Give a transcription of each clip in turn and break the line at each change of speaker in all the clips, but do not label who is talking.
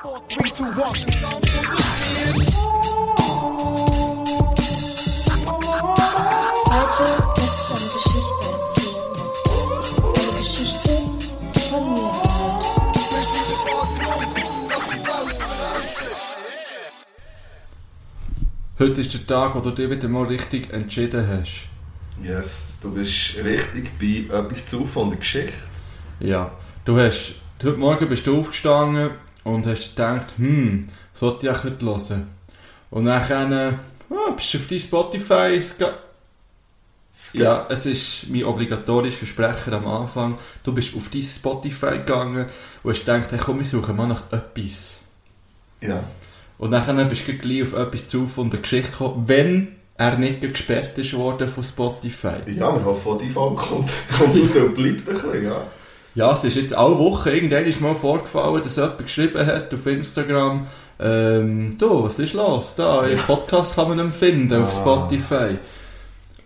four, three, two, one.
Heute möchte ich eine Geschichte erzählen. Eine Geschichte, die von mir handelt.
Heute ist der Tag, wo du dich wieder mal richtig entschieden hast.
Yes, du bist richtig bei etwas zu von der Geschichte.
Ja, du hast, heute Morgen bist du aufgestanden und hast gedacht, hm, sollte ich heute hören. Und dann äh, ah, bist du auf dein Spotify. es geht- Ja, es ist mein obligatorisches Versprechen am Anfang. Du bist auf dein Spotify gegangen und hast gedacht, hey, komm, ich suche mal nach etwas.
Ja.
Und dann äh, bist du gleich auf etwas zu von der Geschichte gekommen, wenn er nicht gesperrt ist worden von Spotify.
Ja, wir hoffen, auch die Folge kommt, kommt raus und bleibt ein bisschen, ja.
Ja, es ist jetzt alle Woche irgendwann ist mal vorgefallen, dass jemand geschrieben hat auf Instagram, ähm, du, was ist los? Da, ihr Podcast kann man nicht mehr finden auf
Ah.
Spotify.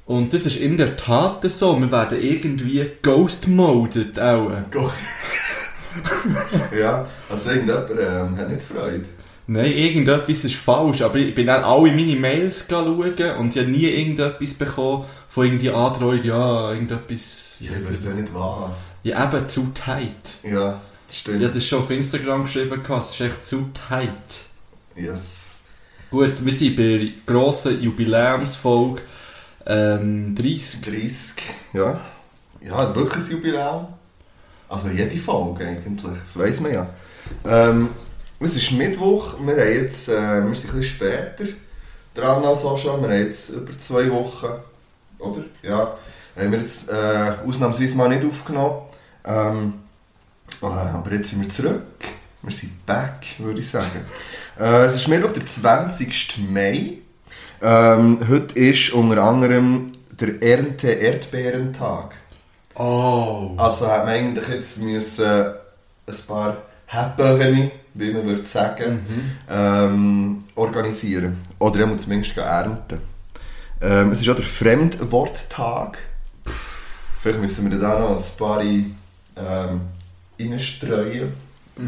Und das ist in der Tat so. Wir werden irgendwie ghost-moded auch.
Go. ja, also irgendjemand ähm, hat nicht Freude.
Nein, irgendetwas ist falsch. Aber ich bin dann alle meine Mails schauen und ich habe nie irgendetwas bekommen von irgendwie Androhung, ja, irgendetwas.
Ich weiß ja nicht was.
Ja, eben zu tight.
Ja, das
Ich habe
stimmt.
das schon auf Instagram geschrieben, gehabt, es ist echt zu tight.
Yes.
Gut, wir sind bei der grossen Jubiläumsfolge ähm, 30.
30. Ja. Ja, wirklich ein Jubiläum. Also jede Folge eigentlich, das weiß man ja. Ähm, es ist Mittwoch, wir, haben jetzt, äh, wir sind ein bisschen später dran als auch schon. Wir haben jetzt über zwei Wochen, oder? Ja, haben wir jetzt äh, ausnahmsweise mal nicht aufgenommen. Ähm, äh, aber jetzt sind wir zurück. Wir sind back, würde ich sagen. Äh, es ist Mittwoch, der 20. Mai. Ähm, heute ist unter anderem der Ernte-Erdbeerentag.
Oh.
Also hat man eigentlich jetzt müssen äh, ein paar Häppchen, wie man würde sagen, ähm, organisieren. Oder man zumindest gehen ernten. Ähm, es ist auch der Fremdworttag. Vielleicht müssen wir da noch ein paar ähm, reinstreuen.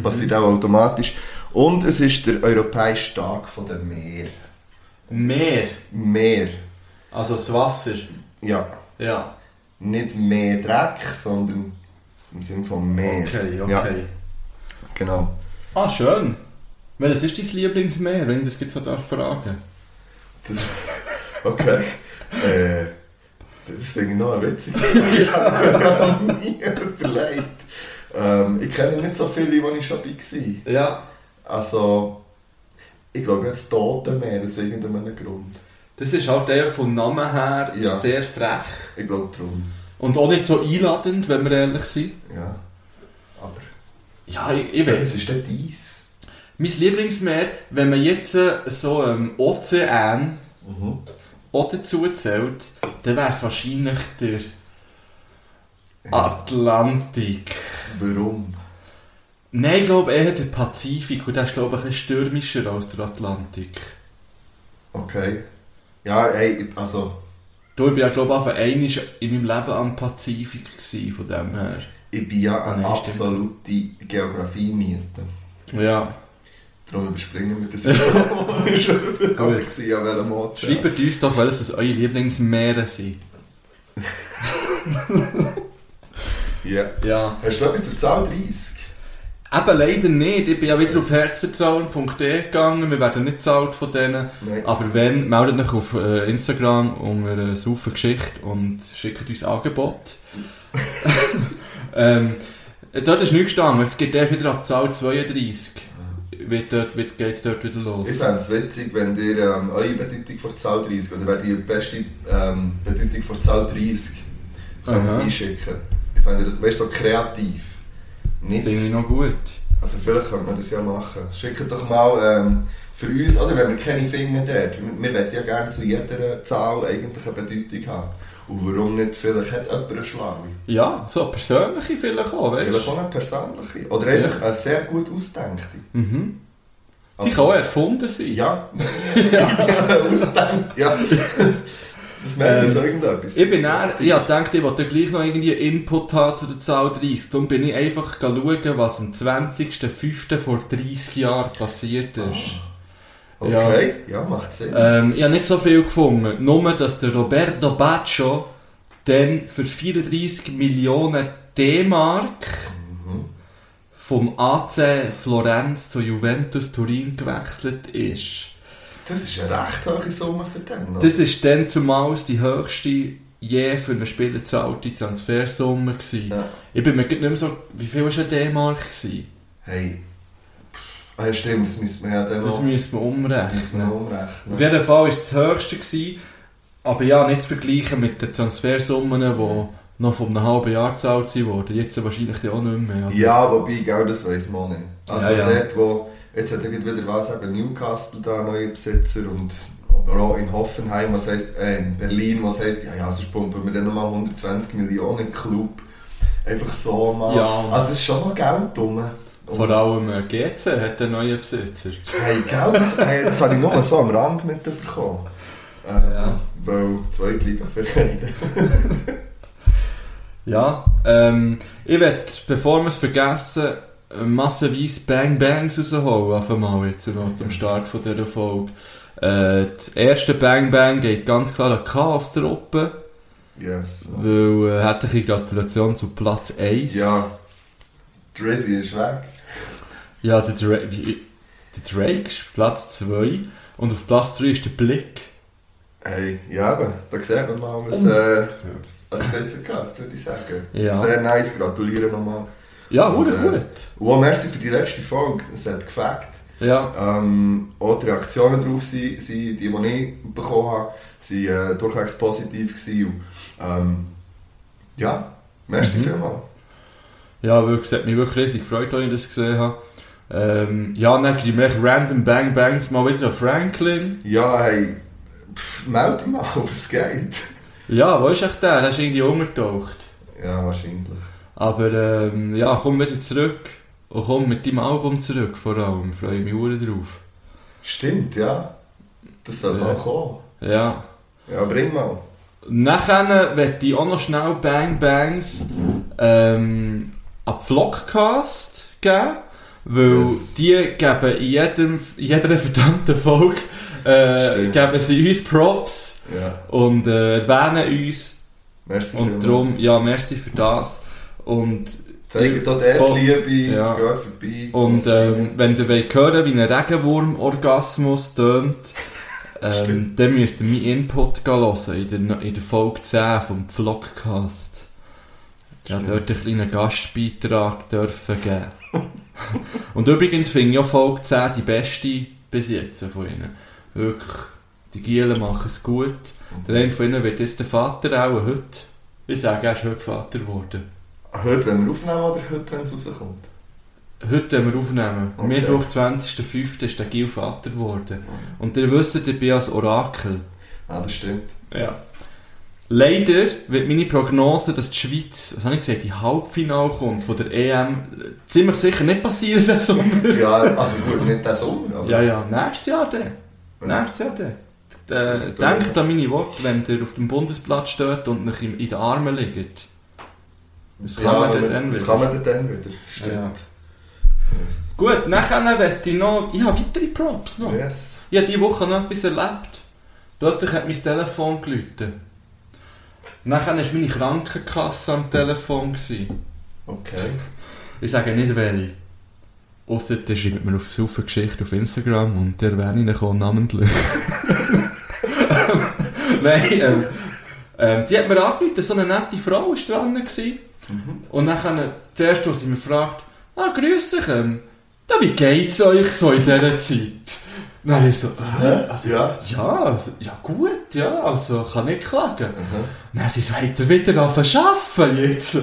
Passiert auch automatisch. Und es ist der Europäische Tag von der Meer.
Meer.
Meer.
Also das Wasser.
Ja.
Ja.
Nicht mehr Dreck, sondern im Sinne von Meer.
Okay,
Ja,
okay.
genau.
Ah, schön. Welches ist dein Lieblingsmeer, wenn ich das jetzt so darf fragen
Das, okay. äh, das finde ich noch eine witzige Frage. Ich habe mir noch nie überlegt. Ähm, ich kenne nicht so viele, die ich schon war.
Ja.
Also, ich glaube, das Tote Meer aus irgendeinem Grund.
Das ist halt eher vom Namen her
Ja.
sehr frech.
Ich glaube darum.
Und auch nicht so einladend, wenn wir ehrlich sind.
Ja. Aber
Ja, ich, ich
es
weiß.
ist nicht dies.
Mein Lieblingsmeer, wenn man jetzt äh, so ähm, Ozean
Mhm.
auch dazu zählt, dann wäre es wahrscheinlich der Atlantik.
Warum?
Nein, ich glaube eher der Pazifik und der ist glaube ich ein bisschen stürmischer als der Atlantik.
Okay. Ja, ey, also,
Du, ich bin ja glaube ich einmal in meinem Leben am Pazifik gewesen, von dem her.
ich bin ja eine
Nein, stimmt.
absolute Geografie-Niete.
Ja,
Darum überspringen wir das jetzt. schon. Aber
Gut.
ich sehe an welchem Ort. ja.
schreibt uns doch, welches eure Lieblingsmeere sind.
Ja.
Ja.
Hast du etwas zur Zahl 30?
Eben leider nicht, ich bin ja wieder auf herzvertrauen.de gegangen, wir werden nicht zahlt von denen.
Nein.
Aber wenn, meldet euch auf äh, Instagram unter äh, Saufen Geschichte und schickt uns Angebot. ähm, dort ist nichts gestanden. Es geht erst wieder ab Zahl 32. Wird dort, wird, geht's dort wieder los.
Ich fände es witzig, wenn ihr ähm, eure Bedeutung von Zahl 30 oder wenn ihr die beste ähm, Bedeutung von Zahl 30 könnt
Aha.
einschicken Ich fände das wäre so kreativ.
Finde ich
Nicht?
noch gut.
Also vielleicht könnte man das ja machen. Schickt doch mal ähm, für uns, oder wenn wir keine Finger dort, wir- wir möchten ja gerne zu jeder Zahl eigentlich eine Bedeutung haben. Und warum nicht? Vielleicht hat jemand eine schlaue.
Ja, so persönliche vielleicht auch,
Vielleicht
weißt du?
auch eine persönliche. Oder einfach eine sehr gut ausgedankte.
Mhm. Sie
Also-
kann auch erfunden sein.
Ja, ja. ausdenken. Ja. Das merkt
Ähm,
ähm, so irgendetwas.
Ich bin eher, ich hab gedacht, ich wollte gleich noch irgendwie Input haben zu der Zahl 30. Darum bin ich einfach schauen, was am 20.05. vor 30 Jahren passiert ist.
Okay, ja, macht Sinn.
Ähm, ich habe nicht so viel gefunden. Nur, dass der Roberto Baccio dann für 34 Millionen D-Mark vom AC Florenz zu Juventus Turin gewechselt ist.
Das ist eine recht hohe Summe für den. oder?
Das ist dann zumals die höchste je für einen Spieler gezahlte Transfersumme gewesen.
Ja.
Ich bin mir grad nicht mehr so... Wie viel war ein D-Mark? gewesen?
Hey. Pff, Ah, ja, stimmt, das müssen wir ja dann
Das
noch-
müssen wir
müssen wir
umrechnen.
noch umrechnen.
Auf jeden Fall war es das höchste. Gewesen, aber ja, nicht zu vergleichen mit den Transfersummen, die noch vor einem halben Jahr gezahlt wurden. Jetzt wahrscheinlich die auch nicht mehr.
Ja, wobei, gell, das weiß man auch nicht. Also
Ja, ja.
dort, wo... Jetzt hat irgendwie wieder was, eben Newcastle da, neue Besitzer und... Oder auch in Hoffenheim, was heisst... Äh, in Berlin, was heisst... Ja, ja, sonst pumpen wir dann nochmal 120 Millionen in den Club. Einfach so mal.
Ja.
Also es ist schon noch Geld dumm.
Vor allem äh, GC hat einen neuen Besitzer.
Hey, gell, das, hey, das habe ich nur so am Rand mitbekommen. Ähm,
Ja.
Weil zwei Liga-Vereine.
Ja, ähm, ich werde, bevor wir es vergessen, äh, massenweise Bang Bangs rausholen, einfach mal jetzt noch zum Start von dieser Folge. Äh, das erste Bang Bang geht ganz klar an die Chaos-Truppe,
Yes.
weil äh, herzliche Gratulation zu Platz 1.
Ja. Drizzy ist weg.
Ja, der, Dra wie- der Drake ist Platz 2 und auf Platz 3 ist der Blick.
Hey, ja, eben, da sieht man mal, was äh, an Spitze gehabt, würde ich sagen.
Um. Ja.
Sehr nice, gratuliere nochmal.
Ja,
Und,
wurde
äh,
gut.
Wow, merci für die letzte Folge, es hat gefällt.
Ja,
Ähm, auch die Reaktionen darauf sind, sind die, die ich bekommen habe, sind äh, durchwegs positiv gewesen. Und, ähm, ja, merci
Mhm.
vielmals.
ja, wirklich, es hat mich wirklich riesig gefreut, als ich das gesehen habe. Ähm, ja, dann kriegen wir echt random Bang Bangs mal wieder an Franklin.
Ja, hey, pff, meld dich mal, was geht.
Ja, wo ist echt der? Der ist irgendwie untergetaucht.
Ja, wahrscheinlich.
Aber ähm, ja, komm wieder zurück. Und komm mit deinem Album zurück, vor allem. Freue mich sehr drauf.
Stimmt, ja. Das soll
Ja.
mal kommen.
Ja.
Ja, bring mal.
Nachher möchte ich auch noch schnell Bang Bangs ähm, an die Vlogcast geben. Weil
Yes.
die geben in, jedem, in jeder verdammten Folge äh,
Stimmt.
geben sie uns Props
Ja,
und äh, erwähnen uns.
merci
Und darum, ja, merci für das. Und
Zeigt auch dort
Voll.
Liebe,
Ja.
geht vorbei.
Und ähm, wenn ihr wollt hören wie ein Regenwurm-Orgasmus tönt, ähm, dann müsst ihr meinen Input gehen hören in der, in der Folge 10 vom Vlogcast. Ja,
Stimmt.
dort einen kleinen Gastbeitrag dürfen geben. Und übrigens finde ich auch Folge 10 die beste bis jetzt von ihnen. Wirklich, die Gielen machen es gut. Der eine von ihnen wird jetzt der Vater auch heute. Ich sage, er ist heute Vater geworden.
Heute, wenn wir aufnehmen oder heute, wenn es rauskommt?
Heute wenn wir aufnehmen.
Okay.
Mir durch 20.05. ist der Gil Vater geworden. Und ihr wisst, ich bin als Orakel.
Ah, das stimmt.
Ja. Leider wird meine Prognose, dass die Schweiz, was habe ich gesagt, die Halbfinale kommt von der EM, ziemlich sicher nicht passieren diesen Sommer.
Ja, also gut, nicht diesen Sommer, aber...
ja, ja, nächstes Jahr dann.
Ja.
Nächstes Jahr dann. Äh, denkt an meine Worte, wenn ihr auf dem Bundesplatz steht und euch in in den Armen liegt. Das kann man
aber
dort dann
Das
wieder.
kann man dann wieder, stimmt.
Ja. Gut, nachher möchte ich noch... Ich habe weitere Props noch.
Yes. yes.
Ich habe diese Woche noch etwas erlebt. Plötzlich hat mein Telefon geläutet. Nachher war meine Krankenkasse am Telefon. gewesen.
Okay.
Ich sage nicht welche. Ausser der schreibt mir auf super Geschichte auf Instagram und der erwähne ich ihn auch namentlich. Nein, ähm, ähm, die hat mir angerufen, so eine nette Frau war dran. Gewesen.
Mhm.
Und dann, zuerst, als sie mich fragt, ah, grüß dich, ähm, da, wie geht's euch so in dieser Zeit? Dann ich so, äh,
Hä? Ja.
ja, also- ja gut, ja, also kann nicht klagen.
Mhm.
Dann sie so, hat er wieder angefangen arbeiten jetzt? so,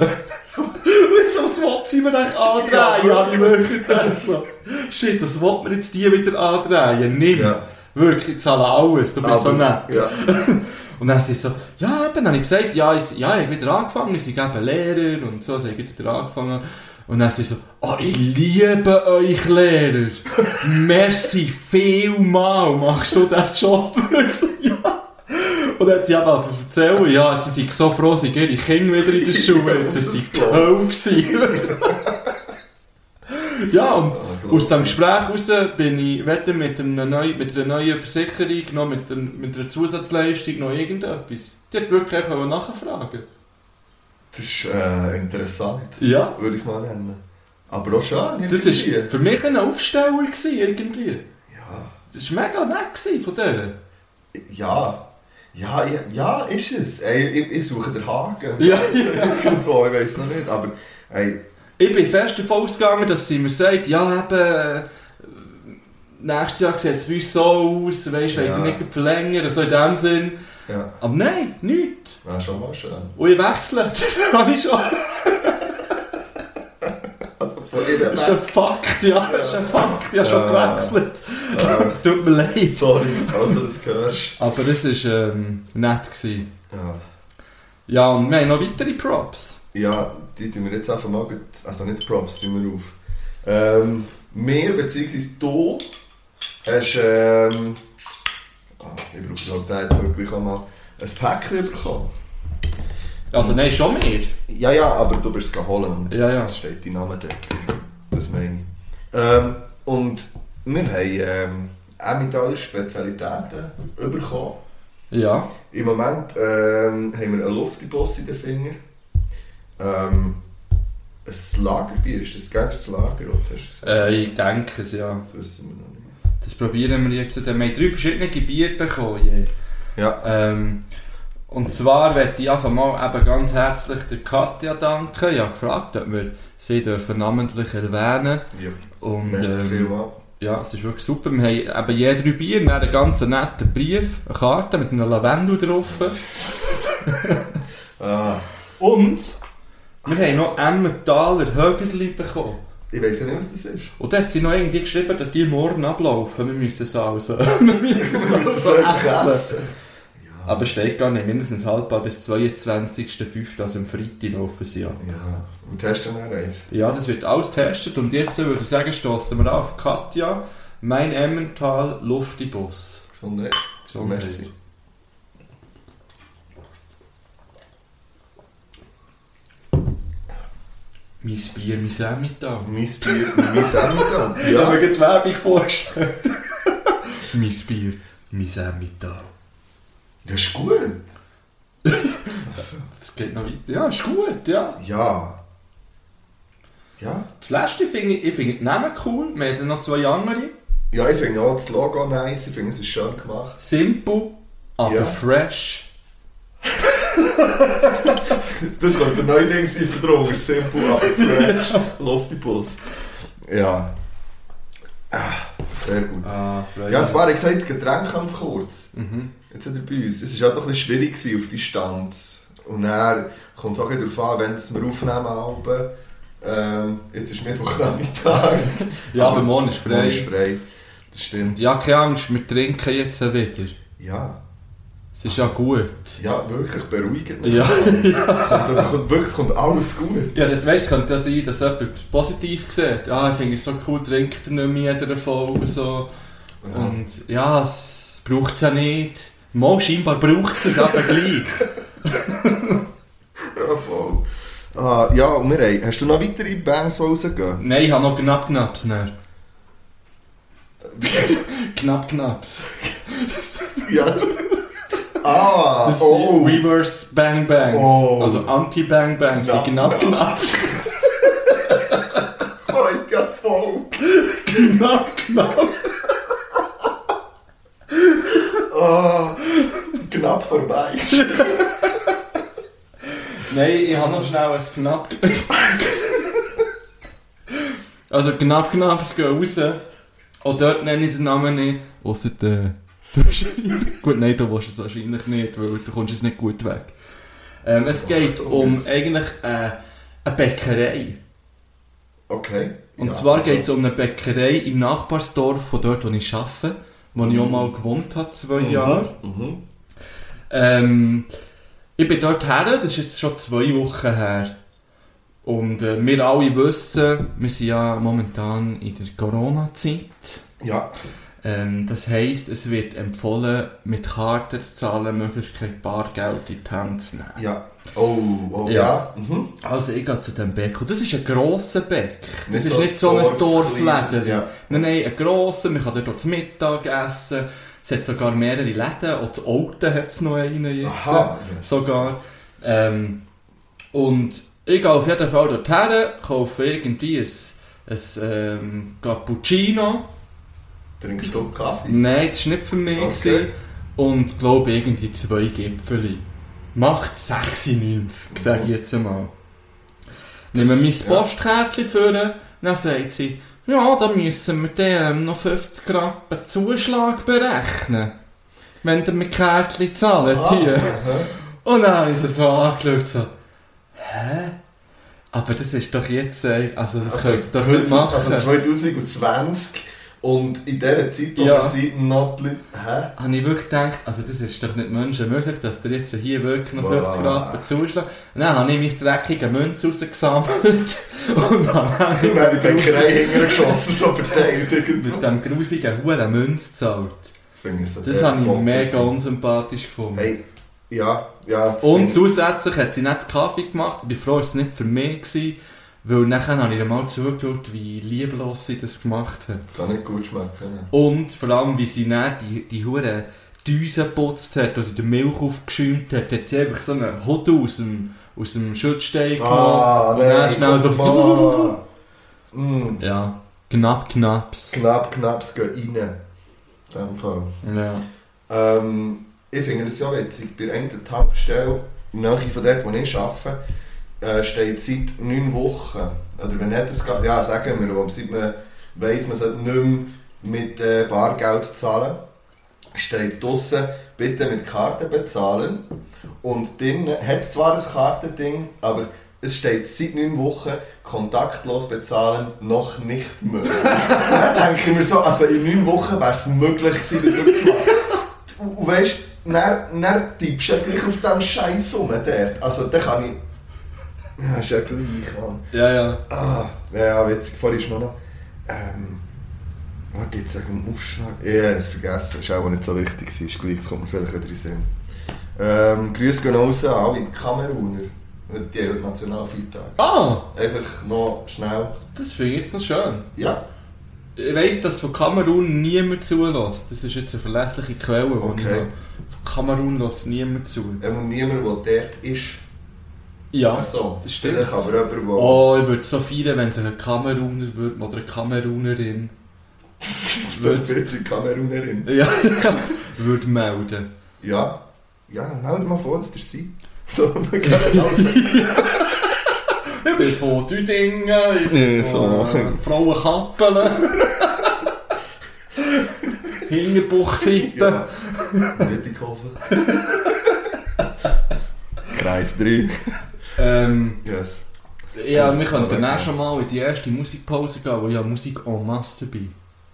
wieso das will sie mir nicht andrehen?
Ja,
Ja, habe ich wirklich gedacht, so. Shit, das will mir jetzt die wieder andrehen? Nimm.
Ja.
Wirklich, ich zahle alles, du bist so nett.
Ja.
Und dann sie so, ja, eben, dann habe ich gesagt, ja, ich, ja, ich habe wieder angefangen, ich bin eben Lehrer und so, so habe ich wieder angefangen. Und dann sie so, oh, ich liebe euch Lehrer. Merci vielmal, machst du diesen Job? Und ich so, ja. Und dann hat sie eben angefangen zu erzählen, ja, sie sind so froh, sie gehen ihre Kinder wieder in der Schule, das
das
waren
ist
die
klar.
Hölle. gewesen. ja, und aus dem Gespräch raus bin ich weder mit, einem neu, mit einer neuen Versicherung, noch mit, einem, mit einer Zusatzleistung, noch irgendetwas. Die hat wirklich einfach nachfragen.
Das ist äh, interessant,
Ja.
würde ich es mal nennen. Aber auch schön,
Das
ist
war für mich ein Aufsteller gewesen, irgendwie.
Ja,
Das war mega nett gewesen von denen.
ja, ja, ja, ja, ist es. Ey, ich, ich suche den Haken.
Ja,
Irgendwo, ich weiß noch nicht, aber ey,
Ich bin fest davon ausgegangen, dass sie mir sagt, ja eben, äh, nächstes Jahr sieht es bei uns so aus, weisst, ja.
Ja.
wollt ihr nicht verlängern, so in dem Sinn.
ja,
Aber nein, nichts.
ja, schon mal schön.
Und ich wechsle, das habe ich schon.
Also von ihr
Das ist ein Fakt, ja, das ist ein Fakt, ich habe schon
Ja.
gewechselt.
Ja.
Es tut mir leid.
Sorry, also das hörst.
Aber das war ähm, nett. Gewesen.
Ja.
Ja, und wir haben noch weitere Props.
ja, die tun wir jetzt einfach mal, gut- also nicht Props, tun wir auf. Ähm, wir, beziehungsweise du, hast, ähm, ah, ich brauche glaube den jetzt wirklich auch mal, ein Päckchen bekommen.
Also nein, schon mehr.
Ja, ja, aber du bist es holen und
Ja, ja.
es steht dein Name dort. Das meine ich. Ähm, und wir haben ähm, auch mit allen Spezialitäten bekommen.
Ja.
Im Moment ähm, haben wir einen Luftiboss in den Fingern. Ähm, ein Lagerbier, ist das gängst das Lager, oder hast du gesagt?
Äh, ich denke es, ja.
Das wissen wir noch nicht.
Das probieren wir jetzt. Wir haben drei verschiedene Gebiete bekommen. Je.
Ja.
Ähm, und zwar möchte ich einfach mal eben ganz herzlich der Katja danken. Ich habe gefragt, ob wir sie dürfen namentlich erwähnen
Ja,
Und
merci
ähm,
vielmals.
ja, es ist wirklich super. Wir haben eben je drei Bier, dann einen ganz netten Brief, eine Karte mit einem Lavendel drauf.
Ah,
Und wir haben noch Emmentaler Högerli bekommen.
ich weiß ja nicht, was das ist.
Und da hat sie noch irgendwie geschrieben, dass die morgen ablaufen. Wir müssen es also. wir müssen es also essen.
Ja.
Aber steht gar nicht, mindestens haltbar bis 22.05., also am Freitag laufen sie an.
ja. Und hast du dann eins?
Ja, das wird alles getestet und jetzt würde ich sagen, stoßen wir auf Katja, mein Emmental, Luftibus.
Gesundheit.
Gesundheit.
Merci.
Mein Bier, mein Emmental.
Mein Bier, mein Semmel.
Ich habe
Ja.
mir gerade die Werbung vorgestellt. mein Bier, mein Emmental.
Das ist gut.
Das geht noch weiter. Ja, ist gut, ja.
Ja. Ja.
Die Flasche ich finde ich, ich finde die Namen cool. Wir haben dann noch zwei andere.
Ja, ich finde auch das Logo nice, ich finde es ist schön gemacht.
Simple, aber
Ja.
fresh.
Das könnte ein neues Ding sein für Drogen, simpel, aber fresh. Loftibus. Ja. Ah, Sehr gut.
Ah, fresh.
Ja, es war, ich gesagt, das Getränk kam zu kurz.
Mhm.
Jetzt hat er bei uns. Es war halt noch ein bisschen schwierig gewesen auf Distanz. Und dann kommt es auch darauf an, wenn es wir aufnehmen haben. Ähm, jetzt ist Mittwochnachmittag.
Ja, aber morgen ist frei.
Morgen ist frei. Das stimmt.
Ja, keine Angst, wir trinken jetzt wieder.
Ja.
Es ist ja gut.
Ja, wirklich beruhigend.
Ja.
Kommt, kommt, wirklich kommt alles gut.
Ja, dann weißt, könnte das sein, dass jemand positiv sieht. Ja, ich finde es so cool, trinkt er nicht mehr in jeder Folge. und So. Und ja, es braucht es ja nicht. Mal scheinbar braucht es es aber gleich.
Ja, voll. Ah, ja, und wir haben, hast du noch weitere Bands, die rausgehen?
Nein, ich habe noch ne? knapp knaps Knapp knaps.
ja. Ah,
Das
oh.
sind Reverse Bang Bangs.
Oh.
Also Anti-Bang Bangs, die knapp
Knapp-
knaps.
Oh, es geht voll.
knapp knapp.
Ah, knapp vorbei.
Nein, ich habe noch schnell ein knapp Also knapp knaps gehen raus. Und dort nenne ich den Namen nicht. Ausser der. du wahrscheinlich- gut, nein, du willst es wahrscheinlich nicht, weil du kommst es nicht gut weg. Ähm, es geht um eigentlich äh, eine Bäckerei.
Okay.
Und
Ja,
zwar
also,
geht es um eine Bäckerei im Nachbarsdorf von dort, wo ich arbeite, wo ich auch mal gewohnt habe, zwei Jahre.
Mhm.
Ähm, ich bin dort her, das ist jetzt schon zwei Wochen her. Und äh, wir alle wissen, wir sind ja momentan in der Corona-Zeit.
Ja,
Ähm, das heisst, es wird empfohlen, mit Karten zu zahlen, möglichst kein Bargeld in die Hand zu nehmen.
Ja. Oh, oh
Ja.
ja. Mhm.
Also ich gehe zu dem Beck und das ist ein grosser Beck. Das
Nicht
ist
so ein
nicht so ein
Dorf-
Dorfläden.
kleines, ja.
Nein, nein, ein grosser, man kann dort auch zum Mittag essen. Es hat sogar mehrere Läden, auch zu Olten hat es noch einen jetzt. äh,
Aha.
Sogar. Ähm, und ich gehe auf jeden Fall dorthin, kaufe irgendwie ein, ein ähm, Cappuccino.
Trinkst du Kaffee?
Nein, das war nicht für mich.
Okay.
gewesen. Und glaube irgendwie zwei Gipfeli. Macht 96, sage ich jetzt einmal. Nehmen wir mein
ja.
Postkärtchen vor, dann sagt sie, ja, da müssen wir dem noch 50 Rappen Zuschlag berechnen. Wenn ihr mit Kärtchen zahlt hier.
Ah. aha.
Und dann habe Oh ich sie so angeschaut, so, hä? Aber das ist doch jetzt, äh, also das
Also,
könnt ihr doch nicht
20
machen.
Also 2020 und in dieser Zeit, wo
Ja.
wir sind, Notli... Hä?
habe ich wirklich gedacht, also das ist doch nicht menschenmöglich, dass der jetzt hier wirklich noch
Wow.
50 Rappen zuschlägt. Und Dann habe ich meine dreckige Münze rausgesammelt und dann habe
Ich
ich
meine, die Bäckerei hintergeschossen, so verteilt irgendwie.
mit dem grusigen Huren Münze gezahlt.
Das finde ich so
Das
sehr
habe ich
bock,
mega
das-
unsympathisch gefunden.
Hey, ja, ja. das
Und
finde
zusätzlich hat sie nicht Kaffee gemacht. Ich bin froh, dass es nicht für mich war. Weil nachher habe ich ihr mal zugeschaut, wie lieblos sie das gemacht hat.
ich- Kann nicht gut schmecken.
Und vor allem, wie sie dann die, die Hure Düsen geputzt hat, also den Milch aufgeschäumt hat, hat sie einfach so einen Hut aus dem, aus dem Schutzstein genommen Ah,
Ah.
und dann schnell so...
Mm,
Ja, knapp, knapps.
knapp, knapp, es geht rein. In dem Fall.
Ja.
Ähm, ich finde es ja witzig, bei einer Tankstelle, nahe von dort, wo ich arbeite, äh, steht seit neun Wochen, oder wenn nicht, es geht, ja, sagen wir, aber seit man weiss, man sollte nicht mehr mit äh, Bargeld zahlen, steht draussen, bitte mit Karte bezahlen. Und dann hat es zwar ein Kartending, aber es steht seit neun Wochen, kontaktlos bezahlen, noch nicht möglich. dann denke ich mir so, also in neun Wochen wäre es möglich gewesen, das wirklich zu machen. Und- Und weißt du, dann, dann tippst du ja gleich auf diesen Scheiß rum dort. Also dann kann ich. Ja, ist ja gleich, Mann.
Ja, ja.
Ah, ja, ja, witzig, vorhin ist noch noch. Ähm, warte, jetzt sag einen Aufschlag. Ja, ich habe es vergessen. Ist auch nicht so wichtig. gewesen. Ist gleich, es kommt mir vielleicht wieder in den Sinn. Ähm, Grüße gehen raus an alle Kameruner. Die haben heute Nationalfeiertag.
Ah,
Einfach noch schnell.
das finde ich jetzt noch schön.
Ja,
Ich weiss, dass von Kamerun niemand zulässt. Das ist jetzt eine verlässliche Quelle, die
Okay.
ich habe. Von Kamerun lässt niemand zu.
wenn man niemand, der dort ist.
Ja,
Ach so,
das stimmt.
Vielleicht aber jemand, der.
Oh, ich würde so feiern, wenn sich ein Kameruner würde, oder eine Kamerunerin
das wird witzig, Kamerunerin.
Ja, würde melden.
Ja. Ja, meldet mal vor, dass ihr seid. So, man kann alles
Ich bin von Düdingen, ich bin äh,
Ja, so.
von Frauenkappeln. Hingerbuchseite.
Ja. Wittighofen. Kreis 3.
Ähm,
Yes.
ja, wir könnten
Okay.
dann schon mal in die erste Musikpause gehen, wo ja Musik en masse dabei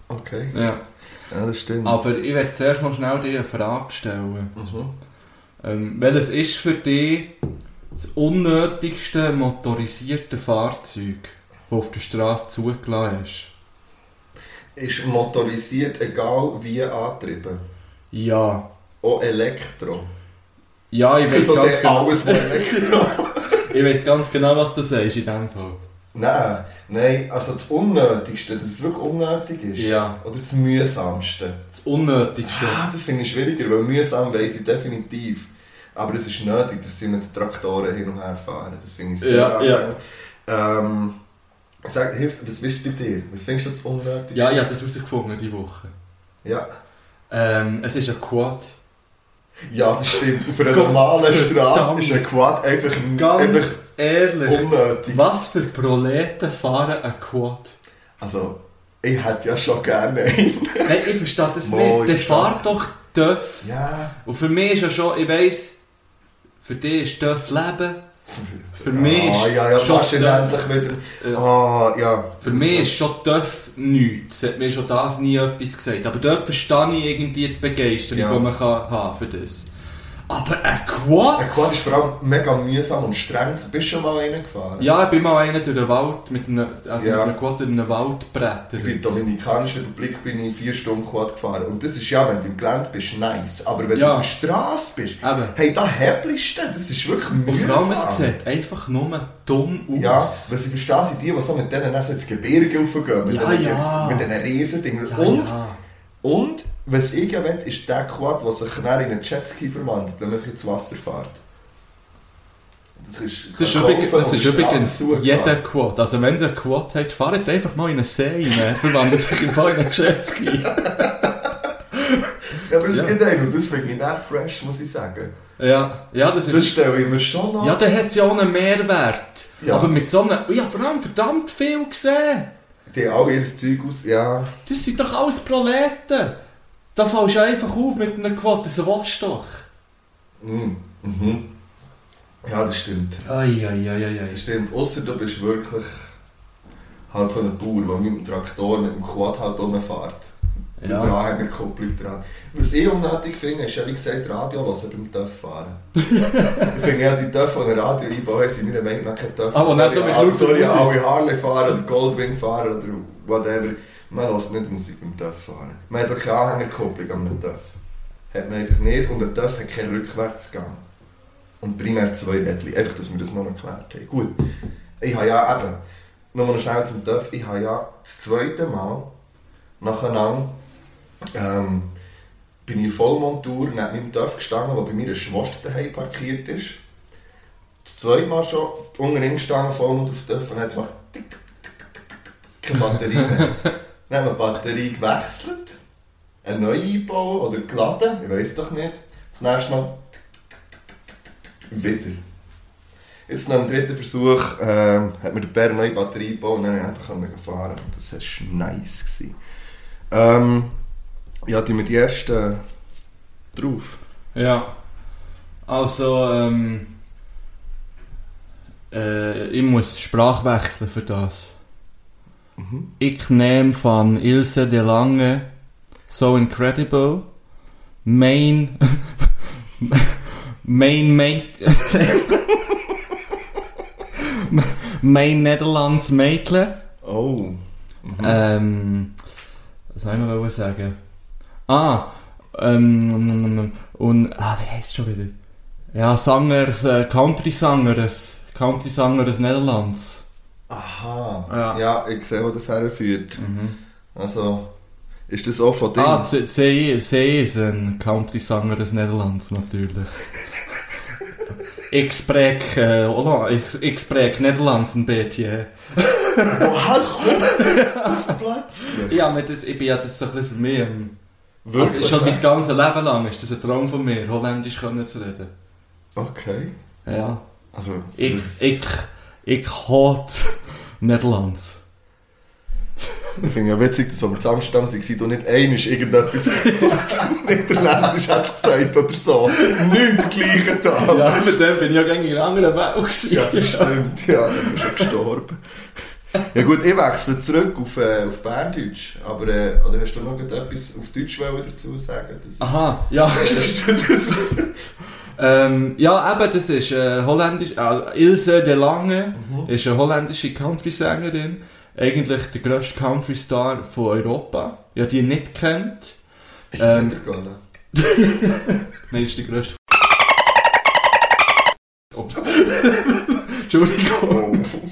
Okay.
Ja.
Ja, das stimmt.
Aber ich werde zuerst mal schnell dir eine Frage stellen.
Mhm.
Ähm, welches ist für dich das unnötigste motorisierte Fahrzeug, das auf der Straße zugelassen hast?
Ist motorisiert, egal wie antrieben.
Ja.
Auch Elektro.
Ja, ich weiß
Also
ganz
der
genau.
alles, was Elektro.
Ich weiß ganz genau, was du sagst in dem Fall.
nein, nein, also das Unnötigste, dass es wirklich unnötig ist.
Ja.
Oder das Mühsamste.
Das Unnötigste.
Ah, das finde ich schwieriger, weil mühsam weiss ich definitiv. Aber es ist nötig, dass sie mit den Traktoren hin und her fahren. Das finde ich sehr
Ja, ja.
anstrengend. Ähm, sag, hilf, was bist du bei dir? Was findest du das unnötig?
Ja, ich habe das herausgefunden diese Woche.
ja.
Ähm, es ist ein Quad.
Ja, das stimmt. Auf einer
Gott
normalen Straße
verdammt.
ist ein Quad einfach, einfach
Ganz ehrlich.
unnötig.
Um Was für Proleten fahren ein Quad?
Also, ich hätte ja schon gerne einen.
Nein, ich verstehe das
Mo,
nicht. Der
ist das-
fahrt doch Töff.
Ja.
Und für mich ist ja schon, ich weiss, für dich ist Töff Leben. Für mich ist
Ah, ja, ja,
schon
fast endlich wieder.
Ja.
Ah, ja.
Für mich ist schon Töff nichts. Es hat mir schon das nie etwas gesagt. Aber dort verstehe ich irgendwie die Begeisterung,
Ja.
die man kann haben für das Aber ein Quad?
Der Quad ist vor allem mega mühsam und streng. Du bist schon mal reingefahren.
Ja, ich bin mal einer durch den Wald, mit einem, also
Ja.
mit einem Quad durch einen Wald brettert.
Ich bin in der Dominikanischen Republik bin ich vier Stunden Quad gefahren. Und das ist ja, wenn du im Gelände bist, nice. Aber wenn
Ja.
du auf der Straße bist,
Eben.
hey, da häppelst du, das ist wirklich
Und
mühsam.
vor allem, es sieht einfach nur dumm
Ja,
aus.
was ich verstehe, sind die, die so mit denen dann so ins Gebirge raufgehen. Mit
Ja,
diesen,
ja.
Mit diesen Riesendingen.
Ja,
und,
ja.
und, was ich ja will, ist der Quad, der sich dann in einen Jetski verwandelt, wenn man einfach ins Wasser fährt. Das ist,
Das ist,
kann
übrigens,
kaufen
das
und
ist
Strassen
übrigens
zugehen.
jeder Quad. Also wenn ihr einen Quad habt, fahrt einfach mal in einen See rein. Verwandelt sich im Fall in einen Jetski.
Ja, aber es
Ja.
geht einem und das finde ich nicht fresh, muss ich sagen.
Ja, ja, das
Das
ist...
stelle ich mir schon an.
Ja, der hat ja auch einen Mehrwert.
Ja.
Aber mit so einem... Ja, vor allem verdammt viel gesehen.
Die haben alle ihr Zeug aus. Ja,
Das sind doch alles Proleten. Da fällst du einfach auf mit einem Quad. Das willst du doch.
mm, mhm. Ja, das stimmt.
Eieieiei.
Das stimmt. Außer du bist wirklich halt so ein Bauer, der mit dem Traktor, mit dem Quad halt rumfährt. Ja. Der
Ja.
Anhänger kommt bleibt dran. Was ich unnötig finde, ist ja wie gesagt Radio hören beim TÜV fahren. ich finde ja, die TÜV, die ein Radio einbauen, sind meiner Meinung nach kein TÜV.
Ah, wo dann so mit lauter
sorry,
Musik.
alle Harley fahren oder Goldwing fahren oder whatever. Man hört nicht Musik beim TÜV fahren. Man hat doch keine Anhängerkupplung am TÜV. Hat man einfach nicht und der TÜV hat keinen Rückwärtsgang. Und primär zwei Bettchen. Einfach, dass wir das noch erklärt haben. Gut. Ich habe ja eben, nochmal schnell zum TÜV, ich habe ja das zweite Mal nacheinander ähm, bin ich in Vollmontur neben meinem Dorf gestanden, der bei mir eine Schwester daheim parkiert ist. Das zweite Mal schon unten hingestanden, Vollmontur auf dem Dorf und dann hat es gemacht tick, tick, tick, tick, tick, keine Batterie mehr. Dann haben wir die Batterie gewechselt, eine neue eingebaut oder geladen, ich weiß doch nicht. Das nächste Mal tick, tick, tick, tick, tick, tick, wieder. Jetzt nach dem dritten Versuch ähm, hat mir der Bär eine neue Batterie gebaut und dann konnte ich einfach fahren. Und Das war nice. Gewesen. Ähm, ja, die mit die ersten drauf.
Ja. Also, ähm... Äh, ich muss Sprache wechseln für das.
Mhm.
Ich nehme von Ilse de Lange So Incredible, Main, Main Mate, Main Netherlands Mädchen.
Oh. Mhm.
Ähm, was soll ich noch sagen? Ah, ähm, und, ah, wie heisst es schon wieder? Ja, Sangers, äh, Country Sangers, Country Sangers Netherlands.
Aha.
Ja.
Ja. ich sehe, wo das herführt.
Mhm.
Also, ist das auch von dir?
Ah, C- C- C ist ein Country-Sänger des Nederlands natürlich. ik spreek, äh, Holland, ik, ik spreek Nederlands een beetje.
Woher kommt das, das plötzlich?
Ja, maar das, ik ben ja das so ein bisschen für mich. ähm, Also,
Wirklich?
ist schon mein ganzes Leben lang ist das ein Traum von mir, Holländisch können zu reden.
okay.
Ja.
Also,
Ik,
das-
ik, ik haat Nederlands.
Ich finde ja witzig, dass als wir in Amsterdam waren, du nicht einmal irgendetwas auf Niederländisch hast gesagt oder so. Nicht gleichen Tag.
Ja, mit dem bin ich ja gegen einen anderen Welt
Ja, das stimmt. Ja, dann bist du gestorben. Ja gut, ich wechsle zurück auf, äh, auf Berndeutsch. Aber äh, oder hast du noch etwas auf Deutsch wollen dazu sagen? Das ist-
Aha, ja.
das ist,
Ähm, ja, eben, das ist äh, holländisch. Äh, Ilse de Lange ist eine holländische Country-Sängerin. Eigentlich der grösste Country-Star von Europa. Ja, die nicht kennt.
ist
Ähm.
weitergegangen.
Nein, ist der grösste. Oh. Entschuldigung.
Oh,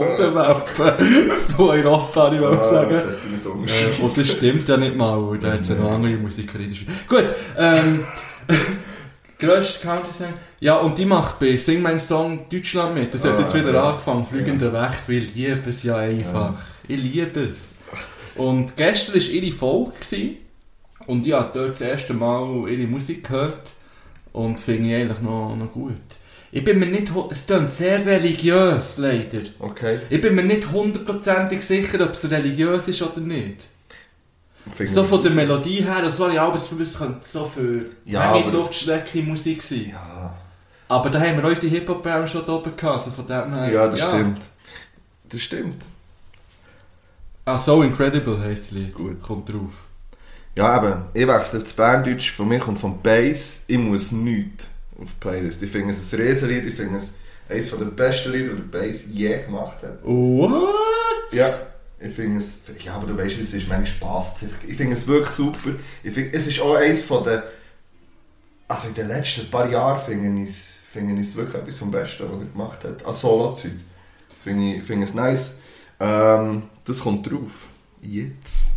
Unterwelpen von Europa, ich wollte sagen.
Das hätte ich nicht
Äh,
umgeschrieben.
und das stimmt ja nicht mal, weil da hat es eine andere Musikkritik. Gut, ähm, grösste Country Sänger. Ja, und die macht bei Sing Mein Song Deutschland mit. Das hat
Ah,
jetzt wieder
ja.
angefangen, fliegender Wächs, weil ich liebe es ja einfach. Ich liebe es. Und gestern war ihre Folge gewesen, und ich habe dort das erste Mal ihre Musik gehört und finde ich eigentlich noch, noch gut. Ich bin mir nicht, hu- es klingt sehr religiös, leider.
Okay.
Ich bin mir nicht hundertprozentig sicher, ob es religiös ist oder nicht.
Finger
So von der
raus.
Melodie her, das war ja alles für uns, könnte so für ja,
Ja, aber-
Luftstrecke Musik sein.
Ja.
Aber da haben wir unsere Hip-Hop-Band schon da oben gehabt, also von dem her.
ja, das stimmt. Das stimmt.
Ah, So Incredible heisst das Lied.
Gut.
Kommt drauf.
Ja, eben. Ich wechsle auf das Berndeutsch. Von mir kommt vom Bass, ich muss nichts auf die Playlist. Ich finde es ein Riesenlied, ich finde es eines der besten Lieder, die der Bass je gemacht hat.
What?
Ja, ich finde es. Ja, aber du weißt, es ist manchmal Spaß. Ich finde es wirklich super. Ich finde, es ist auch eines von den. Also in den letzten paar Jahren finde ich es finde ich es wirklich etwas vom Besten, was er gemacht hat. An Solo-Zeit. Finde ich, finde ich es nice. Ähm, das kommt drauf. Jetzt.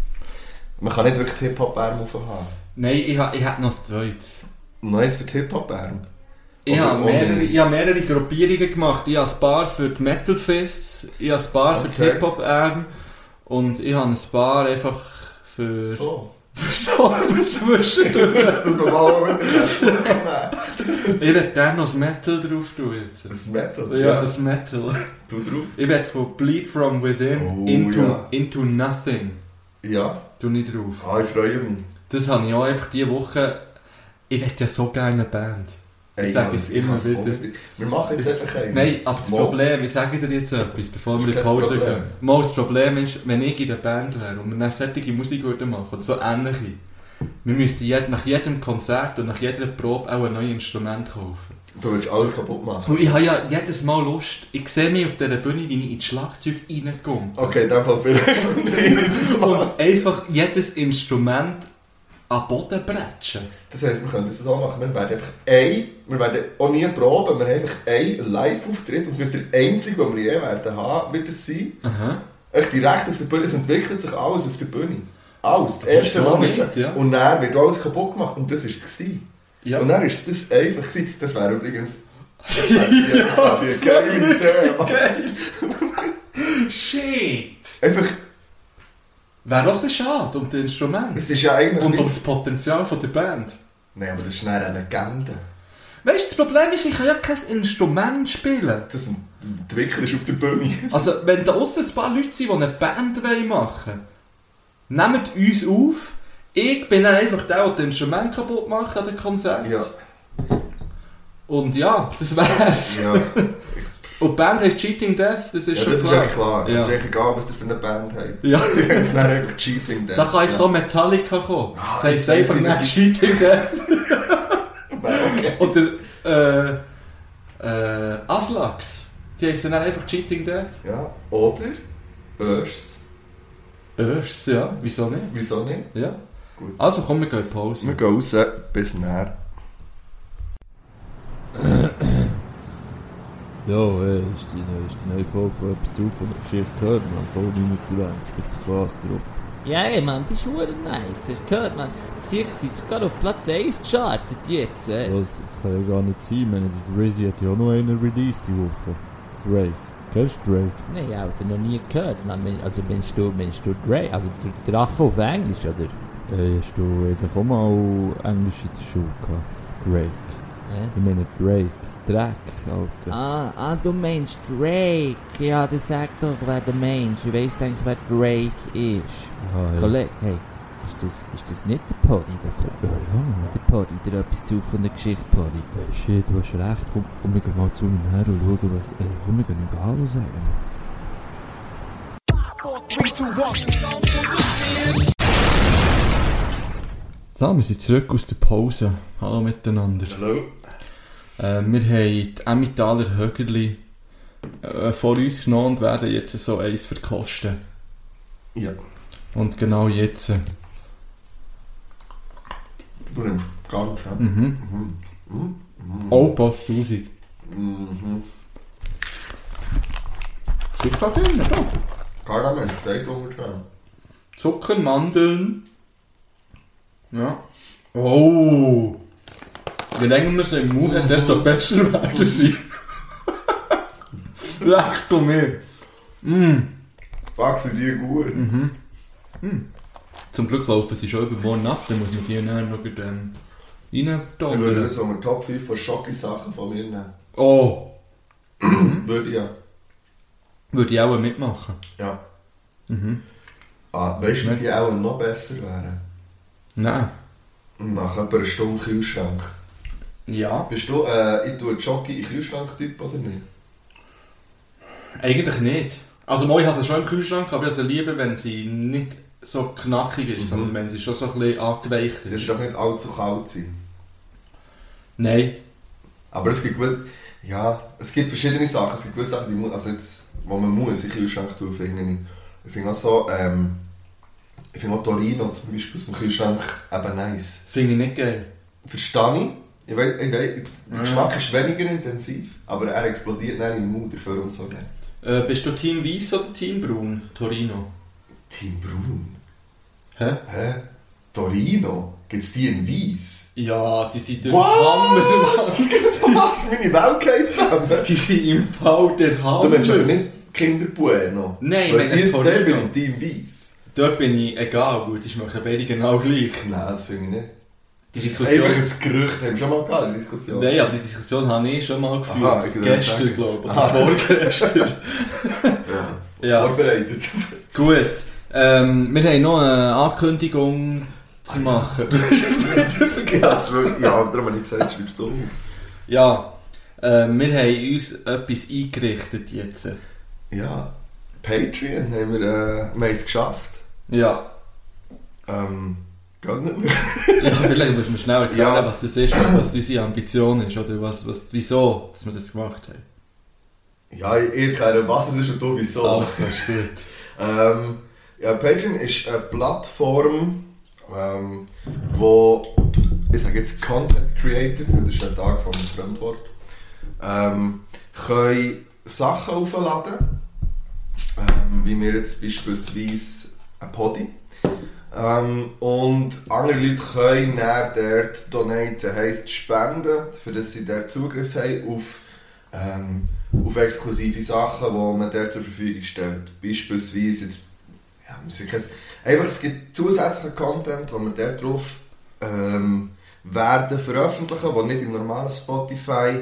Man kann nicht wirklich Hip-Hop-Bärm aufhaben.
Nein, ich, ha- ich hätte noch das Zweite.
Neues für die Hip-Hop-Bärm.
Ich
Oder
habe
ohne?
mehrere, ich habe mehrere Gruppierungen gemacht. Ich habe ein paar für die Metal Fists, ich habe ein paar für die
Okay.
Hip-Hop-Arm und ich habe ein paar einfach für...
So.
Für Sorben zwischendurch.
Das war mal wieder
ich werde gerne noch das Metal drauf tun jetzt.
Das Metal.
Ja, das Metal.
Du drauf?
Ich werde von Bleed From Within
Oh,
into,
ja.
into Nothing
Ja.
tu ich drauf.
Ah, ich freue mich.
Das habe ich auch einfach diese Woche... Ich werde ja so gerne eine Band. Ich sag
ja,
es immer
kann's
wieder.
unbedingt. Wir machen jetzt einfach einen.
Nein, aber das
Mal.
Problem, ich sage dir jetzt etwas, bevor wir in die
Das ist
Pause
kein
gehen.
Problem.
Mal, das Problem ist, wenn ich in der Band wäre und wir dann solche Musik würden machen, oder so ähnliche, wir müssten jed nach jedem Konzert und nach jeder Probe auch ein neues Instrument kaufen.
Du willst alles kaputt machen.
Und ich habe ja jedes Mal Lust, ich sehe mich auf dieser Bühne, wie ich ins Schlagzeug reinkomme.
Okay, in dem Fall vielleicht nicht.
Und einfach jedes Instrument an den Boden bretschen.
Das heisst, wir können das so machen. Wir werden einfach ein, wir werden auch nie proben, wir haben einfach einen Live-Auftritt und es wird der einzige, den wir je werden haben, wird es sein.
Aha.
Echt direkt auf der Bühne, es entwickelt sich alles auf der Bühne. Alles, das erste
ist so
Mal.
wild, ja.
Und dann wird alles kaputt gemacht und das war es. gewesen.
Ja.
Und dann war es das einfach. Gewesen. Das wäre übrigens... Das wäre ja, eine geile Idee. Mann.
Shit!
Einfach,
Wäre doch ein schade um das Instrument.
es ist ja eigentlich...
Und
nicht-
um das Potenzial von der Band.
Nein, aber das ist dann eine Legende.
Weißt du, das Problem ist, ich kann ja kein Instrument spielen.
Das entwickelst du auf der Bühne.
Also, wenn da aussen ein paar Leute sind, die eine Band wollen machen wollen, nehmt uns auf. Ich bin dann einfach der, der das Instrument kaputt macht an den Konzert.
Ja,
Und ja, das wär's.
ja.
Und die Band heißt Cheating Death, das ist
Ja,
schon
das ist
klar.
ja klar.
Ja.
Es ist echt egal, was ihr für eine Band habt.
Ja.
Sie haben es dann einfach Cheating Death.
Da kann jetzt
ja.
auch Metallica kommen.
Ah,
das heisst
jetzt
einfach
weiss ich,
nicht
was
Cheating Death.
Okay.
Oder, äh, äh, Aslax. Die heißen dann einfach Cheating Death.
Ja. Oder Börs.
Örs, Äh, ja, wieso nicht?
Wieso nicht?
Ja.
Gut.
Also komm, wir gehen in die Pause.
Wir gehen raus, bis näher.
Ja, ey, ist die neue, ist die neue Folge von etwas drauf von der Geschichte gehört, man. Folge 29 mit der Klasse drauf.
Ja, ey, Mann, das ist hure nice. Das gehört, man. Sicher sind sogar auf Platz 1 gechartet jetzt, ey.
Das, das kann ja gar nicht sein, man. Der Drizzy hat ja auch noch einen released die Woche. Drake. Kennst du Drake?
Nein, Alter, er noch nie gehört, man. Wenn- Also, meinst du, meinst du Dre, also der Drache auf Englisch, oder?
Äh, hast du eigentlich auch mal Englisch in der Schule gehabt? Drake.
Hä?
Ich meine Drake. Dreck, Alter.
Ah, ah, du meinst Drake. Ja, das sagt doch, wer der Mensch. Ich weiss eigentlich, wer Drake ist.
Ah, ja.
Kollege, hey, ist das, ist das nicht der Pony da
Ja,
drüben?
ja.
Der Pony, der etwas zu von der Geschichte, Pony.
Äh, Shit, du hast recht. Komm, komm, wir gehen mal zu ihm her und schauen, was... Äh, komm, wir gehen ihm Hallo sagen.
So, wir sind zurück aus der Pause. Hallo miteinander.
Hallo.
Äh, wir haben die Emmentaler Högerli äh, vor uns genommen und werden jetzt so eins verkosten.
Ja.
Und genau jetzt. äh,
Du nimmst ganz schön.
Mhm.
Mhm. Mhm.
Oh, passt 1000.
Mhm.
Sieht da drin, da.
Karamell, steht unter
Zucker, Mandeln. Ja. Oh! Je länger wir es im Mund haben, desto besser werden sie. Lacht um mich. Mm.
Fuck, sind die gut.
Zum Glück laufen sie schon übermorgen ab, dann muss ich die nachher noch gleich, ähm,
Ich würde
rein
das um Top 5 von Schocki-Sachen von mir nehmen.
Oh,
Würde ich ja.
würde ich auch mitmachen.
Ja. Mhm. Ah, weißt du, wie die auch noch besser wären?
Nein.
Nach etwa einer Stunde Kühlschrank.
Ja.
Bist du äh, ich tue Jockey in Kühlschrank-Typ oder nicht?
Eigentlich nicht. Also, moi, ich habe sie schon im Kühlschrank, aber ich habe sie lieber, wenn sie nicht so knackig ist, sondern wenn sie schon so ein bisschen angeweicht
Es ist
Mhm. ist.
doch nicht allzu kalt sein.
Nein,
Aber es gibt gewisse, ja, es gibt verschiedene Sachen. Es gibt gewisse Sachen, die man, also jetzt, wo man muss, ich Kühlschrank tun, finde ich. Ich finde auch so, ähm, ich finde auch Torino zum Beispiel aus dem Kühlschrank eben nice.
finde ich nicht geil.
Verstehe ich. Ich weiß, ich weiß, der Geschmack ist weniger intensiv, aber er explodiert dann im Mund, dafür umso mehr.
Äh, bist du Team Weiss oder Team Braun, Torino?
Team Braun.
Hä?
Hä? Torino? Gibt's die in Weiss?
Ja, die sind durch
What?
Hammer. Mann.
Was? Meine Welt geht zusammen.
Die sind im Fall der
Du meinst aber
Hammer.
nicht Kinderbueno?
Nein,
Weil
ich meine
die ist
Torino.
der bin ich Team Weiss.
Dort bin ich egal, gut, ich mache beide genau gleich.
Nein, das finde ich nicht.
Die
Einfach
Diskussion.
ein Gerücht, haben wir schon mal gehabt, die Diskussion.
Nein, aber die Diskussion habe ich eh schon mal geführt.
Aha, ich würde
gestern,
sagen.
glaube ich. Oder
Aha.
vorgestern.
Ja.
ja,
Vorbereitet.
gut. Ähm, wir haben noch eine Ankündigung zu machen. Du hast es wieder
ja, das
vergessen.
wirklich- ja, darum habe ich gesagt, schreibst du um.
Ja, ähm, wir haben uns etwas eingerichtet jetzt.
Ja. Patreon haben wir, äh, wir haben es geschafft.
Ja.
Ähm, gönnt
ja, vielleicht muss man schnell erklären,
Ja.
was das ist und was unsere Ambition ist. Oder was, was, wieso dass wir das gemacht haben.
Ja, ihr kennt, was es ist und du wieso.
ist gut.
Ähm, ja, Patreon ist eine Plattform, ähm, wo, ich sage jetzt Content Creator, weil das ist der Tag vom Fremdwort, ähm, können Sachen aufladen, ähm, wie wir jetzt beispielsweise ein Podi. Ähm, und andere Leute können dann dort donaten, heisst spenden, für dass sie dort Zugriff haben auf ähm, auf exklusive Sachen, die man dort zur Verfügung stellt. Beispielsweise jetzt, ja, muss ich jetzt- einfach, es gibt zusätzlichen Content, den wir dort drauf ähm, werden veröffentlichen, der nicht im normalen Spotify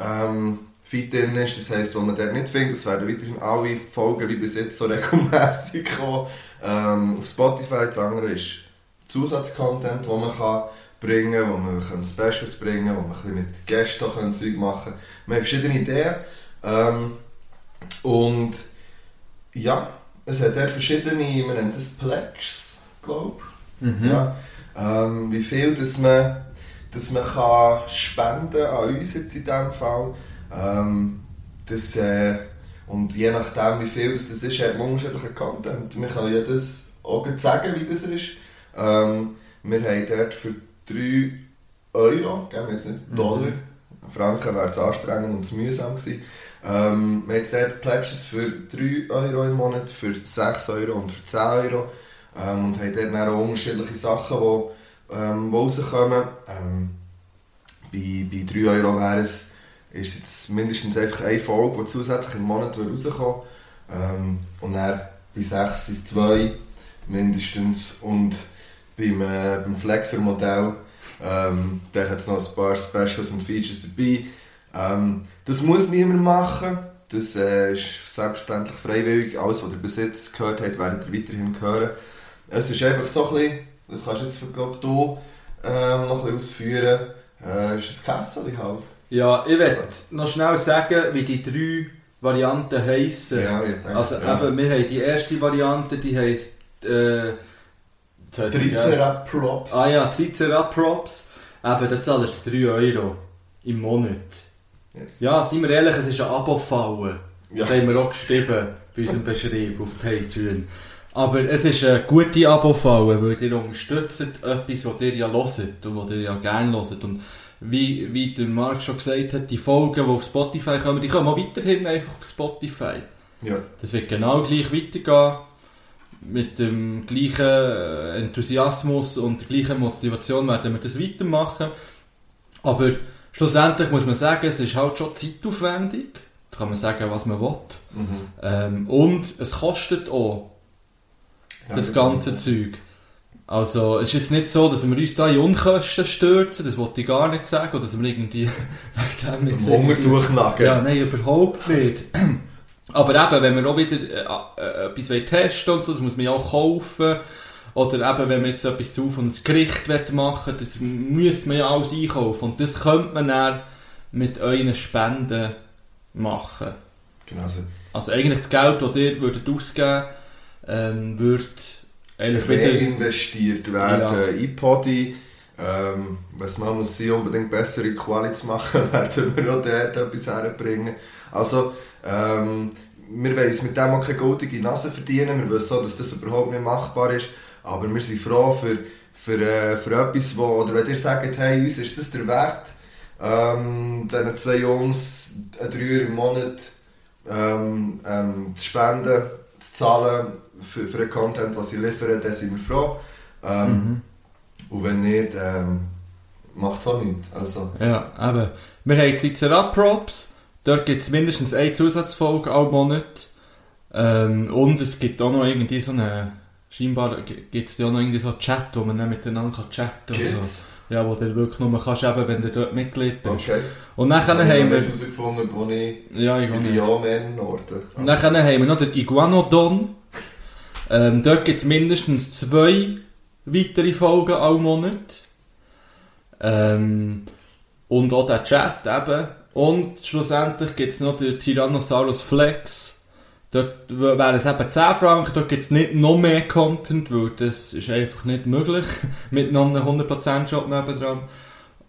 ähm, Feed drin ist. Das heisst, wo man dort nicht findet, es werden weiterhin alle Folgen wie bis jetzt so regelmäßig kommen ähm, auf Spotify. Das andere ist Zusatzcontent, den man kann bringen kann, wo man kann Specials bringen kann, wo man ein bisschen mit Gästen auch kann Zeug machen kann. Wir haben verschiedene Ideen. Ähm, und ja, es hat dort verschiedene, man nennt das Pledges, glaube ich. Ja, ähm, wie viel dass man, dass man kann spenden an uns jetzt in diesem Fall. Ähm, das, äh, und je nachdem, wie viel das, das ist, hat man unterschiedlichen Content. Wir können ja das auch gleich sagen, wie das ist. Ähm, wir haben dort für 3 Euro, gell, wir jetzt nicht Dollar, Franken wäre es anstrengend und zu mühsam gewesen. Ähm, wir haben jetzt dort Pledges für 3 Euro im Monat, für 6 Euro und für 10 Euro. Ähm, und haben dort dann auch unterschiedliche Sachen, die ähm, die rauskommen. Ähm, bei, bei 3 Euro wäre es ist jetzt mindestens einfach eine Folge, die zusätzlich im Monat rauskommt. Ähm, und dann bei 6 sind es 2 mindestens. Und beim, äh, beim Flexer-Modell, ähm, der hat es noch ein paar Specials und Features dabei. Ähm, das muss niemand machen. Das äh, ist selbstverständlich freiwillig. Alles, was ihr bis jetzt gehört habt, werdet ihr weiterhin hören. Es ist einfach so ein bisschen, das kannst du jetzt, glaube du ähm, noch ein bisschen ausführen. Äh, ist ein Kessel halt.
Ja, ich will noch schnell sagen, wie die drei Varianten heissen.
Ja, ich denke,
also
ja.
eben, wir haben die erste Variante, die heisst... Äh, jetzt heisst sie, gell?
Triceratops.
Ah ja, Triceratops. Eben, da zahlt ihr 3 Euro im Monat.
Yes.
Ja, seien wir ehrlich, es ist ein Abo-Fallen. Das
Ja.
haben wir auch geschrieben bei unserem Beschrieb auf Patreon. Aber es ist eine gute Abo-Falle, weil ihr unterstützt etwas, was ihr ja hört und was ihr ja gerne hört. Und wie, wie der Marc schon gesagt hat, die Folgen, die auf Spotify kommen, die kommen auch weiterhin einfach auf Spotify.
Ja.
Das wird genau gleich weitergehen. Mit dem gleichen äh, Enthusiasmus und der gleichen Motivation werden wir das weitermachen. Aber schlussendlich muss man sagen, es ist halt schon zeitaufwendig. Da kann man sagen, was man will.
Mhm.
Ähm, und es kostet auch, das ganze Zeug. Also es ist jetzt nicht so, dass wir uns da in Unkosten stürzen, das wollte ich gar nicht sagen, oder dass wir irgendwie wegen dem
Im
jetzt
Hunger
irgendwie-
durchnagen.
ja, nein, überhaupt nicht. Aber eben, wenn wir auch wieder äh, äh, etwas wollen testen und so, das muss man ja auch kaufen. Oder eben, wenn wir jetzt etwas zu von einem Gericht wollen machen das müsste man ja alles einkaufen. Und das könnte man dann mit euren Spenden machen.
Genau so.
Also eigentlich das Geld, das ihr würdet ausgeben würdet, ähm, würde Eigentlich
mehr
wieder.
investiert werden in Podi. Ähm, was man muss sein, unbedingt bessere Quali zu machen, werden wir auch dort etwas herbringen. Also, ähm, wir wollen uns mit dem auch keine goldige Nase verdienen, wir wissen auch, dass das überhaupt nicht machbar ist, aber wir sind froh für, für, äh, für etwas, wo, oder wenn ihr sagt, hey, uns ist das der Wert, ähm, diesen zwei Jungs einen Dreier im Monat ähm, ähm, zu spenden, zu zahlen für, für den Content, den sie liefern, dann sind wir froh. Ähm,
Mhm.
Und wenn nicht, ähm, macht es auch nichts. Also,
Ja, eben. Wir haben die Lizera-Props. Dort gibt es mindestens eine Zusatzfolge am Monat. Ähm, und es gibt auch noch irgendwie so eine... Scheinbar gibt es auch noch irgendwie so einen Chat, wo man dann miteinander kann chatten kann. und So.
geht's?
Ja, wo du wirklich nur kannst, eben, wenn du dort Mitglied bist.
Okay.
Und dann haben wir...
herausgefunden, wo ich
Ja, ich auch
in den
nicht.
Jahren Orte.
Und dann haben wir noch den Iguanodon. Ähm, dort gibt es mindestens zwei weitere Folgen am Monat. Ähm, und auch den Chat eben. Und schlussendlich gibt es noch den Tyrannosaurus Flex. Dort w- wären es eben 10 Franken, dort gibt es nicht noch mehr Content, weil das ist einfach nicht möglich. Mit noch einem 100%-Job nebendran.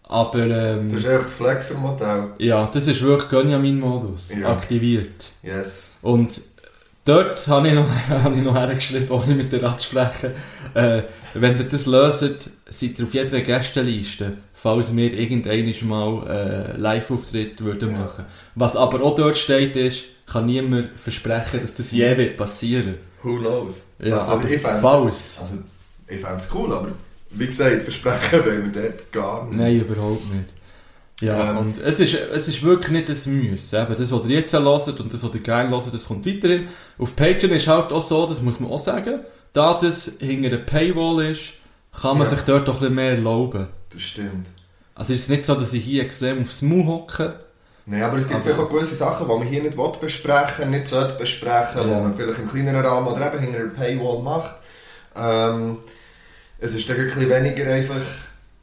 Aber ähm,
Das ist echt das Flexer-Modell.
ja, das ist wirklich Gönjamin-Modus.
Ja.
Aktiviert.
Yes.
Und dort habe ich noch, habe ich noch hergeschrieben, ohne mit dir abzusprechen. Äh, wenn ihr das löst, seid ihr auf jeder Gästeliste, falls wir irgendein Mal äh, Live-Auftritt würden
Ja.
machen. Was aber auch dort steht, ist, kann niemand versprechen, dass das je wird passieren.
Who knows?
Ja,
also,
aber
ich fänd's-
falls.
Also, ich fände es cool, aber wie gesagt, versprechen wollen wir dort gar nicht.
Nein, überhaupt nicht. Ja,
Ähm.
und es ist, es ist wirklich nicht das Müssen. Eben, das, was ihr jetzt hört und das, was ihr gerne hört, das kommt weiterhin. Auf Patreon ist halt auch so, das muss man auch sagen, da das hinter der Paywall ist, kann man
Ja.
sich dort doch ein bisschen mehr erlauben.
Das stimmt.
Also es ist nicht so, dass ich hier extrem aufs Maul hocke.
Nein, aber es gibt
Aber-
vielleicht auch gewisse Sachen, die man hier nicht will besprechen nicht sollte besprechen, die
Ja.
man vielleicht im kleineren Rahmen oder eben hinter einer Paywall macht. Ähm, es ist dann ein bisschen weniger einfach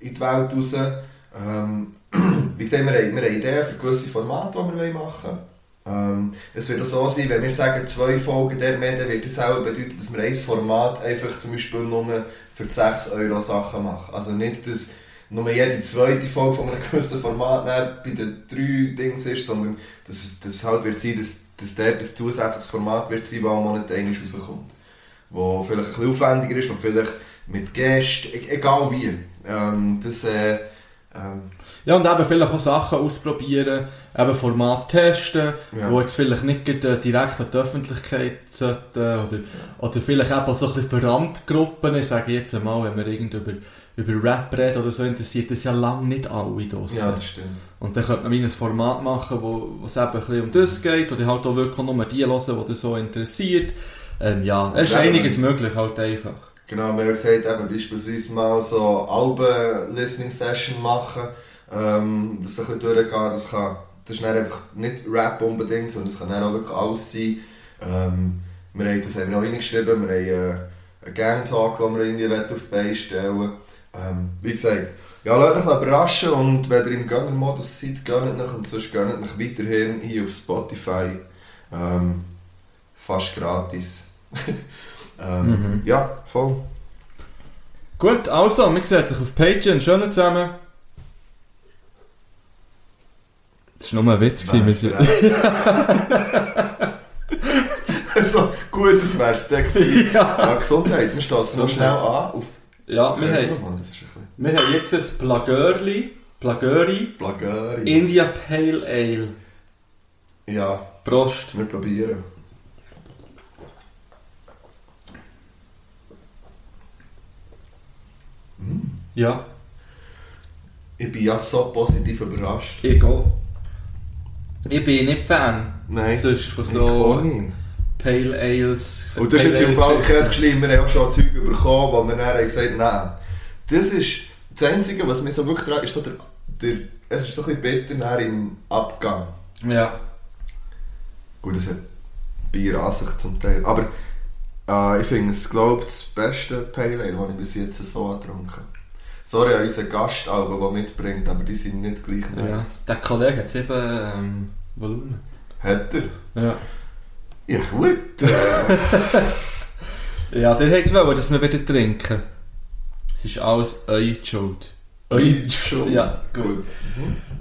in die Welt raus. Ähm, wie gesagt, wir haben, wir haben Ideen für gewisse Formate, die wir machen wollen. Ähm, es wird auch so sein, wenn wir sagen, zwei Folgen der mehr, dann wird das auch bedeuten, dass wir ein Format einfach zum Beispiel nur für 6 Euro Sachen machen. Also nicht, dass nur jede zweite Folge von einem gewissen Format dann bei den drei Dings ist, sondern dass es dass es halt wird sein, dass, dass dort ein zusätzliches Format wird sein, das am Monat einmal rauskommt. Wo vielleicht ein bisschen aufwendiger ist, wo vielleicht mit Gästen, e- egal wie. Ähm, das, äh, ähm,
Ja, und eben vielleicht auch Sachen ausprobieren, eben Format testen,
Ja.
wo jetzt vielleicht nicht gerade, äh, direkt an die Öffentlichkeit sollten, oder, oder vielleicht eben auch so ein bisschen Verrandgruppen, ich sage jetzt einmal, wenn wir irgend über, über Rap reden oder so, interessiert das ja lange nicht alle draussen.
ja, das stimmt.
Und dann könnte man wie ein Format machen, wo wo es eben ein bisschen um das geht, oder halt auch wirklich nur die hören, die das so interessiert. Ähm, ja, es ist
Ja,
einiges
wenn's-
möglich, halt einfach.
Genau, wir haben gesagt, eben beispielsweise mal so Alben-Listening-Session machen, ähm, dass es ein bisschen durchgehen, das kann, das ist dann einfach nicht Rap unbedingt, sondern es kann dann auch wirklich alles sein. Ähm, wir haben, das haben wir auch reingeschrieben, wir haben äh, einen Gang-Talk, den wir irgendwie wollen auf die Beine stellen ähm, Wie gesagt, ja, lasst euch überraschen und wenn ihr im Gönner-Modus seid, gönnt euch und sonst gönnt euch weiterhin hier auf Spotify. Ähm, fast gratis. ähm,
Mhm.
Ja, voll.
Gut, also, wir sehen sich auf Patreon. Schön zusammen. Das war nur ein Witz. gewesen, wir sind-
also, gut, das wär's dann gewesen.
ja.
Ja, Gesundheit, wir stoßen noch schnell an. Auf
ja, wir
Sag
haben,
mal, Das ist ein bisschen
wir haben jetzt ein Plagörli, Plagöri,
Plagari.
India Pale Ale.
Ja,
Prost.
wir probieren.
Ja,
Ich bin ja so positiv überrascht.
ich gehe. Ich bin nicht Fan.
Nein,
Sonst von
ich
so
gar nicht.
Pale Ales.
Und das ist
Pale
jetzt im
Ale-
Fall kein Geschleim, wir haben auch schon Zeug bekommen, wo wir dann haben gesagt nein. Das ist das Einzige, was mir so wirklich trägt, ist so der, der, es ist so ein bisschen bitter nachher im Abgang.
Ja.
Gut, das hat Bier an sich zum Teil. Aber äh, ich finde es, glaube ich, das beste Pale Ale, das ich bis jetzt so getrunken habe. Sorry an unseren Gast, aber der mitbringt, aber die sind nicht gleich
ja.
nice.
Der Kollege hat eben ähm, Volumen.
Hat er?
Ja.
Ja, gut. äh.
Ja, der hätte wollen, dass wir wieder trinken. Es ist alles eure Schuld. Eure Schuld. Ja, gut.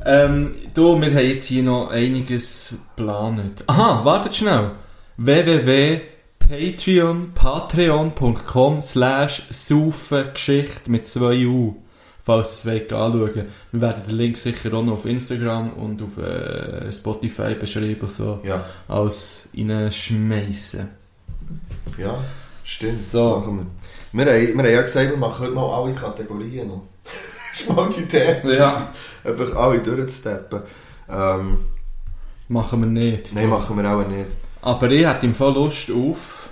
Ähm, du, wir haben jetzt hier noch einiges geplant. Aha, wartet schnell. www.patreon, patreon.com slash saufengeschichte mit 2 U. Falls ihr es wollt, anschauen. Wir werden den Link sicher auch noch auf Instagram und auf äh, Spotify beschreiben, so
Ja,
als reinschmeissen.
ja, stimmt.
So.
Machen wir. Wir, haben, wir haben ja gesagt, wir machen heute mal alle Kategorien noch. Das ist mal die Idee.
Ja.
Einfach alle durchzusteppen. Ähm,
Machen wir nicht.
nein, machen wir auch nicht.
Aber ich hätte im Fall Lust auf.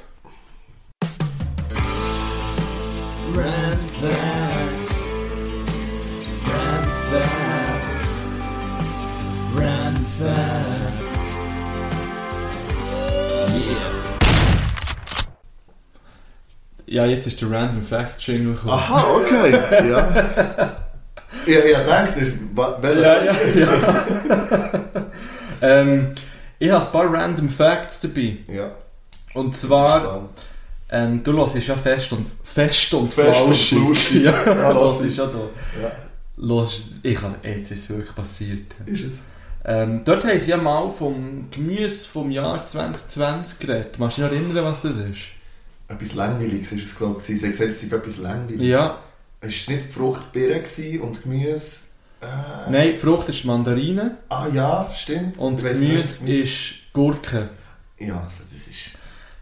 Ja, jetzt ist der Random Fact Jingle gekommen.
Aha, okay. ja. Ja, ja, danke. das ist- wa-
Ja,
welcher-
ja, ja. ähm, ich habe ein paar Random Facts dabei.
Ja.
Und zwar,
spannend.
ähm, du hörst ja fest und fest und
Fest und
flauschig.
flauschig.
Ja,
Ja,
ja
lass
das
ich.
ist ja da.
Ja.
Los, ich kann, jetzt ist es wirklich passiert.
Ist es?
Ähm, dort haben sie ja mal vom Gemüse vom Jahr 2020 geredet. Kannst du dich noch erinnern, was das ist?
Etwas Langweiliges ist es, glaube ich. Sie haben gesagt, es sei etwas Langweiliges.
Ja.
Es war nicht die Frucht Birne gewesen und das Gemüse. Äh,
Nein, die Frucht ist Mandarine
Ah ja, stimmt.
und
Ich
das
weiss
Gemüse
nicht,
ist Gurke.
Ja, also das ist...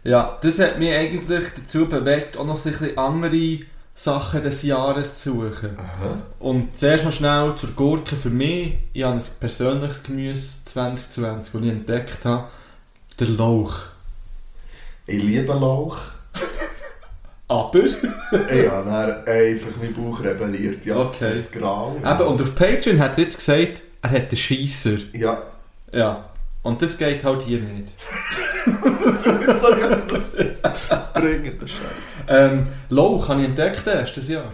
Ja, das hat mich eigentlich dazu bewegt, auch noch so ein bisschen andere Sachen des Jahres zu suchen.
Aha.
Und zuerst mal schnell zur Gurke für mich. Ich habe ein persönliches Gemüse 2020, das ich entdeckt habe. Der Lauch.
Ich liebe Lauch.
Aber...
ich habe dann einfach meinen Bauch rebelliert. Ja,
Okay.
Das Grau.
Eben, und auf Patreon hat er jetzt gesagt, er hat einen Scheisser.
Ja.
Ja. Und das geht halt hier nicht.
Das soll ja das bringen, das Scheiß.
Ähm, Lauch habe ich entdeckt erstes Jahr.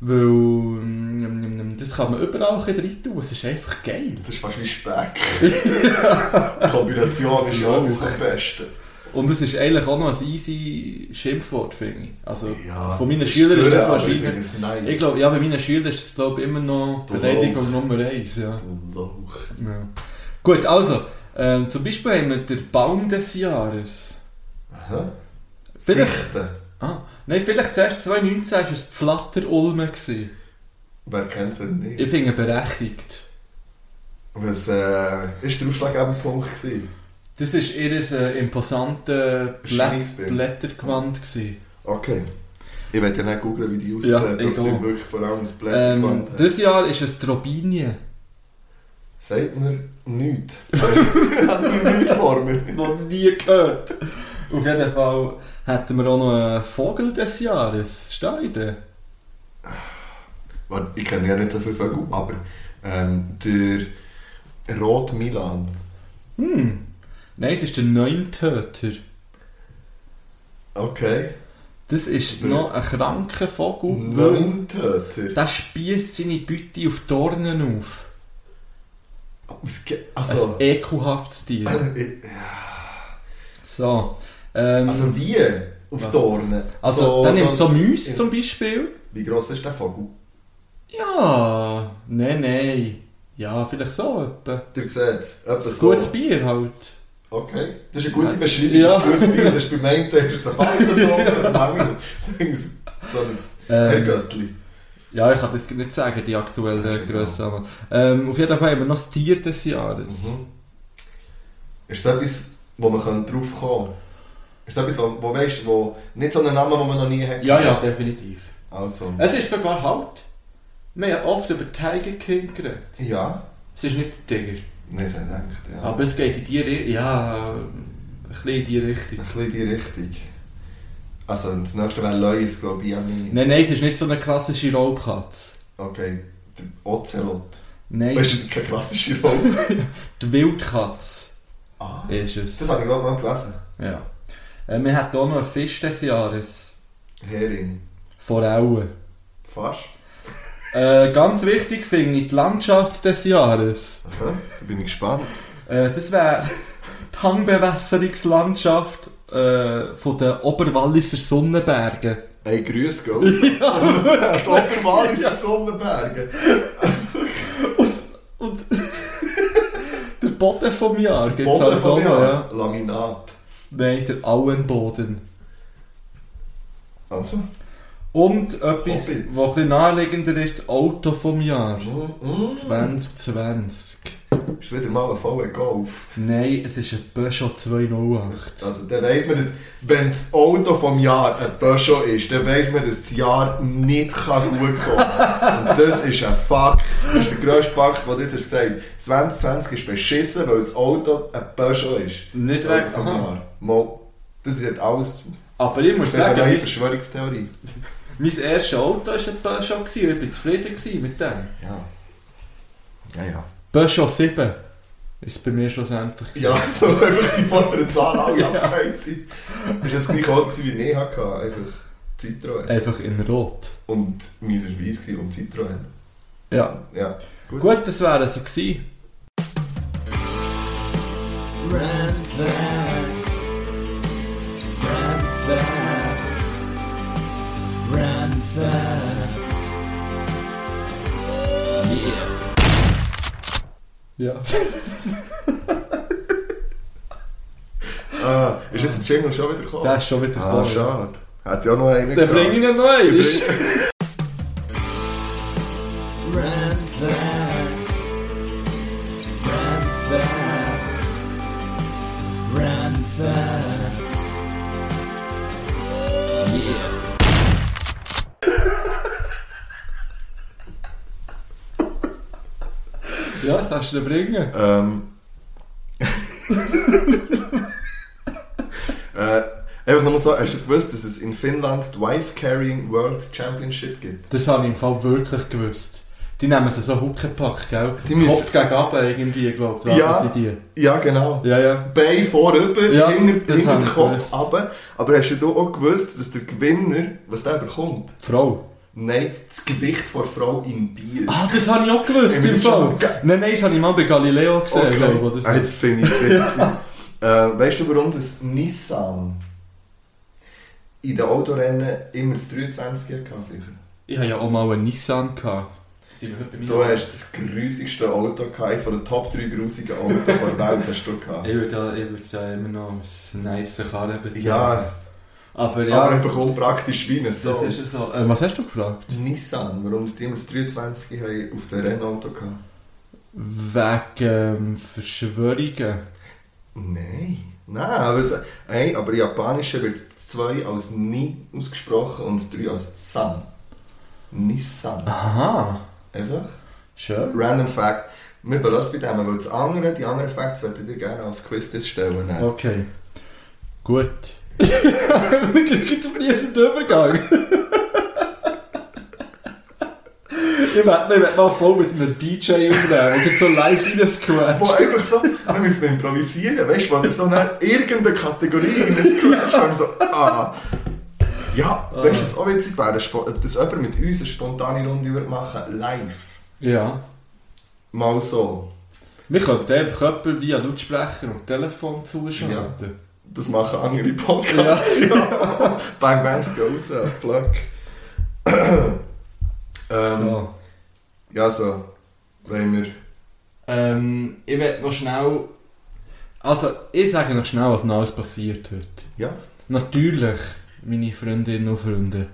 Weil ähm, das kann man überall ein bisschen rein tun. Es ist einfach geil.
Das ist fast wie Speck. Die Kombination ist ja
Lauch.
etwas vom Besten.
Und es ist eigentlich auch noch ein easy Schimpfwort, finde ich. Also
Ja,
von meinen
ich
Schülern ist das
spüre, aber ich finde
wahrscheinlich...
es nice.
Ich glaube, ja, bei meinen Schülern ist das glaube ich immer noch
Du
Beleidigung Nummer eins. Ja.
Lauch.
Ja. Gut, also, ähm, zum Beispiel haben wir den Baum des Jahres.
Aha.
Vielleicht...
Fichte.
Ah, nein, vielleicht zuerst 2019 war es Pflatterulme. gewesen.
Wer kennt es denn nicht?
Ich finde ihn berechtigt.
Was äh, ist der ausschlaggebende Punkt gewesen?
Das war ihr äh, imposanter Blät
Schreisbild.
Blättergewand. gewesen.
Okay. Ich werde ja nicht googeln, wie die aussehen.
Ja,
Ja,
ich
Dort sind
auch.
wirklich vor allem das
Ähm,
Blättergewand.
dieses Jahr ist es Trobinie.
Sagt mir nichts. Ich habe mir nichts vor mir.
Noch nie gehört. Auf jeden Fall hätten wir auch noch einen Vogel des Jahres. Steide.
Warte, Ich kenne ja nicht so viel Vögel, aber ähm, der Rot Milan.
Hm. Nein, es ist der Neuntöter.
Okay.
Das ist
Ja.
noch ein kranker Vogel, weil
Neuntöter.
der spießt seine Beute auf die Dornen auf.
Was ge-
Also.
Also,
Ein ekelhaftes Tier.
äh, ich-
So. Ähm, also,
also wie? Auf
Was?
Dornen.
der nimmt so Mäuse
Ja.
zum Beispiel.
Wie gross ist der Vogel?
Ja, nein, nein. Ja, vielleicht so etwa.
Ihr seht es.
Ein
Etwas so.
gutes Bier halt.
Okay, das ist eine gute Beschreibung.
Ja.
Das ist ein gutes Bild. Das ist beim einen ist es ein Falsendose, beim anderen ist es so ein
Ähm,
Herrgöttli.
ja, ich kann jetzt nicht sagen, die aktuelle
Genau.
Größe. aber- Ähm, auf jeden Fall haben wir noch das Tier des Jahres.
Mhm. Ist das etwas, wo man drauf kommen kann? Ist das etwas, wo, wo weißt, wo nicht so einen Namen, den man noch nie hat?
Ja, ja, definitiv.
Also,
Es ist sogar halt. Wir haben oft über Tiger King geredet.
ja.
Es ist nicht der Tiger.
Nein, ich denkt, ja.
Aber es geht in die Richtung. Ja, ein bisschen in die Richtung.
Ein bisschen in die Richtung. Also, das nächste wäre Leuis, glaube ich, ja nicht.
Nein, nein, es ist nicht so eine klassische Raubkatze.
Okay, der Ocelot.
Nein,
Das ist keine klassische Rolle.
die Wildkatze
ah,
ist
das
es.
habe ich, glaube ich, mal gelesen.
Ja. Äh, wir hatten auch noch einen Fisch des Jahres.
Hering.
Forellen.
Fast.
Äh, ganz wichtig finde ich die Landschaft des Jahres.
Aha, da bin ich gespannt.
Äh, das wäre die Hangbewässerungslandschaft äh, von den Oberwalliser Sonnenbergen.
Hey, grüß Gott. Ja, Stoppermann ist ein Sonnenberge.
Und der Boden vom Jahr gibt es
Boden
als
von
Sonne,
mir.
halt ja.
Laminat.
Nein, der Auenboden.
Also.
Und etwas, was
Hobbits.
ein bisschen naheliegender ist, das Auto vom Jahr.
Mhm.
2020.
Ist wieder mal ein voller Golf.
Nein, es ist ein Peugeot 208.
Also, dann weiss man, dass, wenn das Auto vom Jahr ein Peugeot ist, dann weiss man, dass das Jahr nicht kann gut kommen kann. Und das ist ein Fakt. Das ist der grösste Fakt, den du jetzt hast gesagt hast. 2020 ist beschissen, weil das Auto ein Peugeot ist.
Nicht
Das Auto
weg-
vom
aha.
Jahr. Mo, das ist alles.
Aber ich muss
Das ist eine
sagen,
neue
ich-
Verschwörungstheorie.
mein erstes Auto war ein Peugeot. gewesen. Ich war zufrieden gewesen mit dem.
Ja. Ja, ja.
Peugeot 7 ist bei mir schlussendlich. gewesen.
Ja, weil einfach die vorderen Zahlen alle abgehängt sind. Das war jetzt gleich alt gewesen, wie ich hatte. Einfach Citroën.
Einfach in Rot.
Und meins war weiss gewesen und Citroën.
Ja.
Ja.
Gut, das wären sie gewesen. Ja.
Ah, ist jetzt der Jingle schon wieder gekommen?
Der ist schon wieder
ah,
voll.
schade. Hätte ja noch einen
Dann bringe ich ihn noch einmal. Ja, kannst du ihn bringen.
Ähm. äh, einfach nochmal so, hast du gewusst, dass es in Finnland die Wife Carrying World Championship gibt?
Das habe ich im Fall wirklich gewusst. Die nehmen sie so Huckepack, gell?
Die müssen-
Kopf gegen runter irgendwie, glaube ich.
Ja.
Sie die.
Ja, genau.
Ja, ja.
Bein vorüber,
Ja,
hinter,
das
hinter
habe
den
ich
Kopf
gewusst.
runter. Aber hast du auch gewusst, dass der Gewinner, was der bekommt?
Frau.
Nein, das Gewicht der Frau in Bier.
Ah, das habe ich auch gewusst, im
Ja, das
Fall.
ist schon-
Nein, nein, das habe ich mal bei Galileo gesehen, glaube ich, wo
Ah,
das
jetzt finde ich es äh, Weißt du, warum das Nissan in den Autorennen immer das 23 hatte? früher?
Ich habe ja auch mal einen Nissan. Gehabt. Sind wir heute bei mir?
Du hast das grusigste Auto gehabt, eines von den Top 3 grusigen Autos der Welt hast du gehabt.
Ich würde ja, ich würde es ja immer noch als nice Karre bezeichnen.
Ja,
Aber ja,
aber einfach unpraktisch wie ein
das
so.
ist ja so. Äh, was hast du gefragt?
Nissan, warum es die immer das 23 haben auf den Rennauto gehabt?
Wegen ähm, Verschwörungen.
Nein. Nein, aber, es, hey, aber im Japanischen wird 2 als Ni ausgesprochen und das 3 als San. Nissan.
Aha,
Einfach.
schön.
Random Fact. Wir belassen bei dem, weil das andere, die anderen Facts würdet ihr gerne als Quiz stellen. Ja.
Okay. Gut. Gibt es fließend Übergang? ich werde werd mal voll mit einem DJ aufnehmen und jetzt so live
Wo
reingesquatscht.
einfach so, dann müssen wir improvisieren, weißt du, weil wir so nach irgendeiner Kategorie in das Quiz haben, so, ah. Ja, weißt du, was auch witzig wäre, Spo- dass jemand mit uns eine spontane Runde würde machen live.
Ja.
Mal so.
Wir könnten einfach jemanden via Lautsprecher und Telefon zuschalten.
Das machen andere Podcasts. Ja. Bang Bangs gehen raus, Plug. ähm,
So.
Ja, so. Wenn wir.
Ähm, ich werde noch schnell. Also, ich sage noch schnell, was Neues passiert heute.
Ja.
Natürlich, meine Freundinnen und Freunde,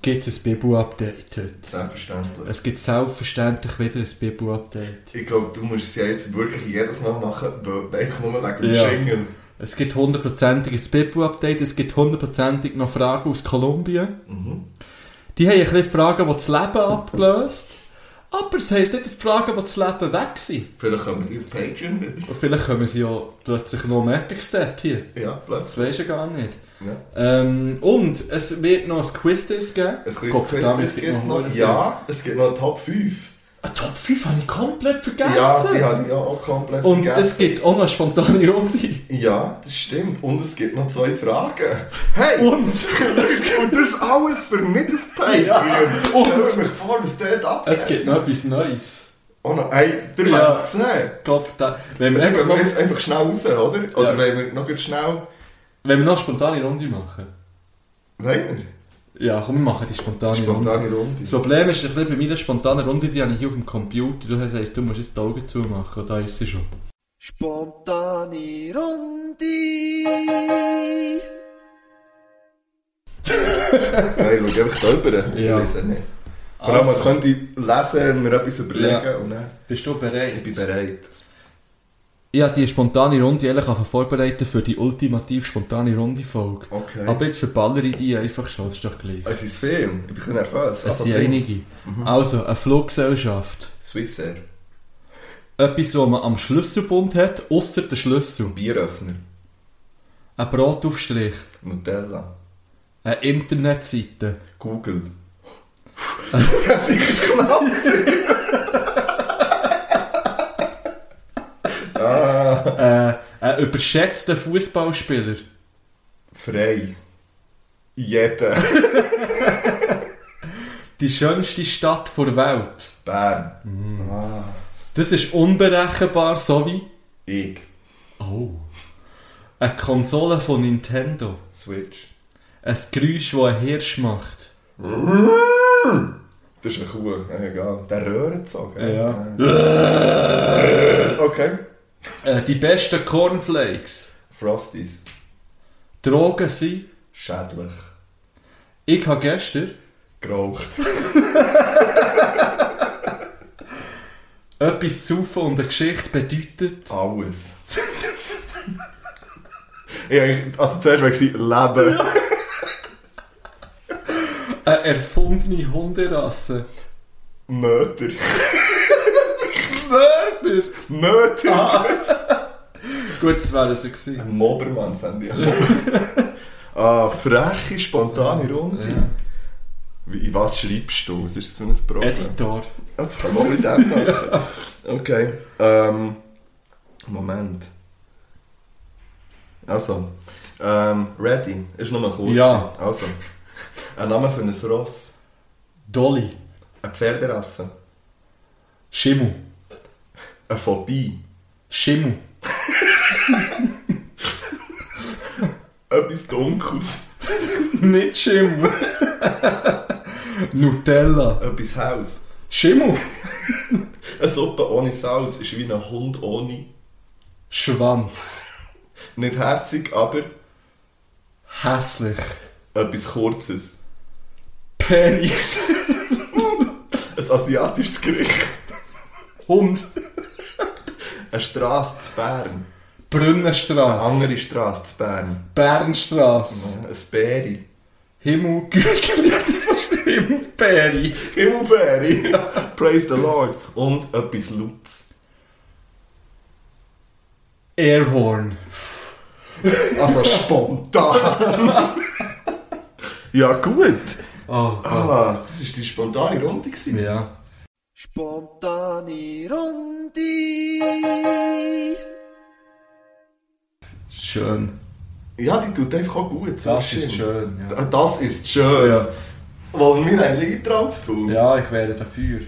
gibt es ein Bibu-Update heute.
Selbstverständlich.
Es gibt selbstverständlich wieder ein Bibu-Update.
Ich glaube, du musst es ja jetzt wirklich jedes Mal machen, weil ich nur wegen dem
Ja.
Jingle.
Es gibt hundertprozentiges Bibu-Update, es gibt hundertprozentig noch Fragen aus Kolumbien.
Mhm.
Die haben ein bisschen Fragen, die das Leben abgelöst. Aber es heisst nicht, dass die Fragen, die das Leben weg sind.
Vielleicht kommen wir auf Patreon wieder.
Und vielleicht können wir sie ja plötzlich noch um merken, gestört hier.
Ja,
Das
plötzlich.
weisst du gar nicht.
Ja.
Ähm, und es wird noch ein Quiz geben.
Ein kleines
Gott verdammt,
Quiz
gibt
gibt es noch.
verdammt
Ja, es gibt noch eine Top 5.
viel. Ah, Top 5 habe ich komplett vergessen.
Ja, die habe ich ja auch komplett
und
vergessen.
es gibt auch noch eine spontane Runde.
Ja, das stimmt. Und es gibt noch zwei Fragen. Hey!
Und
Und das alles für nicht auf Patreon.
Ja.
Und Stell mir vor, was dort abgeht.
es gibt noch etwas Neues.
Oh nein, ey, ihr
Ja.
ja. es gesehen.
Gott verdammt. Wenn wir
Wollen
einfach
wir
noch,
jetzt einfach schnell raus, oder? Oder
Ja.
wollen wir noch ganz schnell...
Wenn wir noch eine spontane Runde machen.
Weiter.
Ja, komm, wir machen die spontane, Runde.
Spontane
Das
Runde.
Problem ist ein bisschen bei meiner spontanen Runde, die habe ich hier auf dem Computer. Du hast gesagt, du musst jetzt die Augen zumachen. Da ist sie schon.
Spontane Runde.
Ja, ich schaue einfach da rüber. Ich
Ja.
weiß es nicht. Vor allem, was könnte ich lesen, mir etwas überlegen
Ja.
und dann...
Bist du bereit?
Ich bin bereit.
Ich habe die spontane Runde ehrlich vorbereitet für die ultimativ spontane Runde-Folge.
Okay.
Aber jetzt verballere ich die einfach schon, das ist doch gleich.
Oh, Es ist viel. Ich bin ein bisschen nervös.
Es
Also,
sind
viel.
einige. Also, eine Fluggesellschaft.
Swissair.
Etwas, was man am Schlüsselbund hat, außer der Schlüssel.
Bieröffner.
Ein Brotaufstrich.
Nutella.
Eine Internetseite.
Google. das ist knapp. gewesen.
Äh, ein überschätzter Fußballspieler.
Frei. Jeder.
Die schönste Stadt der Welt.
Bern. Ah.
Das ist unberechenbar, so wie.
Ich.
Oh. Eine Konsole von Nintendo.
Switch.
Ein Geräusch, das ein Hirsch macht.
Das ist eine Kuh. Ja, Egal. Der Röhrenzug. gell?
Ja.
Okay.
Äh, die besten Cornflakes.
Frosties.
Drogen sind.
Schädlich.
Ich habe gestern
Geraucht.
etwas zu saufen und eine Geschichte bedeutet.
Alles. ich, hab- also zuerst war ich Leben.
Eine erfundene Hunderasse.
Möter.
Wörter!
Möter.
Gut, das wäre es gewesen.
Mobermann fände ich. ah, freche, spontane Runde. Wie, in was schreibst du? Was ist das für ein Problem?
Editor.
Ah, Das kann man nicht einfach. Okay. Ähm, Moment. Also. Ähm, ready. Ist nur mal kurz.
Ja.
Also. Ein Name für ein Ross.
Dolly.
Eine Pferderasse.
Schimmel.
Eine Phobie.
Schimmel.
Etwas Dunkles.
Nicht Schimmel. Nutella.
Etwas Haus.
Schimmel.
Eine Suppe ohne Salz ist wie ein Hund ohne.
Schwanz.
Nicht herzig, aber
Hässlich.
etwas Kurzes.
Penis.
Ein asiatisches Gericht.
Hund.
Eine Straße zu Bern. Eine
Brunnenstrasse.
andere Straße zu Bern.
Bernstrasse.
Ein Bäri.
Himmel. Gürtelete verschrieben. Peri.
Himmelbäri. Praise the Lord. Und etwas Lutz.
Airhorn.
Also spontan. ja gut.
Oh Gott.
Ah, das war die spontane Runde. gewesen.
Ja.
Spontane Runde.
Schön.
Ja, die tut einfach auch gut. so
Das ist schön. Ja,
Ah, Das ist schön.
ja.
Wollen wir ein Lied drauf tun?
ja ich wäre dafür.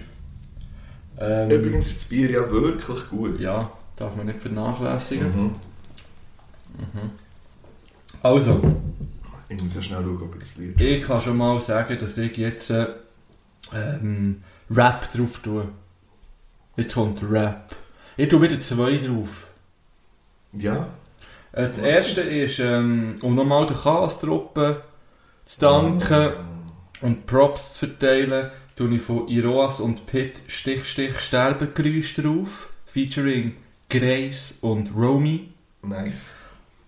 Ähm,
Übrigens ist das Bier ja wirklich gut.
Ja, darf man nicht vernachlässigen. Mhm. Also,
Ich muss ja schnell schauen, ob ich das Lied...
ich kann schon mal sagen, dass ich jetzt äh, ähm, Rap drauf tue. Jetzt kommt Rap. Ich tue wieder zwei drauf.
Ja.
Äh, das erste ist, ähm, um nochmal der Chaos-Truppe zu danken und Props zu verteilen, tue ich von Iroas und Pitt Stich Stich Sterbegeräusch drauf, featuring Grace und Romy.
Nice.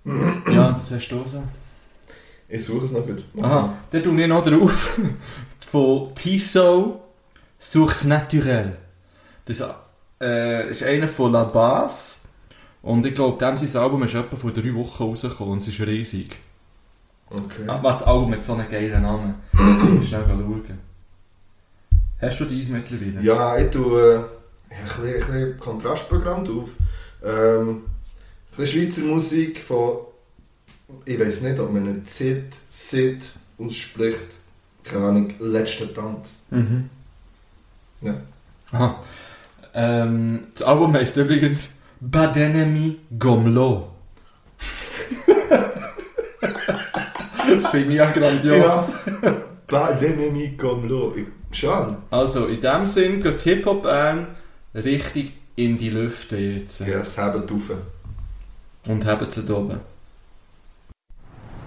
Ja, das hast du auch so.
Ich suche es noch gut.
Aha, dann tue ich noch drauf. Von Tissot Dus, Such's Naturel. Das äh, ist einer von La Base. Und ich glaube, dem sein Album ist etwa vor drei Wochen rausgekommen und es ist riesig.
Okay.
Ah, was, das Album mit so einem geilen Namen. Schnell schauen. Hast du deins mittlerweile?
Ja, ich tue äh, ein bisschen, ein bisschen Kontrastprogramm drauf. Ähm, ein bisschen Schweizer Musik von. Ich weiß nicht, ob man einen Zit, Sit ausspricht. Keine Ahnung, letzter Tanz.
Mhm.
Ja.
Aha. Ähm, das Album heisst übrigens Badenemi Gomlo. Das finde ich ja grandios.
Pandemie comme l'eau. Schade.
Also, in dem Sinn geht Hip-Hop-Band richtig in die Lüfte jetzt.
Ja, das haben die Taufe.
Und haben sie da oben.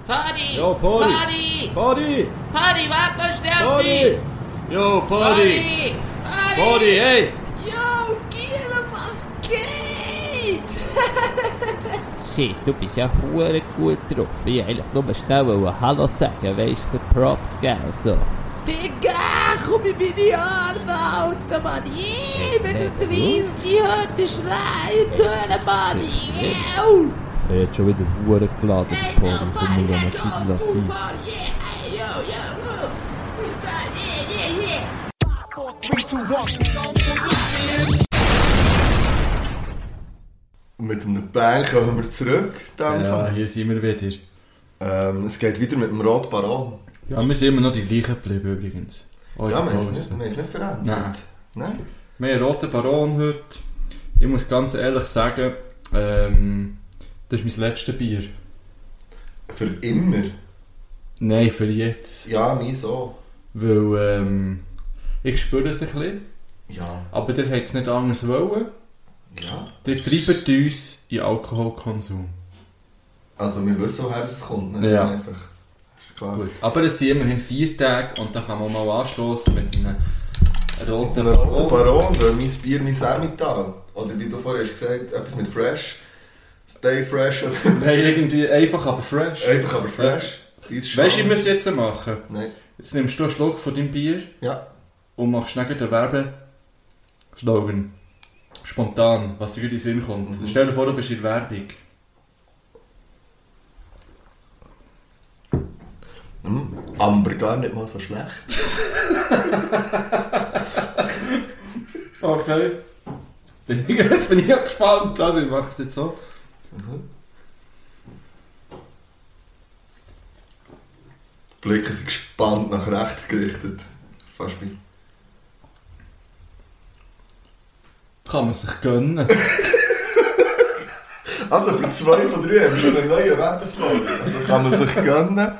Party!
Jo, Party!
Party!
Party!
Party, warte mal schnell auf
Party!
mich!
Yo, Party!
Party! Party!
Party, hey!
Yo, Giele, was geht? Shit, du bist ja hure gut drauf. Ich wollte eigentlich nur schnell wollen Hallo sagen, weißt du, Props geben so.
Digga, komm in meine Arme, Alter, Mann. Yeah, wenn du 30 heute schreit, hör, Mann. Yeah.
Er hat schon wieder Huren geladen, der
Hey,
Party. Komm
nobody
mal,
that
lass
goes
ihn lassen.
full body. Yeah, hey, yo, yo, woo. Freestyle, yeah, yeah, yeah.
Und mit einem Bang kommen wir zurück. dann.
Ja, hier sind wir wieder.
Ähm, es geht wieder mit dem Rot Baron.
Ja, wir sind immer noch die gleichen geblieben übrigens. Oh,
Ja,
die
wir haben es
Pause.
nicht, wir haben es nicht verändert.
Nein.
Nein?
Wir haben Roten Baron heute. Ich muss ganz ehrlich sagen, ähm, das ist mein letztes Bier.
Für immer.
Nein, für jetzt.
Ja, mein so.
Weil ähm, ich spüre es ein bisschen,
Ja.
aber ihr hättet es nicht anders wollen.
Ja.
Ihr treibt uns in Alkoholkonsum.
Also wir wissen, woher es kommt. Ne?
Ja.
Einfach. Klar.
Gut. Aber es sind immerhin vier Tage und da kann man mal anstoßen mit einem roten
Der Rote
Baron.
Baron, weil mein Bier, mein Semital. Oder wie du vorher hast gesagt, etwas mit Fresh. Stay fresh.
Nein, irgendwie einfach, aber fresh.
Einfach aber fresh. Dein Schwamm.
Weißt du, ich muss jetzt machen.
Nein.
Jetzt nimmst du einen Schluck von deinem Bier
Ja.
und machst neben den Werbe Slogan. Spontan, was dir gerade in den Sinn kommt.
Mhm.
Stell dir vor, du bist in der Werbung.
Hm. Amber gar nicht mal so schlecht.
Okay. Bin ich, jetzt bin ich ja gespannt. Also ich mache es jetzt so.
Mhm. Die Blicke sind gespannt nach rechts gerichtet. Fast wie.
Kann man sich gönnen.
Also für zwei von drei haben wir schon einen neuen Werbeslogan. Also kann man sich gönnen.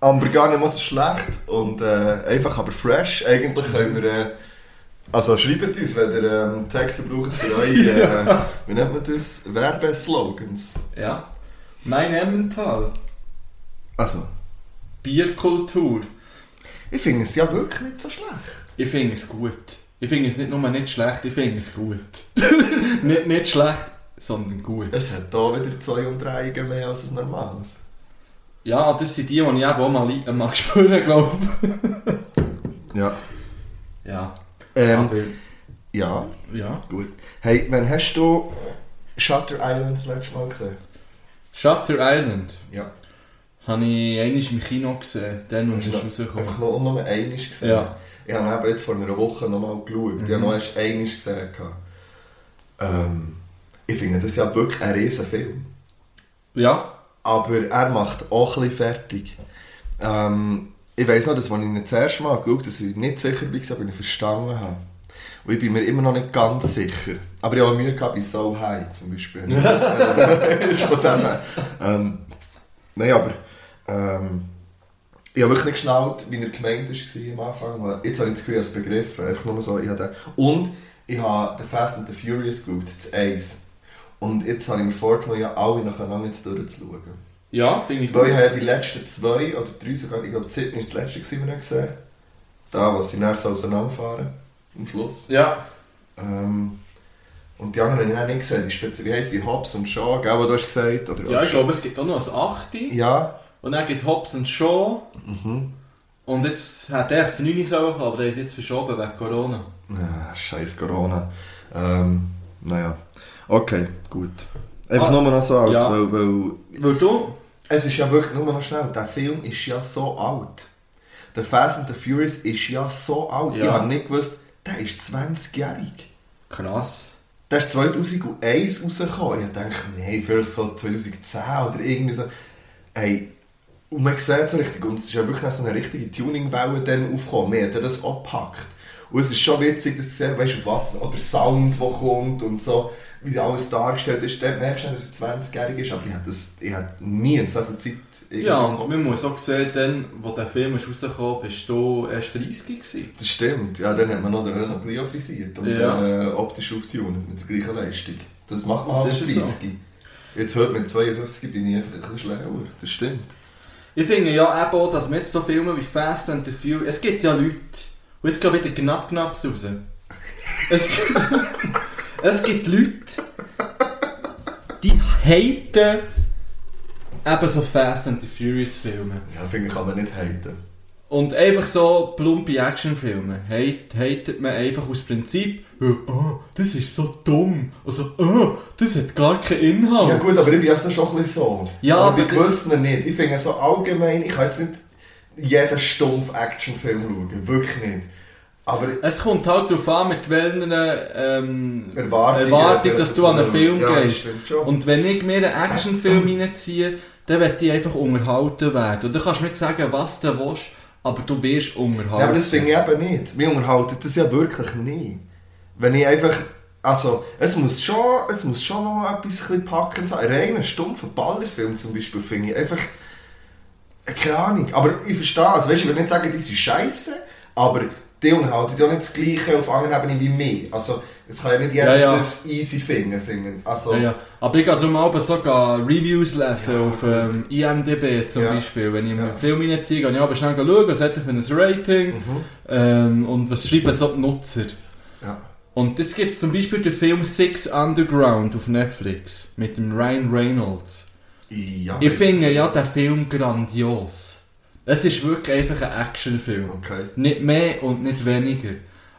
Aber gar nicht mal so schlecht und äh, einfach aber fresh. Eigentlich können wir... Äh, also schreibt uns, wenn ihr ähm, Texte braucht für eure... Äh, wie nennt man das? Werbeslogans.
ja. Mein Emmental.
Also,
Bierkultur.
ich finde es ja wirklich nicht so schlecht.
Ich finde es gut. Ich finde es nicht nur nicht schlecht, ich finde es gut. nicht, nicht schlecht, sondern gut.
Es hat hier wieder zwei Umdrehungen mehr als ein normales.
Ja, das sind die, die ich eben auch mal, li- mal spüren glaube
Ja.
ich. Ja.
Ähm,
Aber,
ja,
ja.
gut. Hey, wann hast du Shutter Island das letzte Mal gesehen?
Shutter Island.
Ja.
Habe ich einmal im Kino gesehen, dann und
Hast
ist
du noch- Einfach
rausgekommen.
noch, noch mal einmal gesehen.
Ja.
Ich habe eben jetzt vor einer Woche noch mal geschaut. Ich habe noch erst einmal gesehen. gehabt. Ähm, ich finde das ja wirklich ein riesen Film.
Ja,
Aber er macht auch ein bisschen fertig. Ähm, ich weiss noch, dass, als ich ihn das erste Mal geschaut habe, dass ich nicht sicher war, ob ich ihn verstanden habe. Und ich bin mir immer noch nicht ganz sicher. Aber ich habe auch Mühe gehabt bei So High zum Beispiel. ist von dem her. ähm, Nein, aber... Ähm, ich habe wirklich nicht geschnallt, wie er gemeint war am Anfang. weil Jetzt habe ich das Gefühl, ich habe es begriffen. Einfach nur so, ich habe den. Und ich habe The Fast and the Furious geschaut, das 1. Und jetzt habe ich mir vorgenommen, ja, alle nacheinander jetzt durchzuschauen.
ja finde ich gut.
Weil ich habe ja die letzten zwei oder drei sogar, ich glaube, das siebte war das letzte, das wir noch gesehen haben. Da, was sie nachher so auseinanderfahren. Am Schluss.
Ja,
Ähm, und die anderen habe ich auch nicht gesehen. Die Spitze, wie heisst die? Hobbs und Shaw, gell, was du hast gesagt oder
ja ich glaube, es gibt auch noch ein Achte.
Ja,
Und dann gibt es Hobbs und Shaw. Und jetzt hat er zu 9 sollen, kommen, aber der ist jetzt verschoben wegen Corona.
Ah, Scheiß Corona. Ähm, naja. Okay, gut. Einfach
Ah,
nur noch so aus,
ja.
weil, weil...
Weil du,
Es ist ja wirklich nur noch schnell. Der Film ist ja so alt. Der Fast and the Furious ist ja so alt.
Ja.
Ich habe nicht gewusst, der ist 20-jährig.
krass.
Der ist 2001 rausgekommen. Ich dachte, nein, vielleicht so 2010 oder irgendwie so. Ey, und man sieht so richtig, und es ist ja wirklich auch so eine richtige Tuning-Welle dann aufgekommen. Wir haben das abgepackt. Und es ist schon witzig, dass du siehst, weißt du, auf was, oder Sound, der kommt und so, wie alles dargestellt ist. Dann merkst du, dass es 20-jährig ist, aber ich hätte das- ich hätte nie so viel Zeit
Ja, und man muss auch sehen, dann, wo der Film ist rausgekommen ist, du erst 30 gewesen.
Das stimmt. Ja, dann hat man noch den Renault Clio frisiert und
Ja. Ah,
äh, optisch aufgetunet mit der gleichen Leistung. Das macht man
Das
mit
ist so.
30. Jetzt heute mit 52 bin ich einfach ein bisschen schlauer. Das stimmt.
Ich finde ja eben auch, dass man jetzt so Filme wie Fast and the Furious... Es gibt ja Leute... Und jetzt geht wieder knapp knapp raus. Es gibt, es gibt Leute, die haten eben so Fast and the Furious Filme.
Ja, finde ich, kann man nicht haten.
Und einfach so plumpe Actionfilme hate, hatet man einfach aus Prinzip, weil, oh, das ist so dumm. Also, oh, das hat gar keinen Inhalt.
Ja gut, aber ich bin also schon ein bisschen so.
Ja,
aber
aber
ich
das-
wüsste ihn nicht. Ich finde so allgemein, ich kann jetzt nicht jeden stumpf Actionfilm schauen. Wirklich nicht. Aber
Es kommt halt darauf an, mit welchen ähm,
Erwartungen,
Erwartung, dass du an einen Film
Ja, das
gehst.
stimmt schon.
Und wenn ich mir einen Actionfilm reinziehe, dann werde ich einfach unterhalten werden. Und dann kannst du nicht sagen, was du willst, aber du wirst unterhalten.
Ja, aber das finde ich eben nicht. Mich unterhalten das ja wirklich nie. Wenn ich einfach... Also, es muss schon, es muss schon noch etwas ein bisschen packend sein. Ein reiner, stumpfer Ballerfilm zum Beispiel finde ich einfach... äh, Keine Ahnung. Aber ich verstehe es. Weißt, du, ich will nicht sagen, die sind scheisse, aber die unterhalten ja nicht das Gleiche auf anderen Ebene wie mich. Also, es kann ja nicht jeder
Ja, ja.
das easy finden. finden. Also,
ja, ja. Aber ich gehe darum auch sogar Reviews lesen auf ähm, IMDb zum
Ja.
Beispiel. Wenn ich
Ja.
einen Film reinziehe, gehe ich aber schnell schauen, was hat er für ein Rating
Mhm.
ähm, und was schreiben so die Nutzer.
Ja.
Und jetzt gibt es zum Beispiel den Film Six Underground auf Netflix mit dem Ryan Reynolds.
Ja,
Ich finde ja den Film grandios. Es ist wirklich einfach ein Actionfilm.
Okay.
Nicht mehr und nicht weniger.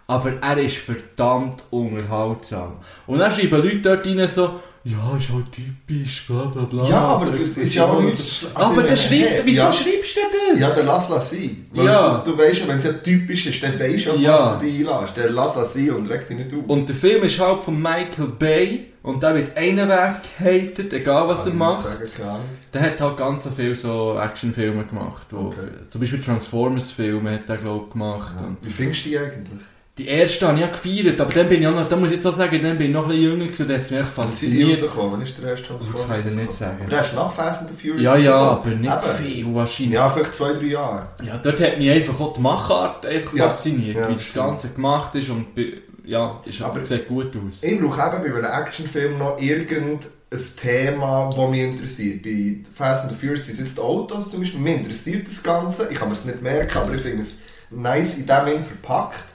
Aber er ist verdammt unterhaltsam. Und dann schreiben Leute dort rein so, ja, ist halt typisch, bla bla bla.
Ja, aber es ist ja auch nichts- also
aber dann
ich meine,
schreibt,
hey,
wieso
ja.
schreibst du das?
Ja, dann lass es sein. Weil
Ja.
Du, du weißt ja, wenn es ja typisch ist, dann weißt du, auf
Ja.
was du dich einlässt. Dann lass es sein und reg dich nicht auf.
und der Film ist halt von Michael Bay und der wird einen Weg gehatet, egal was er macht.
Sagen, keine Ahnung.
Der hat halt ganz so viel so Actionfilme gemacht. Wo,
Okay.
Zum Beispiel Transformers-Filme hat er, glaube ich, gemacht. Und
Wie findest du die eigentlich?
Die erste habe ich ja gefeiert, aber dann bin ich auch noch, da muss ich jetzt auch sagen, dann bin ich noch ein bisschen jünger gewesen, und das hat mich echt
Was sind die
fasziniert.
rausgekommen? Wann ist der erste Transformers?
Das kann ich dir nicht
rausgekommen?
sagen.
Aber der ist nach Fast and the Furious.
Ja, ja,
rausgekommen.
aber nicht
Eben.
viel wahrscheinlich. Ja.
Ja, vielleicht zwei, drei Jahre.
dort hat mich einfach auch die Machart einfach
Ja.
fasziniert,
Ja,
wie das
stimmt.
Ganze gemacht ist und bi- ja, ist,
Aber-
sieht gut aus.
Ich brauche eben bei einem Actionfilm noch irgendein Thema, das mich interessiert. Bei Fast and the Furious sind es jetzt die Autos zum Beispiel. Mich interessiert das Ganze. Ich kann mir es nicht merken, aber ich finde es nice in dem Sinn verpackt.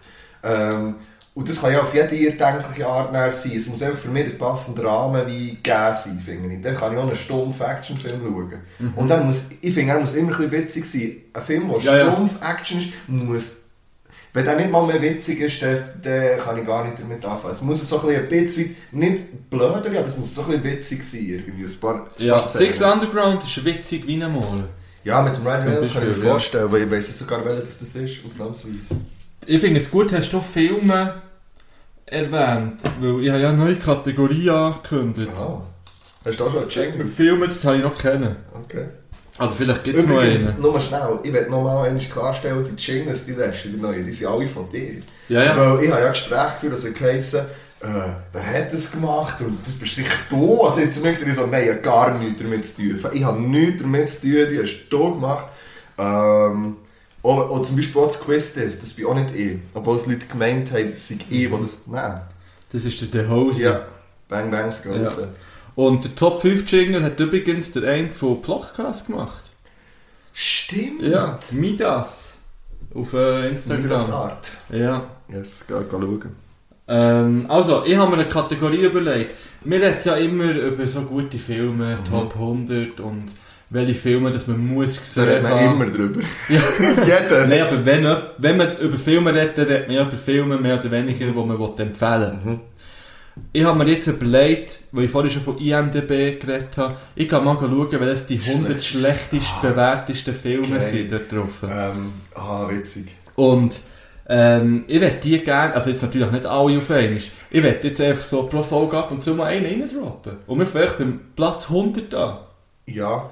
Ähm, und das kann ja auf jede erdenkliche Art näher sein. Es muss einfach für mich der passende Rahmen wie gegeben sein, finde ich. Dann kann ich auch einen stumpf Actionfilm schauen.
Mhm.
Und dann muss, ich finde, er muss immer ein bisschen witzig sein. Ein Film, der
Ja, ja.
stumpf Action ist, muss wenn der nicht mal mehr witzig ist, dann, dann kann ich gar nicht damit anfangen. Es muss so ein bisschen, ein bisschen nicht blöd, aber es muss so ein bisschen witzig sein. Irgendwie. Ein paar, ein
Ja,
paar Szenen.
Six Underground ist witzig wie ein Mal.
ja, mit dem Ryan Reynolds kann ich mir
Beispiel, ja.
vorstellen, weil ich weiss nicht sogar, welches das ist, ausnahmsweise.
Ich finde es gut, hast du Filme erwähnt, weil ich habe ja eine neue Kategorie angekündigt.
Ah. Hast du auch schon einen Jingle?
Filme, das habe ich noch kennen.
Okay.
Aber vielleicht gibt es noch
Übrigens,
einen.
nur schnell, ich will nochmal einmal klarstellen, die Jingles, die letzten, die neuen, die sind alle von dir.
Ja, ja.
Weil ich habe ja Gespräche geführt, also geheissen, äh, wer hat das gemacht und das bist sicher du. Also jetzt zumindest ich so, nein, ich habe gar nichts damit zu tun. Ich habe nichts damit zu tun, die hast du gemacht. Ähm, und, und zum Beispiel auch das Quiz-Test, das bin auch nicht ich. Obwohl es Leute gemeint haben, es sei ich,
Mhm.
die das... Nein.
Das ist der The Hose.
Ja. Bang, bang, das Ganze.
Ja. Und der Top 5 Jingle hat übrigens der eine von Plochcast gemacht.
Stimmt.
Ja, Midas. Auf äh,
Das
Instagram.
Art.
Ja.
Yes, geh, geh schauen.
Ähm, also, ich habe mir eine Kategorie überlegt. Wir reden ja immer über so gute Filme, Top 100 und welche Filme dass man muss
Da
gesehen
reden wir
haben.
immer drüber.
genau. Ja.
Jeder.
Äh, Nein, aber wenn, jemand- wenn man über Filme redet, dann redet man ja über Filme mehr oder weniger, die man will empfehlen will. Ich habe mir jetzt überlegt, weil ich vorhin schon von IMDb geredet habe, ich kann mal schauen, welches die 100 schlechtest bewertesten Filme
Geil.
sind dort drauf.
Ähm, ah, witzig.
Und ähm, ich werde die gerne, also jetzt natürlich nicht alle auf einmal, ich werde jetzt einfach so pro Folge ab und zu mal einen reindroppen. Und wir fangen beim Platz 100 an.
Ja.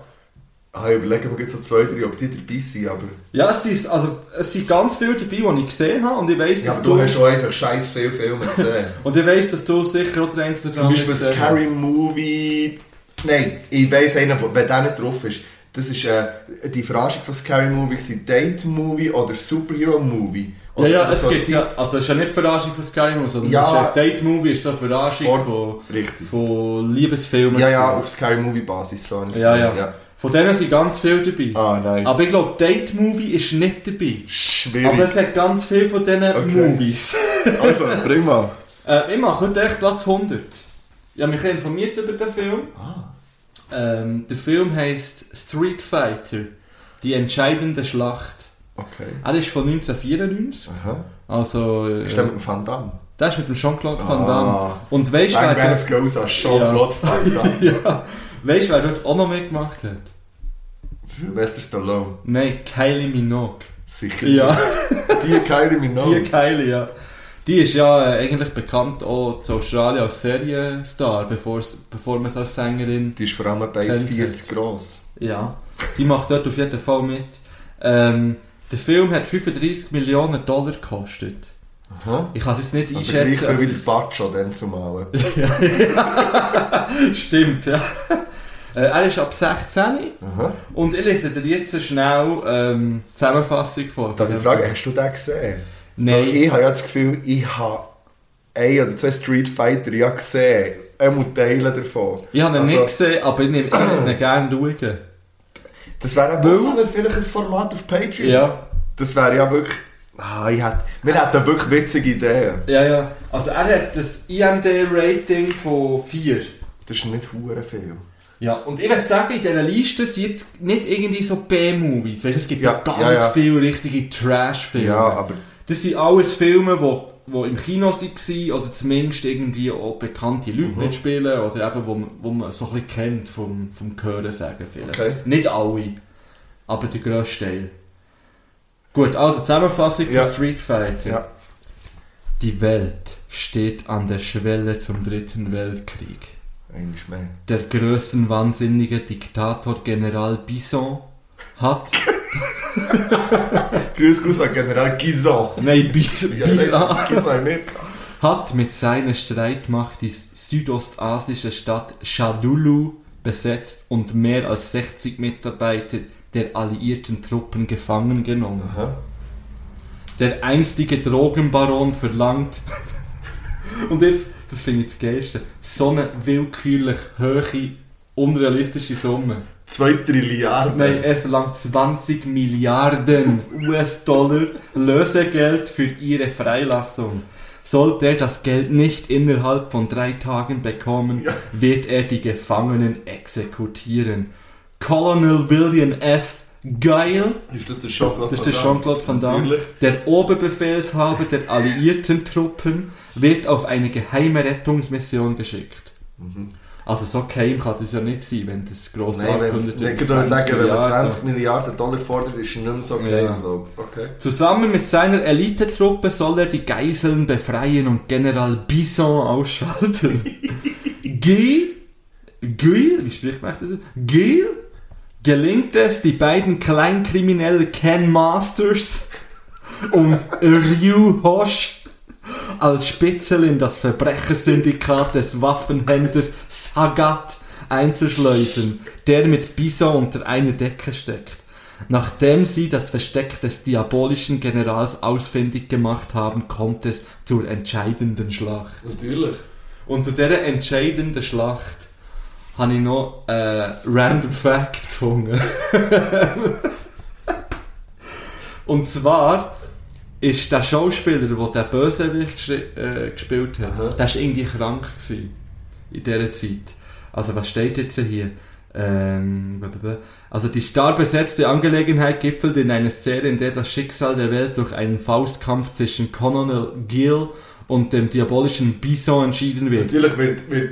Ah, ich überlege mir jetzt so zwei, drei, ob die dabei sind, aber...
Ja, es sind, also, es sind ganz viele dabei, die ich gesehen habe und ich weiss,
Ja,
dass
aber du hast auch einfach scheiß viele Filme gesehen.
Und ich weiss, dass du sicher auch den einen oder
Zum
anderen
Beispiel
gesehen hast.
Scary Movie... Nein, ich weiss einen, wo- wenn der nicht drauf ist. Das ist äh, die Verarschung von Scary Movie, gewesen. Date Movie oder Superhero Movie.
Ja,
Oder
ja, es
so
gibt
die-
ja, also es ist ja nicht Verarschung von Sky Movie, sondern
Ja.
es ist ja Date-Movie, ist so eine Verarschung
Vor-
von,
richtig.
von Liebesfilmen.
Ja, ja,
So.
auf Scary Movie Basis. So ein-
ja, ja, Von denen sind ganz viele dabei.
Ah, nice.
Aber ich glaube, Date-Movie ist nicht dabei.
Schwierig.
Aber es hat ganz viele von diesen
Okay.
Movies.
also, bring mal.
Äh, ich mache heute echt Platz 100. Ich habe mich informiert über den Film.
Ah.
Ähm, der Film heisst Street Fighter, die entscheidende Schlacht.
Okay.
Er ist von 1994.
Aha.
Also, äh,
Ist der mit dem Van Damme?
der ist mit dem Jean-Claude Van Damme.
Ah.
Und weißt du,
Bang
wer,
Bangs goes an Jean-Claude Van Damme.
ja, weißt, du, wer dort auch noch mitgemacht hat?
Sylvester Stallone.
Nein, Kylie Minogue.
Sicher.
Ja,
Die Kylie Minogue.
die Kylie, ja. Die ist ja äh, eigentlich bekannt auch zu Australien als Serienstar, bevor, bevor man es als Sängerin
Die ist vor allem bei
Kennt
40 gross.
Ja, die macht dort auf jeden Fall mit. Ähm, der Film hat 35 Millionen Dollar gekostet.
Aha.
Ich kann es jetzt nicht
Also
einschätzen.
gleich viel wie
ob
das Baccio dann zu malen.
das- Stimmt, ja. Äh, er ist ab 16
Aha.
und ich lese dir jetzt schnell ähm, die Zusammenfassung vor.
Darf ich fragen, hast du den gesehen? Weil
Nein,
Ich habe ja das Gefühl, ich habe ein oder zwei Street Fighter ja gesehen. Einmal Teile davon.
ich habe ihn
Also,
nicht gesehen, aber ich nehme ich nehme ihn gerne schauen.
Das wäre auch
Weil-
so ein- vielleicht ein Format auf Patreon.
Ja.
Das wäre ja wirklich... Ah, ich hätte, wir hätten wirklich witzige Ideen.
Ja, ja. Also er hat das IMD-Rating von 4.
Das ist nicht hure viel.
Ja, und ich würde sagen, in dieser Liste sind jetzt nicht irgendwie so B-Movies. Weißt du, es gibt
Ja,
ja, ganz
ja, ja.
viele richtige Trash-Filme.
Ja, aber-
Das sind alles Filme, wo, wo im Kino waren oder zumindest irgendwie auch bekannte
Mhm.
Leute mitspielen oder eben, wo man, wo man so ein bisschen kennt vom, vom Hören sagen vielleicht.
Okay.
Nicht alle, aber der grösste Teil. Gut, also Zusammenfassung
Ja.
von Street Fighter.
Ja.
Die Welt steht an der Schwelle zum Dritten Weltkrieg.
Eigentlich mehr.
Der größenwahnsinnige Diktator General Bison hat.
Grüß Gott an General Gison.
Nein, Bison,
Ja,
Bison
nein, Gison nicht.
hat mit seiner Streitmacht die südostasische Stadt Shadulu besetzt und mehr als 60 Mitarbeiter der alliierten Truppen gefangen genommen.
Aha.
Der einstige Drogenbaron verlangt. und jetzt, das finde ich das Geilste, so eine willkürlich hohe, unrealistische Summe.
Zwei Trilliarden.
Nein, er verlangt 20 Milliarden US-Dollar Lösegeld für ihre Freilassung. Sollte er das Geld nicht innerhalb von drei Tagen bekommen, wird er die Gefangenen exekutieren. Colonel William F. Geil,
Ist das der dus Jean-Claude
das ist der Jean-Claude Van Damme, der Oberbefehlshaber der alliierten Truppen, wird auf eine geheime Rettungsmission geschickt. Also so geheim kann das ja nicht sein, wenn das grosse
Nein, wenn
angekündigt wird,
ich würde
20
sagen, wenn man
Milliarden.
20 Milliarden Dollar fordert, ist es nicht mehr so geil,
Ja.
glaube ich. Okay.
Zusammen mit seiner Elitetruppe soll er die Geiseln befreien und General Bison ausschalten. Gil, Gil, wie spricht man das? Gil, gelingt es, die beiden Kleinkriminellen Ken Masters und Ryu Hosh als Spitzel in das Verbrechersyndikat des Waffenhändlers Sagat einzuschleusen, der mit Bison unter einer Decke steckt. Nachdem sie das Versteck des diabolischen Generals ausfindig gemacht haben, kommt es zur entscheidenden Schlacht.
Natürlich.
Und zu dieser entscheidenden Schlacht habe ich noch äh, Random Fact gefunden. Und zwar ist der Schauspieler, der den Bösewicht geschri- äh, gespielt hat,
Aha.
der war irgendwie krank gewesen in dieser Zeit. Also was steht jetzt hier? Ähm, blablabla. also die starr besetzte Angelegenheit gipfelt in einer Szene, in der das Schicksal der Welt durch einen Faustkampf zwischen Colonel Gill und dem diabolischen Bison entschieden wird.
Natürlich wird, wird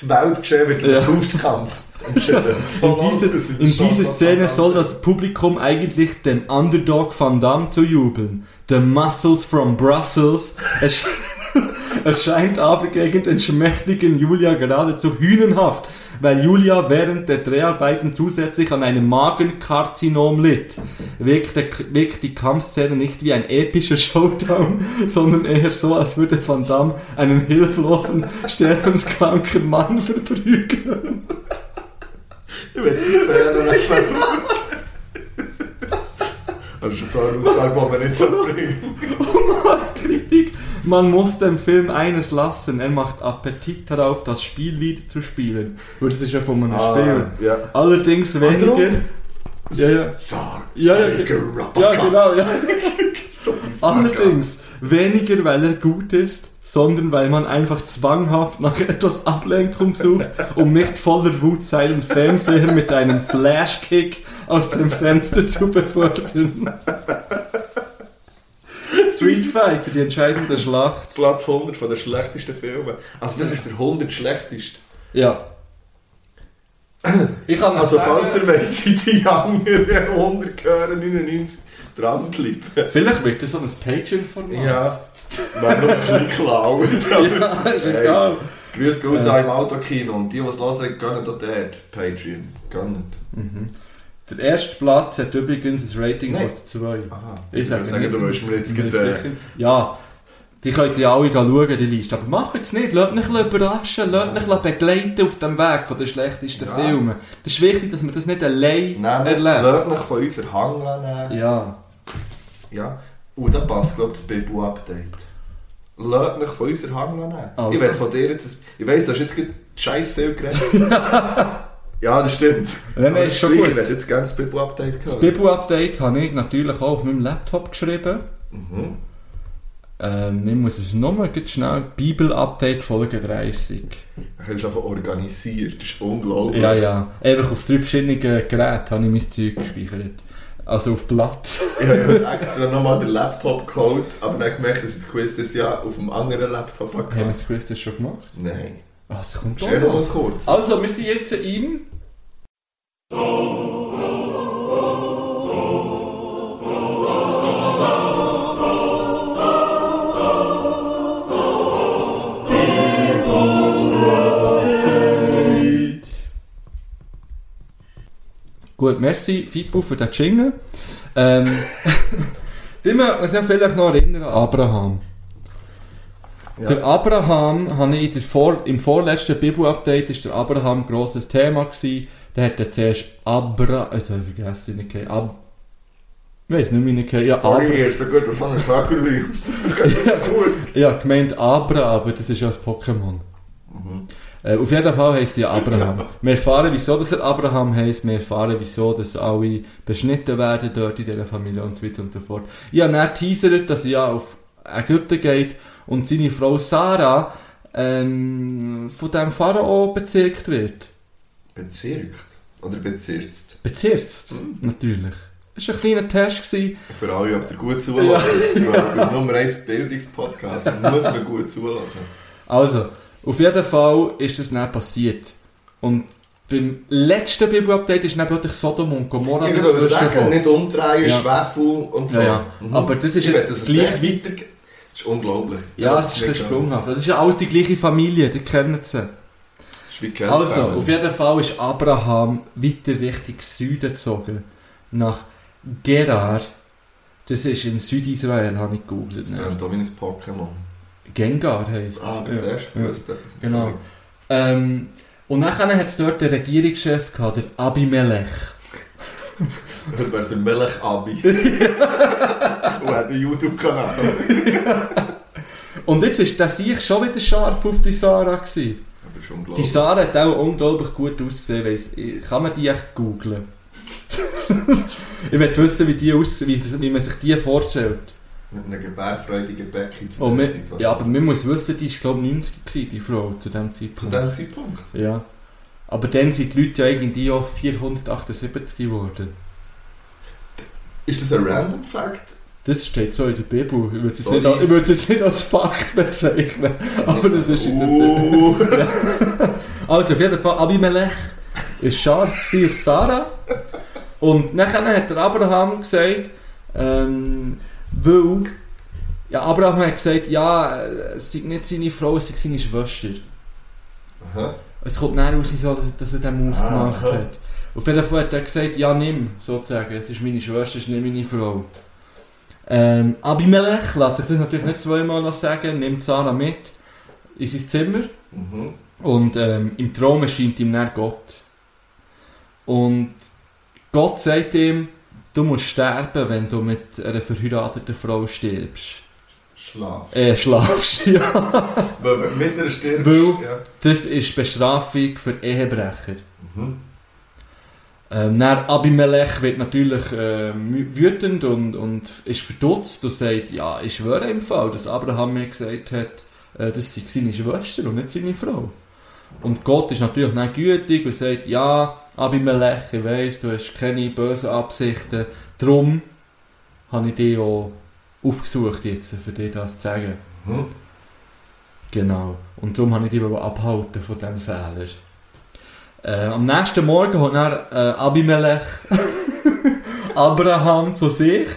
das Weltgeschehen wird
Ja.
ein Faustkampf entschieden.
In,
So
diese,
läuft es der
in dieser
Jean-Claude Van
Szene
Damme.
soll das Publikum eigentlich dem Underdog Van Damme zu jubeln. The Muscles from Brussels. Es, es scheint aber gegen den schmächtigen Julia geradezu hühnenhaft, weil Julia während der Dreharbeiten zusätzlich an einem Magenkarzinom litt. Wirkt, der, wirkt die Kampfszene nicht wie ein epischer Showdown, sondern eher so, als würde Van Damme einen hilflosen, sterbenskranken Mann verprügeln.
Ich will das zählen und nicht mehr. Das ist jetzt auch eine Aussage, die wir nicht so bringen.
Kritik. Man muss dem Film eines lassen. Er macht Appetit darauf, das Spiel wieder zu spielen. Weil das ist ja von einem
Ah,
Spiel.
ja.
Allerdings weniger.
drum?
Ja, ja.
Sar,
Ja, ja,
Tiger,
ge-
Rapaka.
ja, genau. Ja.
So ein Sack.
Allerdings weniger, weil er gut ist, sondern weil man einfach zwanghaft nach etwas Ablenkung sucht, um nicht voller Wut seinen Fernseher mit einem Flashkick aus dem Fenster zu befördern. Street Fighter, die entscheidende Schlacht.
Platz 100 von den schlechtesten Filmen. Also das ist der 100 schlechteste.
Ja. Ich kann
Also
sagen,
falls ihr wollt, in die anderen 100 gehören, 99 dranbleiben.
Vielleicht wird das so ein Patreon-Format.
Ja. Wäre noch ein bisschen klaut. aber-
Ja, ist egal.
Grüß Gott äh. im Autokino und die, die es hören, gehen auch dort. Patreon. Gehen
Der erste Platz hat übrigens ein Rating
Nein.
von 2.
Aha.
Ich sage
Ich würde sagen,
nicht,
du willst mir jetzt
nicht
gerade, äh,
sicher. Ja, die könnt ihr alle schauen, die Liste. Aber macht es nicht, lasst mich überraschen, lasst mich begleiten auf dem Weg von den schlechtesten
Ja.
Filmen. Das ist wichtig, dass man das nicht allein
Nehmen,
erlebt.
lasst euch von unserer Hang nehmen.
Ja,
Ja. Und dann passt, glaube ich, das Bibu-Update. Lasst mich von unserer Hang nehmen.
Also.
Ich will von dir jetzt... ein- Ich weiss, du hast jetzt gerade scheiß viel geredet. ja, das stimmt.
Nein, nein,
Aber
ist schon
gleich,
gut.
Ich will jetzt gerne das Bibu-Update hören.
das Bibu-Update habe ich natürlich auch auf meinem Laptop geschrieben.
Mhm.
Ähm, ich muss es nochmal ganz schnell, Bibel-Update Folge 30.
Du kannst einfach organisiert. Das ist unglaublich.
Ja, ja. Einfach auf drei verschiedenen Geräten habe ich mein Zeug gespeichert. Also auf Blatt.
Ich habe heute extra nochmal den Laptop geholt, aber dann gemerkt, dass ich das Quiz dieses Jahr auf einem anderen Laptop
Haben wir
hatte.
das Quiz das schon gemacht?
Nein.
Ah, das kommt
Stell
doch
noch mal
noch.
kurz.
Also, wir sind jetzt im... Gut, merci Fippo für den Jingle. Ähm, die möchten uns ja vielleicht noch erinnern an Abraham. Der Abraham, habe ich in der Vor im vorletzten Bibel-Update, ist der Abraham grosses Thema gewesen. Der hat dann zuerst Abra... Jetzt habe ich vergessen, wie ich Ab... Ich weiß nicht, wie ich ihn- Ja, Abra...
Sorry, ist ja gut, auf so einem Schlägerli. gut.
Ja, gemeint Abra, aber das ist ja das Pokémon. Äh, auf jeden Fall heisst er ja Abraham. Wir erfahren, wieso dass er Abraham heisst, wir erfahren, wieso dass alle beschnitten werden dort in dieser Familie und so weiter und so fort. Ich habe dann teasert, dass er ja auf Ägypten geht und seine Frau Sarah ähm, von dem Pharao bezirkt wird.
Bezirkt. Oder bezirzt.
Bezirzt, natürlich. Das war ein kleiner Test. Gewesen.
Für alle, ob ihr gut zuhört. Ja. Ich bin Nummer 1 Bildungspodcast. Da muss man gut zulassen.
Also, auf jeden Fall ist das dann passiert. Und beim letzten Bibel-Update ist dann plötzlich Sodom und Gomorra
Ich
dazwischen
würde sagen,
gekommen.
nicht umdrehen,
Ja.
Schwefel und so. Mhm.
Ja, ja. Aber das ist
Ich
jetzt
will, dass es
gleich
nicht weitergeht. Das ist unglaublich.
Ja, es ist ein bisschen sprunghaft. Das ist ja alles die gleiche Familie, die kennen sie.
Das ist wie Köln.
Also, auf jeden Fall ist Abraham weiter Richtung Süden gezogen. Nach Gerar. Das ist in Südisrael, habe ich gegoogelt. ne?
Das ist doch wie ein Pokémon.
Gengar heisst es.
Ah, das
Ja.
erste
Ja.
gewusst. etwas.
Genau. Ähm, und nachher hat es dort den Regierungschef gehabt, der Abimelech.
Das wäre der Melech Abi. Und hat einen YouTube-Kanal.
Und jetzt ist der Sieg schon wieder scharf auf die Sarah gewesen.
Aber ist
Die
unglaublich.
Sarah hat auch unglaublich gut ausgesehen, weiss, ich- kann man die echt googlen? ich möchte wissen, wie, die aus, wie, wie man sich die vorstellt.
Mit einer gebärfreudigen Becky zu
Und
der
Oh, wir,
Zeit. was-
ja, aber man muss wissen, die war glaube ich 90 gewesen, die Frau, zu dem
Zu
Zeitpunkt.
diesem Zeitpunkt.
Ja. Aber dann sind die Leute ja irgendwie auch 478 geworden.
Ist das ein Random Fact?
Das steht so in der Bibel. Ich würde es
Sorry.
nicht, als- ich würde es nicht als Fakt bezeichnen. Aber das ist in der Bibel.
Uh,
Also auf jeden Fall, Abimelech war scharf gewesen auf Sarah. Und nachher hat der Abraham gesagt, ähm, weil, ja, Abraham hat gesagt, ja, es sei nicht seine Frau, es sei seine Schwester.
Aha.
Es kommt näher raus, so, dass- dass er den Move
Ah,
gemacht
aha.
hat. Auf jeden Fall hat er gesagt, ja, nimm, sozusagen, es ist meine Schwester, es ist nicht meine Frau. Ähm, Abimelech lässt sich das natürlich nicht zweimal noch sagen, nimmt Sarah mit in sein Zimmer.
Mhm.
Und ähm, im Traum erscheint ihm dann Gott. Und Gott sagt ihm, du musst sterben, wenn du mit einer verheirateten Frau stirbst.
Schlaf.
Äh, schlafst, ja.
Weil wenn du mit einer stirbst,
Weil-
ja.
Das ist Bestrafung für Ehebrecher.
Mhm.
Ähm, dann Abimelech wird natürlich ähm, mü- wütend und, und ist verdutzt und sagt, ja, ich schwöre im Fall, dass Abraham mir gesagt hat, äh, das sei seine Schwester und nicht seine Frau. Und Gott ist natürlich nicht gütig und sagt, ja, Abimelech, ich weiss, du hast keine bösen Absichten, darum habe ich dich auch aufgesucht jetzt, für dir das zu sagen.
Mhm.
Genau. Und darum habe ich die abhalten von diesem Fehler. Äh, am nächsten Morgen hat er äh, Abimelech Abraham zu sich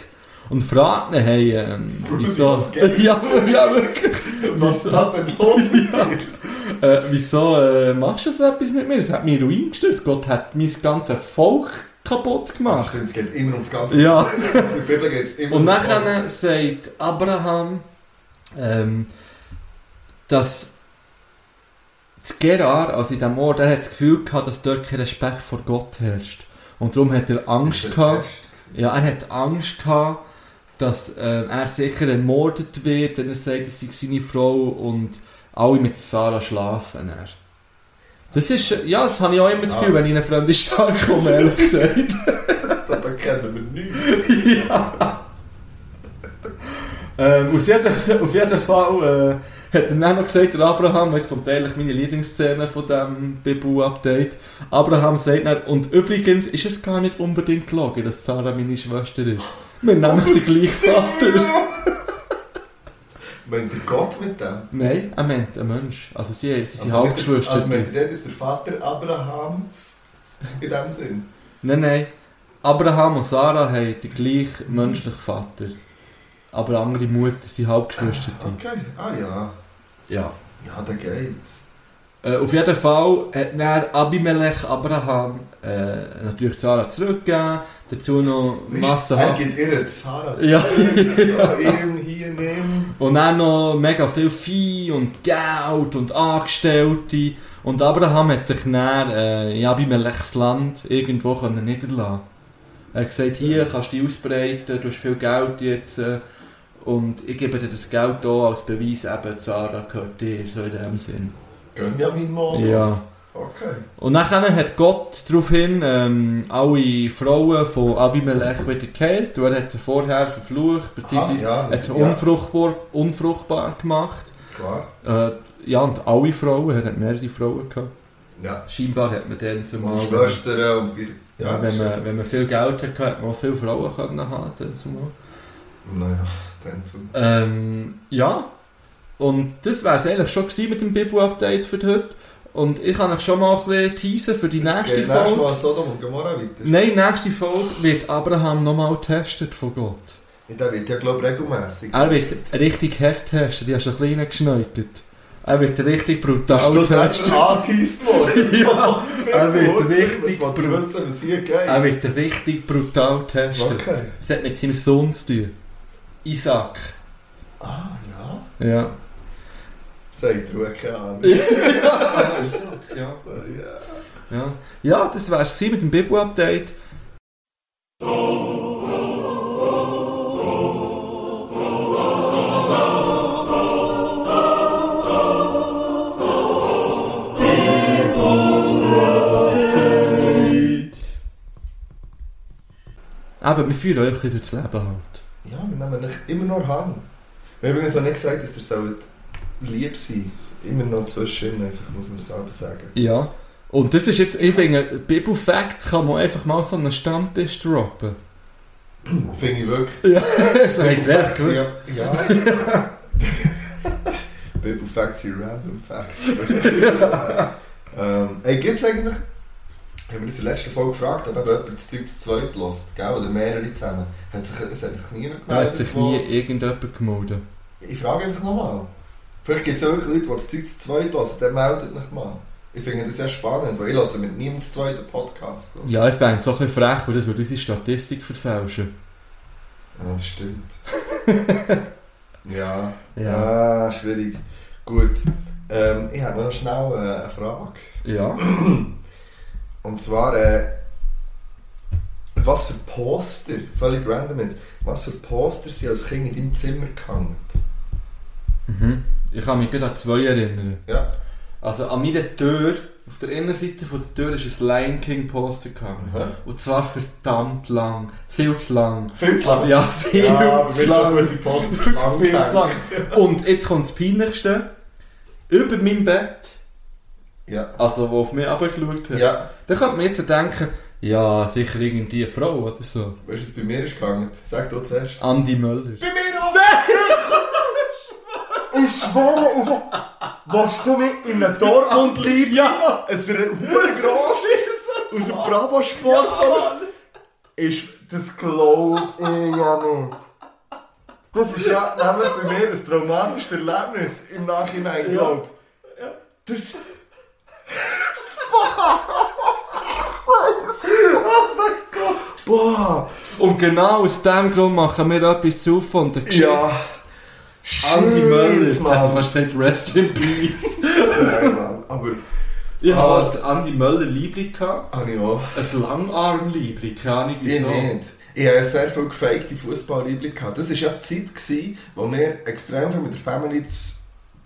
und fragt ihn, hey, ähm, wieso...
Was geht?
ja, ja, wirklich.
Was
Wieso-
ist das denn los mit dir?
äh, wieso äh, machst du so etwas mit mir? Es hat mich Ruin gestürzt. Gott hat mein ganzes Volk kaputt gemacht.
Stimmt, Es geht immer ums Ganze.
Ja.
In der Bibel geht es immer
Und
ums
nachher sagt Abraham, ähm, dass das Gerar, also in diesem Ort, er hat das Gefühl gehabt, dass dort kein Respekt vor Gott herrscht. Und darum hat er
Ganze.
Angst
Das
gehabt,
ist der Test.
ja, er hat Angst gehabt, dass äh, er sicher ermordet wird, wenn er sagt, es sei seine Frau und alle mit Sarah schlafen. Er. Das ist, äh, ja, das habe ich auch immer das Gefühl, wenn ich in eine fremde Stadt komme, ehrlich gesagt.
Da, da kennen wir nichts.
ja. ähm, auf, jeden, auf jeden Fall äh, hat er dann noch gesagt, der Abraham, jetzt kommt eigentlich meine Lieblingsszene von diesem Bibu-Update. Abraham sagt dann, und übrigens ist es gar nicht unbedingt gelogen, dass Sarah meine Schwester ist. Wir nehmen den gleichen Vater.
Meint ihr Gott mit dem?
Nein, er meint ein Mensch. Also sie, sie sind
Also
Halbgeschwister.
Also meint ihr, das ist der Vater Abrahams in dem Sinn?
nein, nein. Abraham und Sarah haben den gleichen menschlichen Vater. Aber andere Mutter sind Halbgeschwister.
Okay, ah ja.
Ja.
Ja, da geht's.
Äh, auf jeden Fall hat dann Abimelech Abraham äh, natürlich Sarah zurückgegeben, dazu noch
Er
massenhaft.
gibt ihr Zara.
Ja.
ja. Ihm hier nehmen.
Und dann noch mega viel Vieh und Geld und Angestellte. Und Abraham hat sich dann äh, in Abimelechs Land irgendwo können niederlassen Er hat gesagt, hier kannst du dich ausbreiten, du hast viel Geld jetzt. Äh, und ich gebe dir das Geld hier als Beweis, eben Sarah gehört dir, so in dem Sinn.
Gönn ja meinen Modus.
Ja.
Okay.
Und nachher hat Gott daraufhin ähm, alle Frauen von Abimelech wieder geheilt. Und er hat sie vorher verflucht, beziehungsweise um-
Ah, ja,
hat sie
ja.
unfruchtbar, unfruchtbar gemacht.
Klar.
Äh, ja, und alle Frauen, er hat mehrere Frauen gehabt.
Ja.
Scheinbar hat man dann zumal...
Und Schwestern und... Ja,
ja, wenn, man, wenn man viel Geld hatte, hat man auch viele Frauen können haben dann zumal.
Naja, dann zu...
Ähm, ja. Und das wäre es eigentlich schon gewesen mit dem Bibu-Update für heute. Und ich kann euch schon mal ein bisschen teasen für die nächste
Geht nächstes
Folge.
Mal Sodom und Gomorra weiter.
Nein, nächste Folge wird Abraham nochmal getestet von Gott.
Der wird ja, glaube ich, regelmässig.
Er wird richtig hart getestet, die hast du ein bisschen geschneidet. Er wird richtig brutal
Ist das
getestet.
selbst angeteased worden?
Ja, er wird richtig
Was wir
brut-
wissen, was hier
Er
geht.
wird richtig brutal getestet.
Okay.
Es hat mit seinem Sohn zu tun. Isaac.
Ah, ja.
Ja.
Sagt er, auch keine Ahnung.
Isaac, ja.
Ja.
Ja, ja das wäre es mit dem Bibu-Update. Aber wir führen euch ein bisschen durchs Leben halt.
Ja, wir nehmen euch immer noch Hang. Wir haben übrigens noch nicht gesagt, dass ihr sollt lieb sein sollt. Immer noch zwischen einfach muss man selber sagen.
Ja. Und das ist jetzt, ich finde, Bibu-Facts kann man einfach mal so an einen Stammtisch droppen.
Finde ich wirklich.
so hat wer
Facts,
gewusst.
Ja. Bibel Facts sind random Facts. ähm, ey, gibt es eigentlich... Haben wir jetzt in der letzten Folge gefragt, ob eben jemand das Zeug zu zweit lässt, gell? Oder mehrere zusammen. Hat sich, es hat sich niemand gemeldet.
Da hat sich
der-
nie irgendjemand gemeldet.
Ich frage einfach nochmal. Vielleicht gibt es auch wirklich Leute, die das Zeug zu zweit hören, dann meldet mich mal. Ich finde das sehr spannend, weil ich höre mit niemandem zu zweit einen Podcast. glaub ich.
Ja, ich fände es auch ein bisschen frech, weil das würde unsere Statistik verfälschen.
Ja, das stimmt. ja.
Ja.
Ah, schwierig. Gut. Ähm, ich habe noch schnell äh, eine Frage.
Ja.
Und zwar, äh, Was für Poster, völlig random jetzt, was für Poster sind als Kind in deinem Zimmer gehangen?
Mhm. Ich kann mich gerade an zwei erinnern.
Ja.
Also an meiner Tür, auf der Innenseite von der Tür ist ein Lion King Poster gehangen.
Aha.
Und zwar verdammt lang. Viel zu lang.
Viel zu
Also
lang.
ja, viel zu lang.
unsere Poster zu lang
Viel zu lang.
gehängt.
Und jetzt kommt das Peinlichste. Über meinem Bett,
Ja.
also wo auf mich runtergeschaut hat,
Ja.
da könnte man jetzt denken, ja, sicher irgendwie eine Frau oder so.
Weißt du, was bei mir ist gegangen? Sag du zuerst.
Andi Möller.
Bei mir auch! Nein! Ich schwöre auf... Was du mit in einem Dortmund liebst? Ja! Es ist ein grosses... Aus dem Bravo-Sport ja, sowas... Ist... Das glaub ich Eh, ja nicht. Das ist ja nämlich bei mir ein traumatisches Erlebnis. Im Nachhinein, ja. glaub ich. Das... Oh Boah!
Und genau aus diesem Grund machen wir etwas zu von der Geschichte.
Ja!
Andi
Shit,
Möller. Jetzt
Mann.
habe ich fast gesagt, rest in peace.
Nein, Mann, aber...
Ich
Ah.
habe ein Andi Möller Liebling gehabt.
Habe ich auch.
Ein Langarm-Liebling, keine Ahnung
Ich
wieso.
nicht. Ich habe sehr viel gefakte Fußballliebling gehabt. Das war ja die Zeit, gewesen, wo wir extrem viel mit der Family zu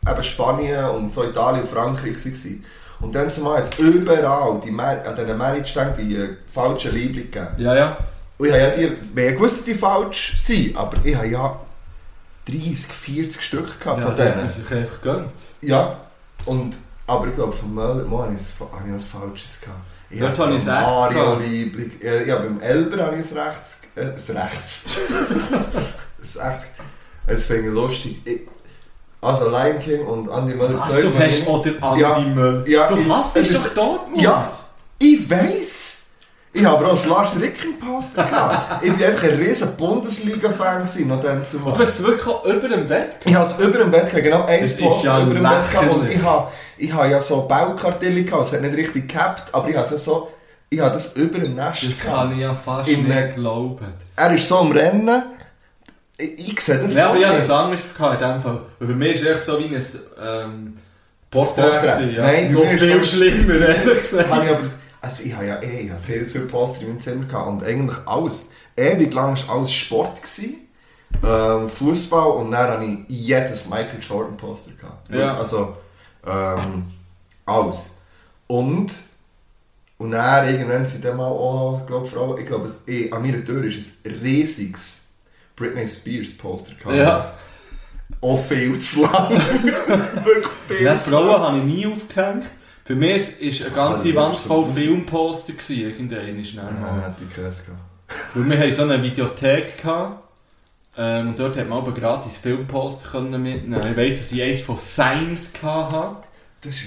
eben Spanien und so Italien und Frankreich waren. Und dann zumal hat es überall die Ma- an diesen Marriage-Ständen die äh, falschen Liebling gegeben.
Ja, ja.
Und ich habe ja die, wir haben gewusst, dass die falsch sind, aber ich habe ja 30, 40 Stück gehabt
ja
Ah, von
die hat
denen.
man sich einfach gönnt.
Ja, und, aber ich glaube, von Möller Mo habe ich es- habe ich was Falsches gehabt. Ich
Dort habe ich es rechts
Mario
gehabt.
Liebling. Ja, ja, beim Elber habe ich es rechts. Äh, es rechts. es rechts. Es fing lustig. Ich, also Lion King und Andy Möller
Was,
zählt
du
man
hast
nicht.
auch den Andi
Ja.
Möller.
Ja,
du
es-
hast es
es
doch
ist-
Dortmund.
Ja, ich weiß. Ich habe aber auch ein Lars Ricken-Poster gehabt. ich war einfach ein riesen Bundesliga-Fan gewesen, noch dann zumal.
Und du hast wirklich auch über dem Bett
Ich habe es über dem Bett gehabt, genau ein
Das ist
Post
ja
über dem Bett gehabt. Und
lächerlich.
ich habe, ich habe ja so Baukartelle gehabt, es hat nicht richtig gehabt, aber ich habe es so, ich habe das über dem Nest
Das kann
gehabt.
ich ja fast
In einem-
nicht glauben.
Er ist so am Rennen, ich, ich sehe das
Ja, aber ich
gar
hatte
nicht.
ein anderes gehabt in dem Fall. Über mich war es echt so wie ein ähm,
Porträt.
Porträt. gewesen, Ja.
Nein, bei
noch
mir ist
viel
es so-
schlimmer, ehrlich
Habe ich
gesagt.
aber, also ich habe ja eh, ich habe viel zu viel Poster in meinem Zimmer gehabt und eigentlich alles, ewig lang war alles Sport gewesen. Ähm, Fußball und dann hatte ich jedes Michael Jordan Poster gehabt.
Ja.
Also ähm, alles. Und und dann irgendwann sind dann mal auch, glaube Frauen, ich glaube, es- eh, an meiner Tür ist ein riesiges Britney Spears Poster gehabt.
Ja.
Auch viel zu lang. Wirklich viel
Ja,
zu
Frauen
lang.
habe ich nie aufgehängt. Für mich war eine ganze
Ah,
Wand
ja,
voll
stimmt.
Filmposter. gewesen, Irgendein ist schnell
Nein,
mal.
hätte ich keine gehabt.
Weil wir hatten so eine Videothek. Gehabt, ähm, und dort hat man aber gratis Filmposter können mitnehmen Ich weiss, dass ich eins von Signs hatte.
Das ist,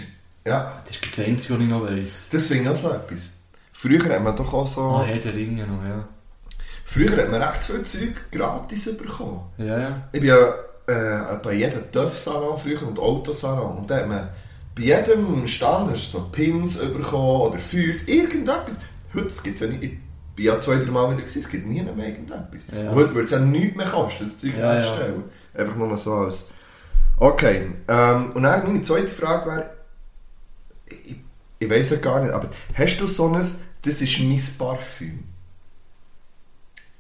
ja.
Das ist das Einzige, was ich noch weiss.
Das finde ich auch so etwas. Früher hat man doch auch
Ah,
so...
Herr der Ringe noch, ja.
Früher hat man recht viel Zeug gratis bekommen.
Ja, ja.
Ich bin ja äh, bei jedem Töff-Salon früher und Autosalon und da hat man bei jedem Stand hast du so Pins bekommen oder Feuer, irgendetwas. Heute gibt es ja nicht... Ich bin ja zwei, drei Mal wieder gewesen, es gibt nie mehr irgendetwas.
Ja.
Und Heute würde es ja nichts mehr kosten, das Zeug
Ja, ja.
herzustellen. Einfach nur so als... Okay, ähm, und dann meine zweite Frage wäre, ich, ich weiß ja gar nicht, aber hast du so ein, das ist mein Parfüm?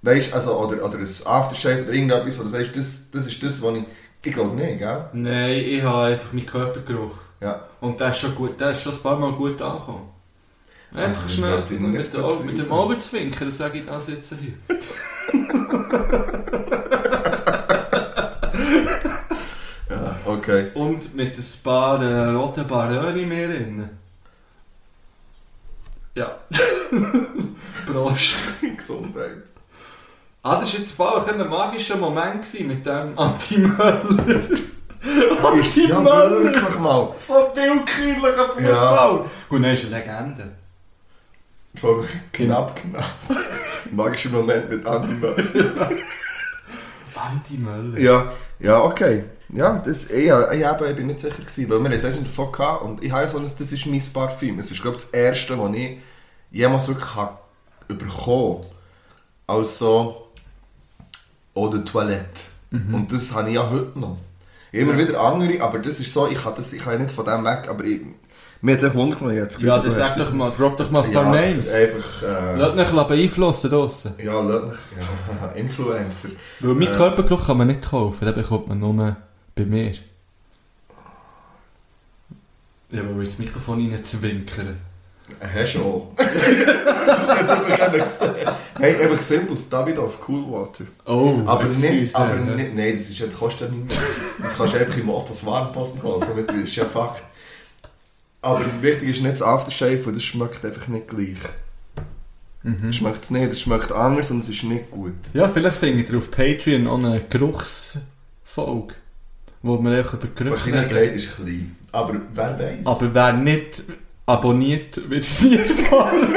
Weißt du, also, oder, oder ein Aftershave oder irgendetwas, oder sagst du, das, das ist das, was ich. Ich glaube nicht, gell?
Nein, ich habe einfach meinen Körpergeruch.
Ja.
Und der ist schon gut, der ist schon ein paar Mal gut angekommen.
Ach,
Einfach
Ah, das
schnell
lass ich
mit,
nicht
den Augen- mit dem
bezweifeln.
Augenzwinkern, das sage ich da sitzen hier.
Ja, okay.
Und mit ein paar äh, roten Baröli mehr drin. Ja. Prost.
Gesundheit.
Ah, das war jetzt bald ein magischer Moment gewesen mit dem Anti-Möller.
Ist es ja
Mann!
wirklich mal.
so willkürlicher Fußball. Gut, nein, ist eine Legende.
Voll knapp, knapp. Magischer Moment mit Anima.
Anti-Möller.
Ja, ja, okay. Ja, das, ich, ich, eben, ich bin nicht sicher gewesen, weil wir haben es erst mit davon gehabt und ich habe ja so ein, das ist mein Parfüm. Es ist, glaube ich, das erste, was ich jemals wirklich habe bekommen
Mhm.
Also, eau de toilette. Und das habe ich ja heute noch. Immer wieder andere, aber das ist so, ich kann, das, ich kann ja nicht von dem weg, aber ich, mir hat es echt Wunder gemacht. ich hab das Gefühl,
Ja,
du
dann
hast
sag
das-
doch mal, drop doch mal ein paar
ja,
Names.
Einfach, äh,
Lass dich beeinflussen draussen.
ja, lass mich, ja, Influencer.
Weil mein Körpergeruch kann man nicht kaufen, den bekommt man nur bei mir. Ja, weil wir das Mikrofon reinzwinkern.
Hä, schon. das hat es einfach gesehen. Hey, einfach simpel, David auf Coolwater.
Oh,
Aber
excuse,
nicht, aber
ja.
nicht, nein, das ist jetzt kostet ja nicht mehr. Das kannst du einfach im Autos Warenposten kaufen, mit also das ist ja fuck. Aber wichtig ist nicht das Aftershave, weil das schmeckt einfach nicht gleich. Mhm. Schmeckt es nicht, es schmeckt anders und es ist nicht gut.
Ja, vielleicht findet ihr auf Patreon eh, auch eine Geruchsfolge, wo wir einfach über
Die
Gerüche reden.
Wahrscheinlichkeit ist klein. Aber wer weiß?
Aber wer nicht abonniert, wird es nie erfahren.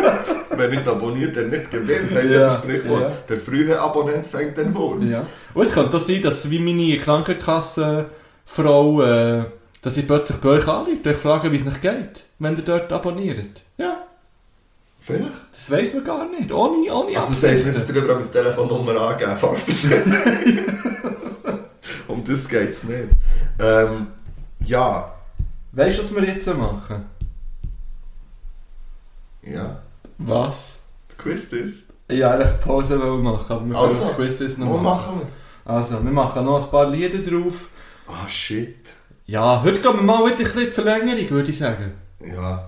Wer nicht abonniert, der nicht gewinnt, heisst
Ja,
das Sprichwort.
ja.
Der frühe Abonnent fängt den Wurm.
ja. Und es könnte auch sein, dass wie meine Krankenkassenfrau, äh, dass ich plötzlich bei euch anrufe und euch frage, wie es euch geht, wenn ihr dort abonniert. Ja,
Vielleicht.
das weiss man gar nicht. Ohne, ohne
Also das heisst
Absichten.
nicht, dass drüber das Telefonnummer angeben, falls du Um das geht es nicht. Ähm, ja.
Weißt du, was wir jetzt machen?
Ja.
Was?
Das Quiz ist.
Ja, ich Pause wollen machen, aber wir
Also,
können das Quiz jetzt noch
Was
machen.
machen wir?
Also, wir machen noch ein paar Lieder drauf.
Ah, shit.
Ja, heute gehen wir mal wieder ein bisschen in die Verlängerung, würde ich sagen.
Ja.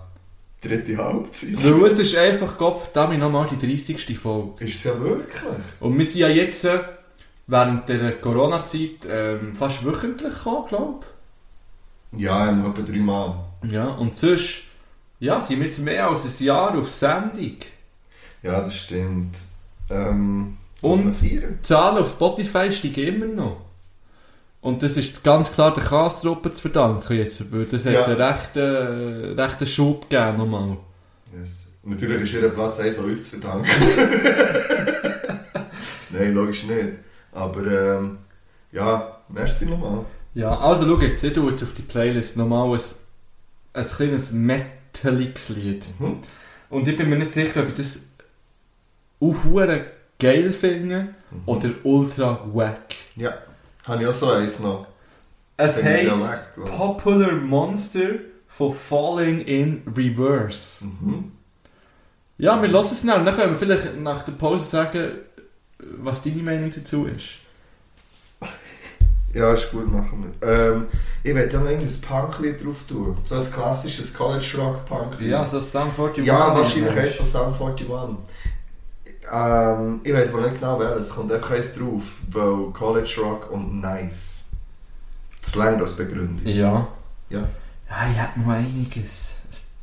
Dritte Halbzeit.
Weil es ist einfach, Gott, da noch nochmal die 30. Folge.
Ist es ja wirklich?
Und wir sind ja jetzt äh, während der Corona-Zeit ähm, fast wöchentlich gekommen, glaube
Ja, ich habe etwa dreimal.
ich. Ja, und sonst ja, sind wir jetzt mehr als ein Jahr auf Sendung.
Ja, das stimmt. Ähm,
Und?
muss man feiern?
Die Zahlen auf Spotify steigen immer noch. Und das ist ganz klar der Kastruppe zu verdanken jetzt, weil das hat
Ja.
einen rechten, äh, rechten Schub gegeben nochmal.
Yes. Natürlich ist jeder Platz 1 an uns zu verdanken. Nein, logisch nicht. Aber ähm, ja, merci nochmal.
Ja, also schau jetzt, ich tue jetzt auf die Playlist nochmal ein, ein kleines metaliges Lied.
Mhm.
Und ich bin mir nicht sicher, ob ich das auch hure geil finde
Mhm.
oder ultra wack.
Ja, habe ich auch so eins noch.
Es
Finde ich
heisst
ja wack, glaub ich.
Popular Monster von Falling in Reverse.
Mhm.
Ja, wir lassen es dann. Dann können wir vielleicht nach der Pause sagen, was deine Meinung dazu ist.
Ja, ist gut, machen wir. Ähm, ich werde ja noch irgendein Punklied drauf tun. So ein klassisches College Rock Punklied.
Ja, so Sam 41.
ja wahrscheinlich eins von Sam 41. Ähm, ich weiß aber nicht genau welches. Es kommt einfach eins drauf, weil College Rock und Nice. Das lernt als Begründung.
Ja.
Ja.
Ja, ich hab noch einiges.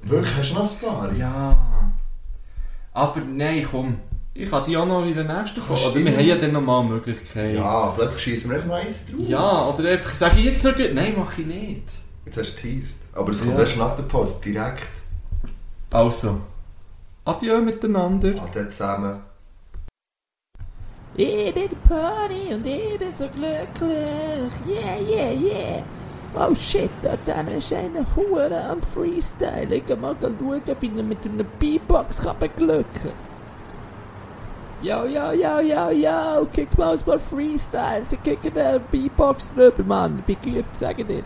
Wirklich, hast du noch ein paar?
Ja. Aber nein, komm. Ich kann die auch noch in der nächsten kommen. Oder wir
stimmt.
haben ja dann nochmal Möglichkeiten.
Ja, plötzlich schießen wir echt noch eins drauf.
Ja, oder einfach sage ich jetzt noch gut. Nein, mache ich nicht.
Jetzt hast du teased. Aber es kommt
Ja.
erst nach der Pause, direkt.
Also. Adieu miteinander.
Alle Halt zusammen.
Ich bin Pony und ich bin so glücklich. Yeah, yeah, yeah. Oh shit, da drinnen ist einer Hure am Freestyle. Ich kann mal schauen, ob ich ihn mit einer Beatbox kann beglücken Yo, yo, yo, yo, yo, kick mal ein paar Freestyles. Ich kicke den Beatbox drüber, Mann. Ich bin gut, sag ich dir.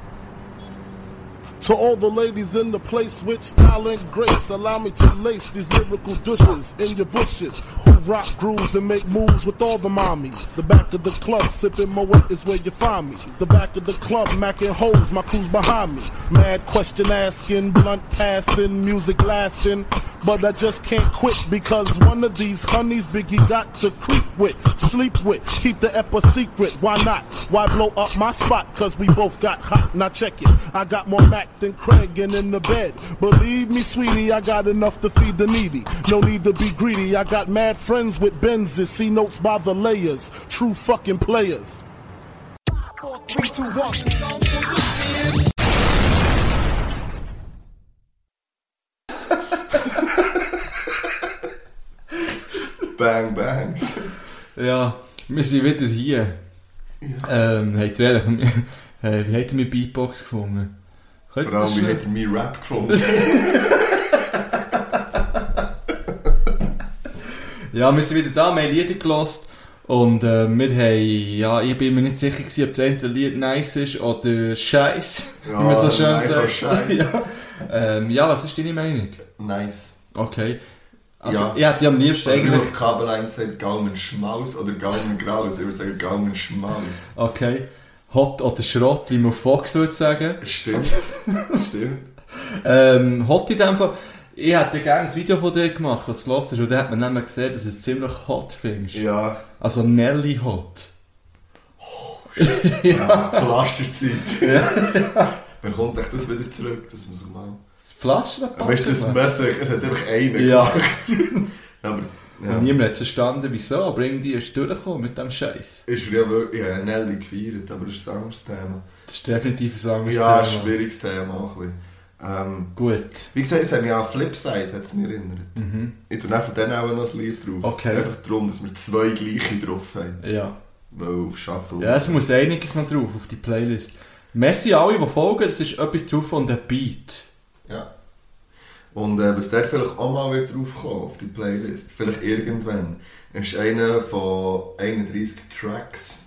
To all the ladies in the place with style and grace, allow me to lace these lyrical douches in your bushes. Who rock grooves and make moves with all the mommies. The back of the club, sipping my wet is where you find me. The back of the club, macking hoes, my crew's behind me. Mad question asking, blunt passing, music lasting. But I just can't quit because one of these honeys Biggie got to creep with, sleep with, keep the epic secret. Why not? Why blow up my spot? Cause we both got hot. Now check it. I got more Mac than Craig and in the bed. Believe me, sweetie, I got enough to feed the needy. No need to be greedy. I got mad friends with Benzes. See notes by the layers. True fucking players.
Bang, bangs.
Ja, wir sind wieder hier. Ähm, habt ihr ehrlich, äh, wie habt ihr meine Beatbox gefunden? Könnt ihr
Vor
Äh,
allem,
das
wie
schnell-
hat er meinen Rap gefunden?
Ja, wir sind wieder da, wir haben Lieder gelost Und äh, wir haben, ja, ich bin mir nicht sicher gewesen, ob das eine Lied nice ist oder scheiß.
Ja,
wie man so schön
nice oder
sagt.
scheiss.
ja. Ähm, ja, was ist deine Meinung?
Nice.
Okay. Also,
Ja.
ich hätte die am liebsten
Oder wie
eigentlich.
auf Kabel 1 sagt, Gaumenschmaus oder Gaumengraus. Ich würde sagen Gaumenschmaus.
Okay. Hot oder Schrott, wie man auf Fox würde sagen.
Stimmt. Stimmt.
Ähm, hot in dem Fall. Ich hätte gerne ein Video von dir gemacht, was du gehört hast, und da hat man nämlich gesehen, dass du es ziemlich hot findest.
Ja.
Also Nelly hot.
ja. Pflasterzeit. Wann kommt echt das wieder zurück? Das muss ich mal.
Das Flaschen
Weißt du, das Messer, es hat einfach einen.
Ja.
Aber, ja.
Und niemand hat verstanden, wieso, aber irgendwie ist es durchgekommen mit dem Scheiß.
Ist ja wirklich, ich habe Nelly gefeiert, aber das ist ein anderes Thema.
Das ist definitiv ein anderes
Ja, ein
Thema.
schwieriges Thema auch ein bisschen. Ähm,
Gut.
wie gesagt, es hat mich an Flipside hat's mich erinnert. Ich tue einfach dann auch noch ein Lied drauf.
Mhm. Okay.
Einfach darum, dass wir zwei gleiche drauf haben.
Ja.
Weil auf Shuffle.
Ja, es muss einiges noch drauf auf die Playlist. Merci alle, die folgen, das ist etwas zu von der Beat.
Ja. Und äh, was dort vielleicht auch mal wird draufkommen auf die Playlist, vielleicht irgendwann, ist einer von 31 Tracks.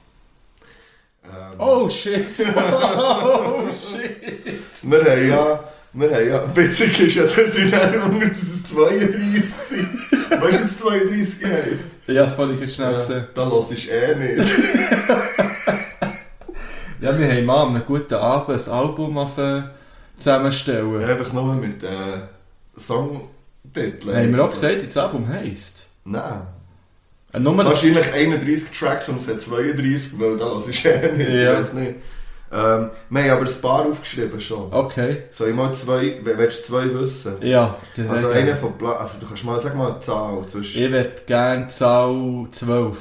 Ähm,
Oh shit! Oh shit!
Wir haben ja, wir haben ja, witzig ist ja, dass ich dann unter 32 sind. Weißt du, was 32 heisst?
Ja, das wollte ich jetzt schnell gesehen.
Da los ich eh nicht.
Ja, wir haben mal an einem guten Abend ein Album auf, äh, zusammenstellen.
Einfach nur mit äh, Songtiteln.
Haben wir auch gesagt, wie das Album heisst?
Nein.
Äh, nur das
Wahrscheinlich 31 Tracks und es hat 32, weil da los ich eh nicht.
Ja.
Ich weiß nicht. Ähm, wir haben aber ein paar aufgeschrieben schon.
Okay.
Soll ich mal zwei, we- willst du zwei wissen?
Oh. Ja. das
Also
hat-
einer von, Pla also du kannst mal, sag mal eine Zahl zwischen,
Ich würde gerne Zahl 12.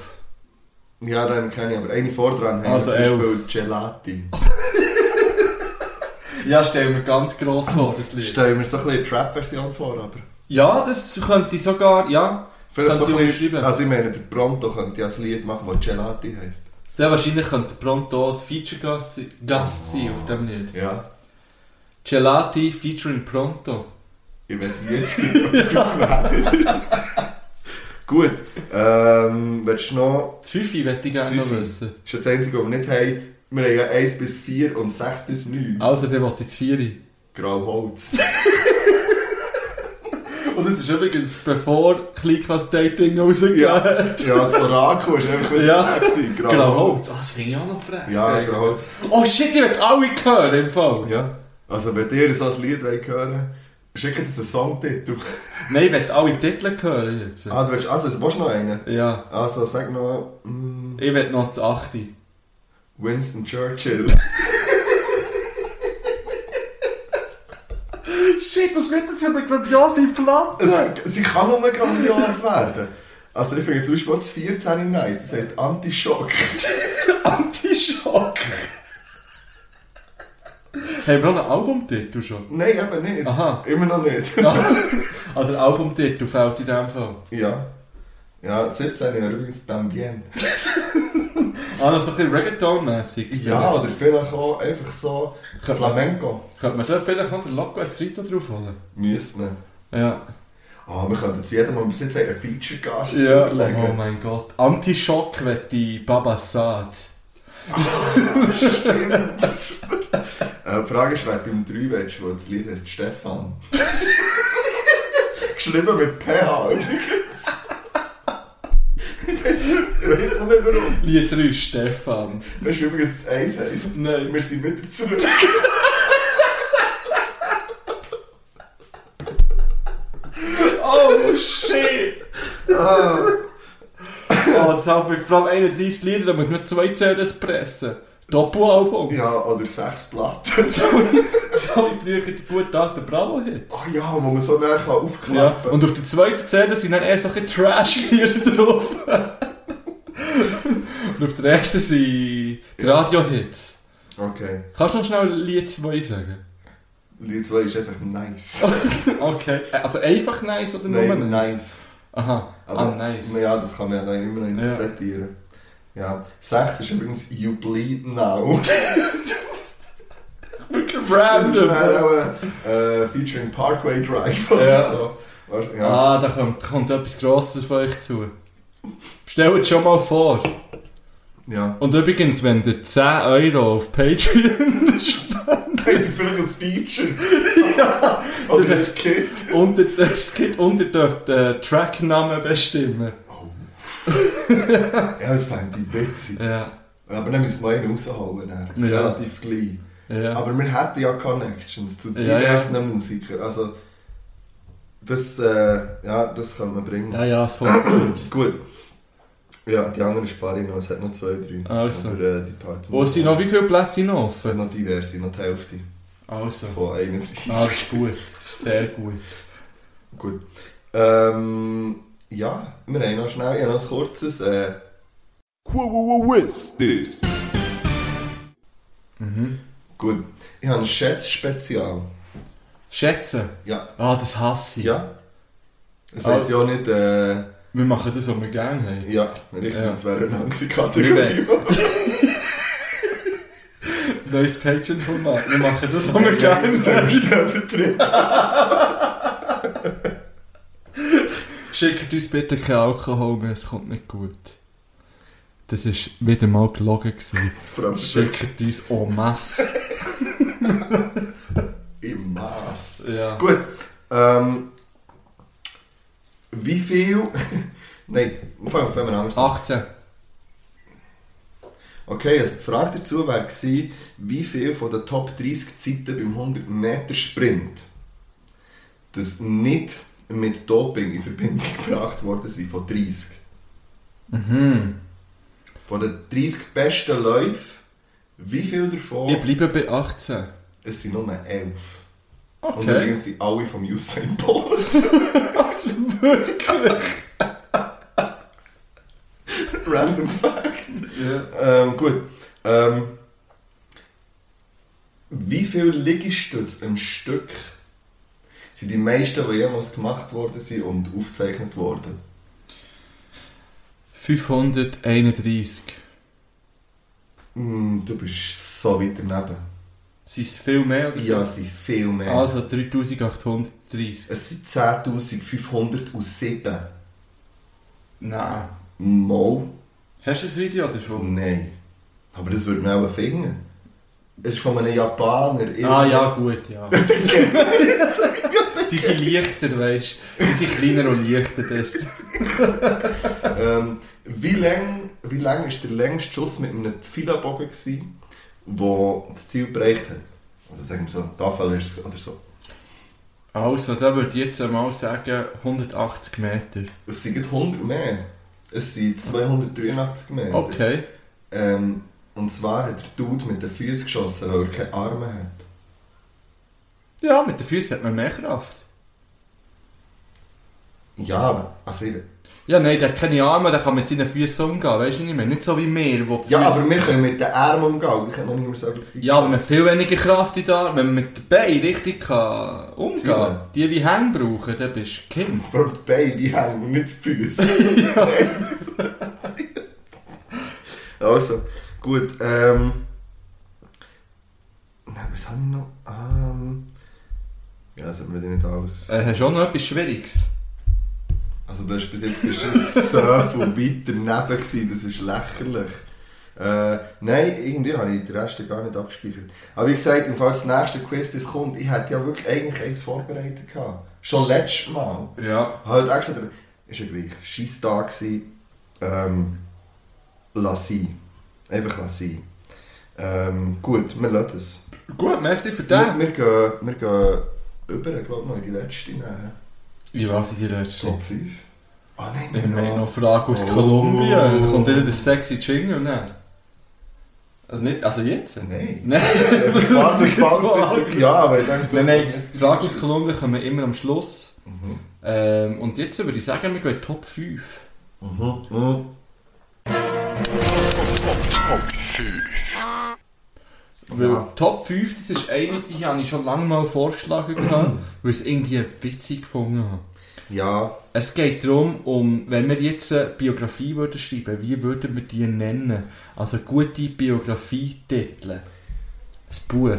ja, dann kenne ich, aber eine vordran haben,
Also
zum Beispiel
elf.
Gelati.
Ja, stell mir ganz gross vor, das
Ich
Lied.
stelle mir so ein bisschen eine Trap-Version vor, aber...
Ja, das könnte ich sogar, ja.
Vielleicht so
Könnte
ein
ich
bisschen,
umschreiben.
also ich meine, der Pronto könnte ja ein Lied machen, das Gelati heisst.
Sehr wahrscheinlich könnte Pronto Feature-Gast Gast sein auf dem Lied.
Ja.
Gelati featuring Pronto.
Ich werde jetzt etwas aufnehmen. Gut. Ähm, willst du noch...
Das Fifi möchte ich gerne noch
Fünfe?
wissen.
Das ist ja das Einzige, was wir nicht haben. Wir haben ja 1 bis 4 und 6 bis 9.
Also, der wollte ich das Vieri.
Grauholz.
Und es ist übrigens, bevor Klickers Dating rausgeht.
ja. ja, das Orakel ist einfach wieder
Ja.
weg gewesen.
Grauholz. Ah, das finde ich auch noch frech.
Ja,
eigentlich.
Grauholz.
Oh shit, ich werde alle hören im Fall.
Ja. Also wenn ihr so ein Lied wollt hören schickt uns einen Songtitel.
Nein, ich werde alle Titel hören jetzt.
Ah, du willst... Also, es willst du noch einen?
Ja.
Also, sag noch... mm,
Ich werde noch das Achte.
Winston Churchill.
Shit, was wird das für eine grandiose Flamme?
Es, sie kann nur grandios werden. Also ich finde zum Beispiel auch das 14 nice, das heisst Anti-Schock.
Antischock. Haben wir noch einen Albumtitel schon?
Nein, eben nicht.
Aha.
Immer noch nicht.
Ah, der Albumtitel fehlt in dem Fall.
ja. Ja, 17 wäre übrigens Tambien.
Ah, noch so ein bisschen Reggaeton-mässig.
Ja, oder vielleicht auch einfach so Flamenco.
Könnte man da vielleicht noch den Loco Escrito drauf holen?
Müsste man.
Ja.
Ah, wir könnten zu jedem Mal bis jetzt einen Feature-Gast
Oh
überlegen.
mein Gott. Antischock wird die Baba Saad.
Stimmt. äh, die Frage ist, wer beim 3 willst, wo das Lied heißt Stefan. Geschrieben mit PH übrigens. ich weiß noch nicht warum.
Lied 3 Stefan.
Das ist übrigens das Eis heisst.
Nein.
Wir sind wieder zurück.
Oh shit! oh, das habe ich vor allem 31 Lieder, da muss man zwei CDs pressen. Doppelalbum.
Ja, oder sechs Platten.
So wie früher die guten Tag der Bravo hat.
Ach ja, wo man so näher kann
Ja.
aufklappen
Und auf der zweiten CD sind dann eher so ein Trash-Lieder drauf. Und auf der ersten sind die Radio-Hits.
Okay.
Kannst du noch schnell Lied 2 sagen?
Lied 2 ist einfach nice.
okay. Äh, Also einfach nice oder nur
Nein,
nice?
nice.
Aha. ah, nice.
na Ja, das kann man ja dann immer noch interpretieren. Ja. Sechs ist übrigens You Bleed Now.
Wirklich
Das ist dann
random.
auch, äh, featuring Parkway Drive oder
Ja.
so. Weißt- Ja.
Ah, da kommt, kommt etwas Grosses von euch zu. Stellt schon mal vor.
Ja.
Und übrigens, wenn ihr 10 Euro auf Patreon
Zeigt ihr zurück ein Feature? Oder ein Skit?
unter, es gibt unter dürft äh, Tracknamen bestimmen.
Ja, das fände ich witzig.
Ja.
Aber dann müssen wir einen rausholen. dann.
Ja.
Relativ gleich.
Ja.
Aber wir hätten ja Connections zu
Ja,
diversen Musikern. Also, das, äh, ja, das kann man bringen.
ja, ja, es kommt gut.
Gut. Ja, die anderen spare ich noch. Es hat noch zwei, drei.
Also.
Aber äh, die Party.
Wo sind noch, wie viele Plätze sind noch
Es hat
offen?
noch diverse, noch die Hälfte
Also.
von 31.
Ah, ist gut. Ist sehr gut.
Gut. Ähm, ja, wir haben noch schnell, ich habe noch ein kurzes. Äh,
Quo-wo-wo-wist-is.
gut. Ich habe ein Schätz-Spezial.
Schätzen.
Ja.
Ah, das hasse ich.
Ja. Das
Ah.
heisst ja auch nicht, äh,
Wir machen das, was wir gerne haben.
ja, richtig,
Ja.
das wäre eine andere
Wir
Kategorie.
Neues Patreon-Format. Wir machen das, was wir gerne haben.
Selbstübertritt.
Schickt uns bitte keinen Alkohol mehr, es kommt nicht gut. Das war wieder mal gelogen. gewesen.
Vor allem Schick
Schickt uns en masse.
im Mass.
Ja.
Gut. Ähm, wie viel. Nein, fangen fangen wir anders an.
18.
Okay, also die Frage dazu wäre gewesen, wie viel von den Top 30 Zeiten beim 100 Meter Sprint, das nicht mit Doping in Verbindung gebracht worden sind von 30. Von den 30 besten Läufen, wie viel davon?
Ich bleibe bei 18.
Es sind nur 11. Und
Okay.
übrigens sind alle vom Usain Bolt.
Wirklich?
Random Fact.
Ja.
Ähm, gut. Ähm, wie viele Liegestütze im Stück sind die meisten, die jemals gemacht worden sind und aufgezeichnet worden?
531.
Hm, du bist so weit daneben.
Sind es viel mehr oder
Ja, es sind viel mehr.
Also 3830.
Es sind 10.507.
Nein.
Mal?
Hast du das Video davon?
Nein. Oh, Aber das würde man auch finden. Es ist von einem Japaner.
Ah ja, gut, ja. Die sind leichter, weißt du. Die sind kleiner und leichter. Das.
Ähm, wie lang wie lang ist der längste Schuss mit einem Pfeilerbogen gewesen, wo das Ziel erreicht hat? Also sagen wir so, Tafel ist es oder so.
Also, da würde ich jetzt einmal sagen 180 Meter.
Es sind gerade 100 mehr. Es sind 283 mehr.
Okay.
Ähm, und zwar hat der Dude mit den Füßen geschossen, weil er keine Arme hat.
Ja, mit den Füßen hat man mehr Kraft.
Ja, aber, also ich,
Ja, nein, der hat keine Arme, der kann mit seinen Füßen umgehen, weißt du nicht mehr. Nicht so wie wir, wo die
ja,
Füße-
aber wir können mit den Armen umgehen. Ich kann noch nicht mehr sagen.
ja, aber man hat viel weniger Kraft in den Armen. Wenn man mit den Beinen richtig kann umgehen
Zielen.
kann, die wie Hände brauchen, dann bist du Kind.
Vor allem die Beine die hängen und nicht die Füße. also, gut. Ähm, nein, was habe ich noch? Ähm, ja, das hat mir nicht alles.
Äh, hast du auch noch etwas Schwieriges?
Also, du hast bis jetzt bist du so viel weit daneben gewesen, das ist lächerlich. Äh, nein, irgendwie habe ich den Rest gar nicht abgespeichert. Aber wie gesagt, im Fall das nächste Quiz, das kommt, ich hätte ja wirklich eigentlich eins vorbereitet gehabt. Schon letztes Mal.
Ja.
Halt auch gesagt, aber ist ja gleich. Scheiss da gewesen. Ähm, lass sein. Einfach lass sein. Ähm, gut, wir lassen es.
Gut, merci für
Wir,
den.
wir, gehen, wir gehen über, glaube ich, noch in die letzte ne? nehmen.
Wie war sie die letzte?
Top 5. Ah nein,
Wir
wir
haben
noch.
noch Fragen aus
Oh.
Kolumbien. Da kommt wieder der sexy Jingle näher. Also, nicht, also jetzt?
Nein.
Nein.
Ich warte, ich
Jetzt war
warte jetzt. Ja, aber ich denke,
Nein, nein,
jetzt-
die Frage aus Kolumbien kommen wir immer am Schluss. Ähm, und jetzt würde ich sagen, wir gehen Top 5.
Mhm, mhm.
Weil Top 5, das ist eine, die habe ich schon lange mal vorgeschlagen habe, weil ich es irgendwie witzig gefunden habe.
Ja,
Es geht darum, um, wenn wir jetzt eine Biografie würden schreiben wie würden wir die nennen? Also gute Biografietitel. Das Buch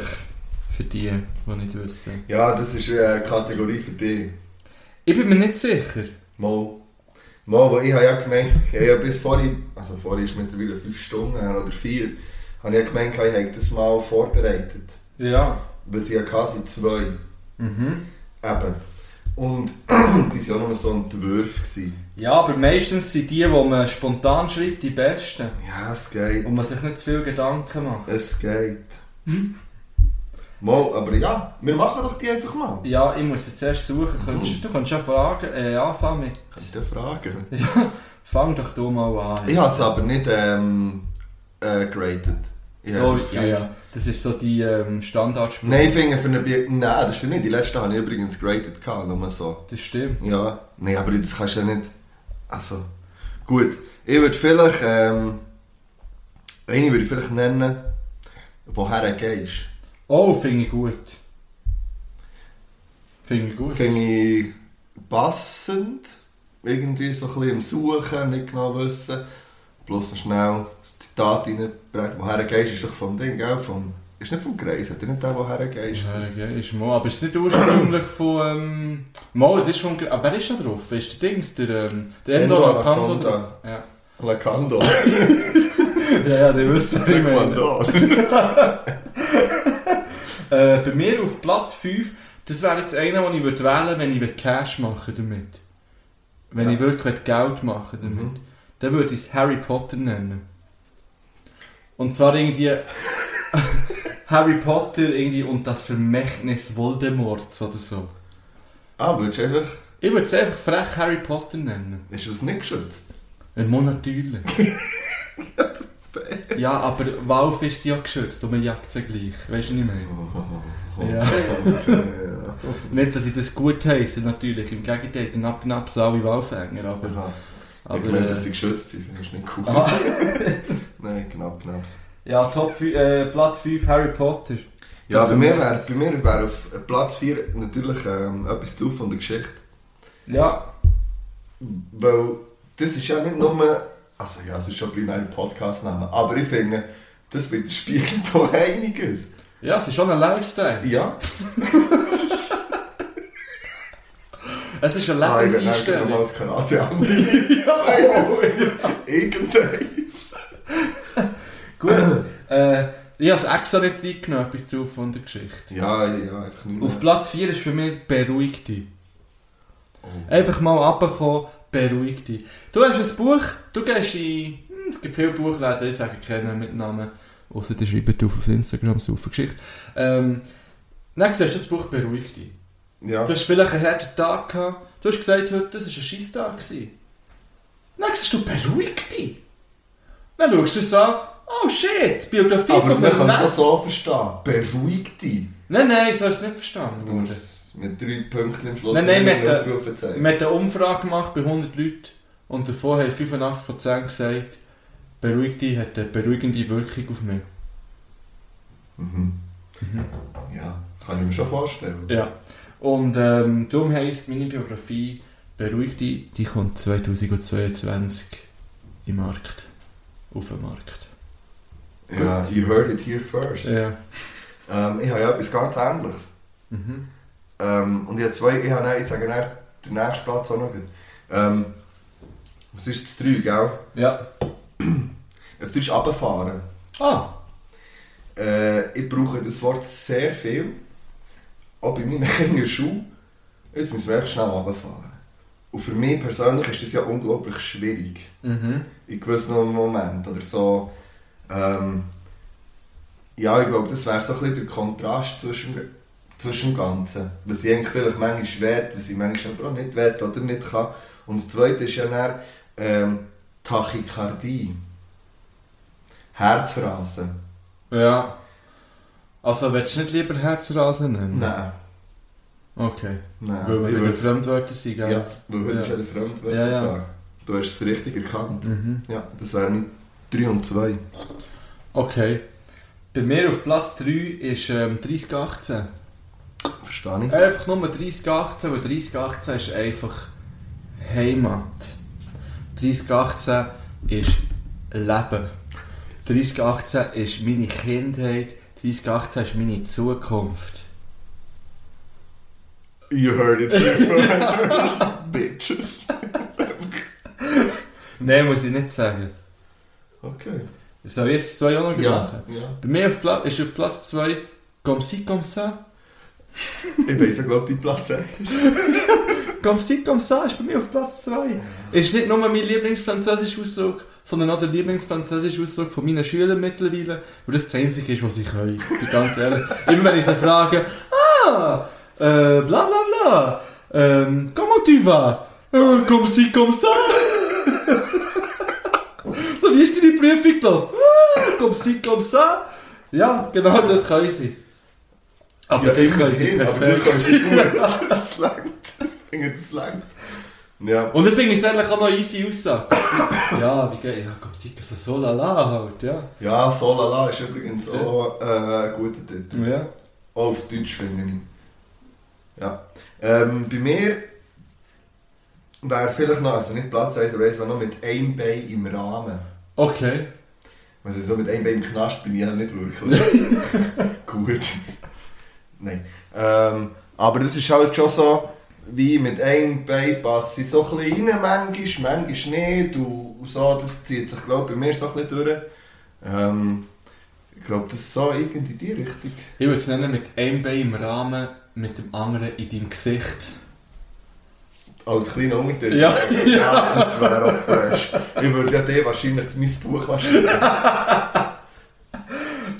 für die, die nicht wissen.
ja, das ist eine Kategorie für äh, dich.
Ich bin mir nicht sicher.
Mal. Mal, wo ich habe ja gemeint ich habe ja bis vorhin, also vorhin ist mittlerweile fünf Stunden her oder vier, habe ich ja gemeint, ich habe das mal vorbereitet.
Ja.
Was ich ja hatte, sind zwei.
Mhm.
Eben. Und die waren ja nur so ein Entwurf. gewesen.
Ja, aber meistens sind die, die man spontan schreibt, die besten.
Ja, es geht.
Und man sich nicht zu viel Gedanken macht.
Es geht. mal, aber ja, wir machen doch die einfach mal.
Ja, ich muss jetzt erst suchen. Könntest, du kannst ja fragen, äh, anfangen mit.
Kannst du fragen?
Ja, fang doch du mal an.
Ich habe es aber nicht ähm, äh, graded. Ich
Sorry,
habe
ja,
fünf.
ja. Das ist so die ähm, Standardspruch.
Nein, ich finde für eine Bier. Nein, das stimmt nicht. Die letzte habe ich übrigens graded, gehabt, nur so.
Das stimmt.
Ja, nein, aber das kannst du ja nicht. Also, gut. Ich würde vielleicht. Ähm, eine würde ich vielleicht nennen, woher er gehst.
Oh, finde ich gut. Finde ich gut.
Finde ich passend. Irgendwie so ein bisschen im Suchen, nicht genau wissen. Bloß noch schnell das Zitat reinbringen. Woher gehst, ist doch vom Ding, gell? Vom, ist nicht vom Kreis, hat er nicht der, woher gehst?
Ja, ist mal, aber es ist nicht ursprünglich von. Ähm, mal, es ist von. Aber wer ist da drauf? Ist der Dings, der. Ähm, der
Endo
Endo Lacando
Lacanda.
drauf? Ja.
Lacando.
ja, ja, der wüsste, was ich meine.
Taekwondo.
Äh, bei mir auf Blatt 5, das wäre jetzt einer, den ich würde wählen wenn ich will Cash machen damit. Wenn
Ja.
ich wirklich will Geld machen damit. Dann würde ich es Harry Potter nennen. Und zwar irgendwie. Harry Potter irgendwie und das Vermächtnis Voldemorts oder so.
Ah, würdest du einfach.
Ich würde es einfach frech Harry Potter nennen.
Ist das nicht geschützt?
Ein Monat natürlich. ja, aber Wolf ist ja geschützt und man jagt sie gleich. Weißt du, was ich meine? Ja.
ja.
Nicht, dass ich das gut heiße, natürlich. Im Gegenteil, dann abknapp alle Walfänger. Aber,
Aha.
aber,
ich meine,
äh, Ah.
dass sie geschützt sind, finde ich nicht cool.
Aha.
Nein, genau, genau.
ja, Top fü- äh, Platz 5 Harry Potter.
Ja,
Das
bei mir
ist-
wäre bei mir wär auf äh, Platz 4 natürlich ähm, etwas zu von der Geschichte.
Ja,
Weil das ist ja nicht nur. Also ja, es ist schon primär ein Podcastname, aber ich finde, das widerspiegelt auch einiges.
ja, es ist schon ein Lifestyle.
Ja,
Es ist eine
Ah, ich bin eigentlich
Lebenseinstellung.
nochmal als Karate an. ja, irgendeins.
gut, äh, ich habe es extra nicht reingenommen, etwas zu von der Geschichte.
Ja, ja, einfach nicht mehr.
Auf Platz 4 ist für mich Beruhigte.
Oh.
Einfach mal runterkommen, beruhig dich. Du hast ein Buch, du gehst in... hm, Es gibt viele Buchläden, ich sage keinen mit Namen. Außer die schreiben du auf Instagram, super Geschichte. Ähm, dann siehst du das Buch, beruhig dich.
Ja,
Du hast vielleicht einen harten Tag gehabt. Du hast gesagt, heute, das war ein scheiß Tag. gewesen. Dann siehst du, beruhig dich. Dann schaust du es an. Oh shit, Biografie
aber
von
man kann es auch
einem
so verstehen. Beruhig dich.
Nein, nein, so ist es nicht verstanden
Du
worden.
musst mit drei Punkten im Schluss
Nein, nein,
immer einen
mit der-
Ausruf zeigen.
Wir haben eine Umfrage gemacht bei 100 Leuten und davon haben 85% gesagt, beruhigt dich, hat eine beruhigende Wirkung auf mich.
Mhm. Ja, kann ich mir schon vorstellen.
Ja. Und ähm, darum heisst meine Biografie Beruhigt dich, die kommt 2022 im Markt. Auf den Markt.
Ja, you heard it here first.
Ja.
Ähm, ich habe ja etwas ganz Ähnliches.
Mhm.
Ähm, und ich habe zwei, ich, habe, dann- ich sage dann den nächsten Platz auch noch. gleich. Ähm, was ist das 3, gell?
Ja.
Das 3 ist runterfahren.
Ah,
Äh, ich brauche das Wort sehr viel. Auch bei meinen Kindern in der Schule. Jetzt müssen wir echt schnell runterfahren. Und für mich persönlich ist das ja unglaublich schwierig.
mhm.
in gewissen Momenten oder so. Ähm, ja, ich glaube, das wäre so ein bisschen der Kontrast zwischen, zwischen dem Ganzen. Was ich eigentlich vielleicht manchmal will, was ich manchmal aber auch nicht will oder nicht kann. Und das Zweite ist ja dann ähm, Tachykardie. Herzrasen.
ja. Also, willst du nicht lieber Herzrasen nennen?
Nein,
Okay.
nein.
Weil wir
Ich
wieder
würd's-
Fremdwörter sind, gell?
Ja, weil heute
Ja.
ist ja der Fremdwörter.
Ja, ja.
Du hast es richtig erkannt.
Mhm.
Ja, das wären 3 und 2.
Okay. Bei mir auf Platz 3 ist ähm, 3018.
Verstehe ich?
Einfach nur 3018, weil 3018 ist einfach Heimat. 3018 ist Leben. 3018 ist meine Kindheit. 3018 ist meine Zukunft.
You heard it here first, bitches.
Nein, muss ich nicht sagen.
Okay.
Soll ich jetzt zwei auch noch machen?
ja.
Bei mir auf Pla ist auf Platz 2 Comme si, comme ça.
Ich weiss ja, glaube ich, deinen Platz eins.
Comme si, comme ça ist bei mir auf Platz 2. Ist nicht nur mein Lieblingsfranzösischer Ausdruck, sondern auch der Lieblingsfranzösische Ausdruck von meinen Schülern mittlerweile, weil das das Einzige ist, was ich kann. Ich bin ganz ehrlich. Immer wenn ich sie frage, ah, äh, bla bla bla, ähm, comment tu vas? Äh, comme si, comme ça. so, wie ist deine Prüfung gelaufen? Ah, comme si, comme ça. Ja, genau das kann ich sein. Aber
Ja,
das kann ich sein,
immerhin, aber das
perfekt.
kann ich gut. Das langt. Ich finde, das langt. Ja.
Und ich finde es eigentlich auch noch eine easy Aussage. ja, wie geht Ja, komm, sicher so so lala halt, ja.
Ja, Solala ist übrigens auch äh, ein guter Titel.
Ja.
Auch auf Deutsch finde ich. Ja. Ähm, bei mir wäre vielleicht noch, also nicht Platz 1, aber eins wäre noch mit einem Bein im Rahmen.
Okay.
Also so mit einem Bein im Knast bin ich ja nicht wirklich. Gut. Nein. Ähm, aber das ist halt schon so, wie mit einem Bein passe ich so ein bisschen rein, manchmal, manchmal nicht. Und und so, das zieht sich, glaube ich, bei mir so ein bisschen durch. Ähm, ich glaube, das ist so irgendwie die Richtung.
Ich würde es nennen mit einem Bein im Rahmen, mit dem anderen in deinem Gesicht.
Als kleiner Untertitel.
Ja.
ja, das wäre auch fresh. Ich würde ja dir wahrscheinlich mein Buch wahrscheinlich.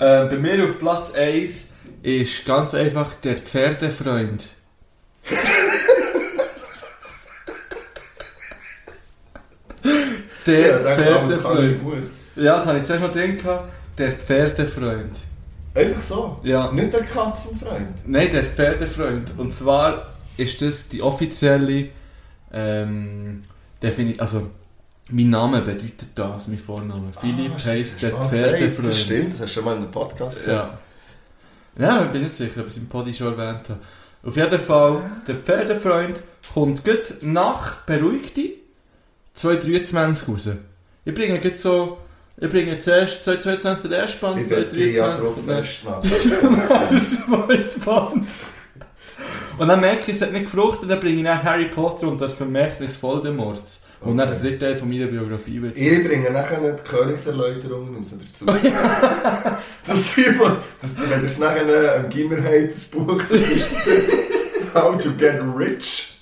Äh, bei mir auf Platz 1 ist ganz einfach der Pferdefreund. der
Ja, danke, aber das kann ich
Pferdefreund.
muss.
Ja, das habe ich zuerst noch gedacht. Der Pferdefreund.
Einfach so.
Ja.
Nicht der Katzenfreund.
Nein, der Pferdefreund. Und zwar ist das die offizielle ähm, Definition. Also, mein Name bedeutet das, mein Vorname. Philipp heisst der
Ah, sehr,
Pferdefreund.
Das stimmt, das hast du schon mal in einem Podcast gesagt.
Ja. Nein, ich bin nicht sicher, ob ich es im Podi schon erwähnt habe. Auf jeden Fall, der Pferdefreund kommt gut nach Beruhig dich 223 raus. Ich bringe jetzt so. Ich bringe zuerst 222 den ersten Band,
Ich werde dich ja drauf
223 den nächsten.
festmachen.
Das zweite Band. Und dann merke ich, es hat nicht gefruchtet, und dann bringe ich dann Harry Potter und das Vermächtnis Voldemorts. Und dann der
Okay.
dritte Teil von meiner Biografie wird sein.
Ich bringe nachher die Königserläuterungen raus dazu. das Typ, das, wenn ihr es nachher äh, am Gimmer habt, das Buch zu How to get rich.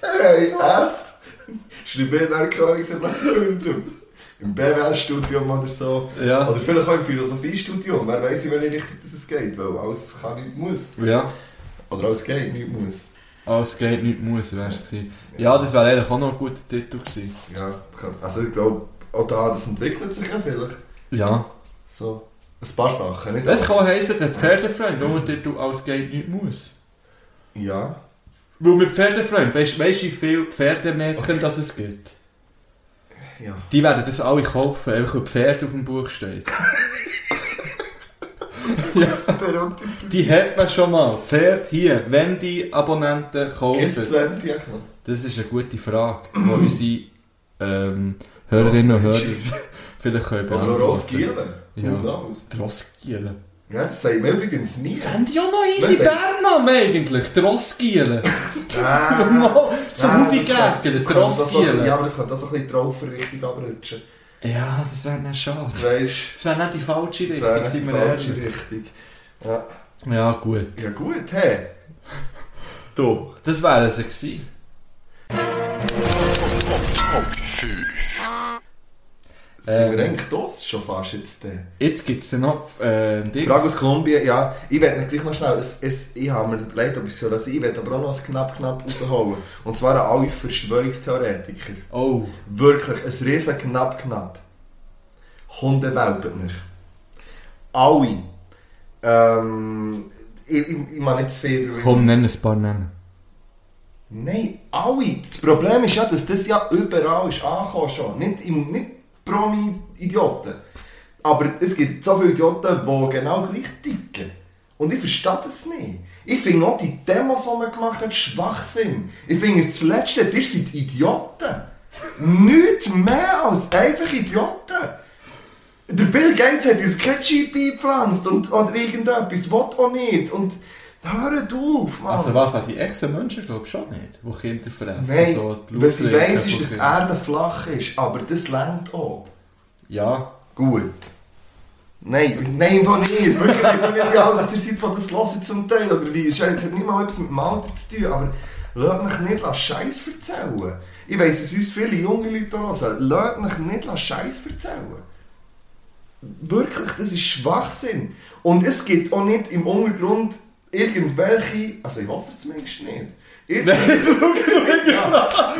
Hey, F. Schreib mir dann Königserläuterungen zu. Im BWL-Studium oder so.
Ja.
Oder vielleicht auch im Philosophiestudium. Wer weiß, in welche Richtung das es geht. Weil alles kann, nicht muss.
Ja.
Oder alles geht, nicht muss.
Alles geht, nichts muss, wär's gewesen. Ja, das wäre eigentlich auch noch ein guter Titel gewesen.
Ja, also ich glaube, auch da, das entwickelt sich ja vielleicht.
Ja.
So, ein paar Sachen, nicht?
Das kann heissen, der Pferdefreund, nur der du alles geht, nichts muss.
Ja.
Weil mit Pferdefreund, weißt weißt du, wie viele Pferdemädchen das es gibt?
Ja.
Die werden das alle kaufen, einfach weil Pferd auf dem Buch steht. Die hat man schon mal. Pferd hier, wenn die Abonnenten
Gibt es
kaufen.
Ende eigentlich noch?
Das ist eine gute Frage, die unsere ähm, Hörerinnen und Hörer vielleicht können
Oder
beantworten
Rossgielen?
Ja.
Ja. Who knows?
Droskiele.
Ja, das sagt man übrigens nie.
Fände ich auch noch easy
Was?
Bername eigentlich. Droskiele.
Ah,
Mal so die Gerke, das
das könnte auch so- Ja,
Droskiele.
aber das könnte auch so ein bisschen die Rauferrichtung abrutschen.
Ja, das wäre nicht schade.
Weisst
Das wäre nicht die falsche
du,
Richtung, sind wir ehrlich.
Richtung. Ja.
Ja, gut.
ja gut, hey.
Du, das wäre es gewesen.
Sind wir
Ähm.
eigentlich das schon fast jetzt? Äh?
Jetzt gibt es noch äh, Dings.
Frage aus Kolumbien, ja. Ich werde gleich noch schnell, es, es, ich habe mir überlegt, ob ich es so lasse. Ich werde aber auch noch ein knapp knapp rausholen. Und zwar an alle Verschwörungstheoretiker.
Oh,
Wirklich, ein riesen knapp knapp. Hunde welpen mich. Alle. Ähm, ich, ich, ich mache nicht zu viel drüber.
komm, nenn ein paar Namen.
Nein, alle. Das Problem ist ja, dass das ja überall ist angekommen schon. Nicht, im- nicht Promi-Idioten. Aber es gibt so viele Idioten, die genau gleich ticken. Und ich verstehe das nicht. Ich finde auch die Demos, die man gemacht hat, Schwachsinn. Ich finde das Letzte, ihr seid Idioten. Nicht mehr als einfach Idioten. Der Bill Gates hat uns kein GP gepflanzt und, und irgendetwas, will auch nicht. Und Hör doch auf, Mann!
Also was, an die echten Menschen glaube ich schon nicht, die Kinder fressen.
Nein,
so die
was ich
Blutlinien
weiss, ist,
von
dass die
Kindern.
Erde flach ist, aber das längt auch.
Ja,
Gut. Nein, nein, von nicht. Wirklich, ich weiss auch nicht, wie alt das ihr seid, von das hören zum Teil. Oder wie, Scheiße, es hat nicht mal etwas mit dem Alter zu tun, aber lasst mich nicht Scheiß erzählen. Ich weiss, dass uns viele junge Leute auch hören. Lasst mich nicht Scheiß erzählen. Wirklich, das ist Schwachsinn. Und es gibt auch nicht im Untergrund irgendwelche, also ich hoffe es zumindest nicht, irgendwelche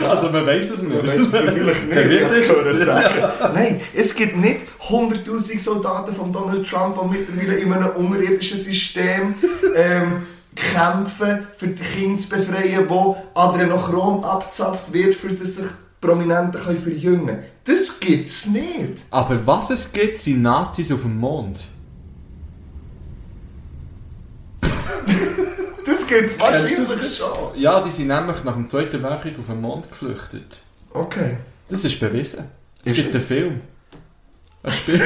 also man weiss es nicht.
Nein, das natürlich nicht.
Dann
Das
wisst
kann
ihr
man
es.
sagen. Nein, es gibt nicht 100.000 Soldaten von Donald Trump, die mittlerweile in einem unterirdischen System ähm, kämpfen, für die Kinder zu befreien, wo Adrenochrom abgezapft wird, für das sich Prominente können verjüngen können. Das gibt es nicht.
Aber was es gibt, sind Nazis auf dem Mond.
Das gibt
Kennst
es
du das
wahrscheinlich
nicht?
schon.
Ja, die sind nämlich nach dem Zweiten Weltkrieg auf den Mond geflüchtet.
Okay.
Das ist bewiesen. Es
Ist
gibt
es?
einen Film. Ein Spiel.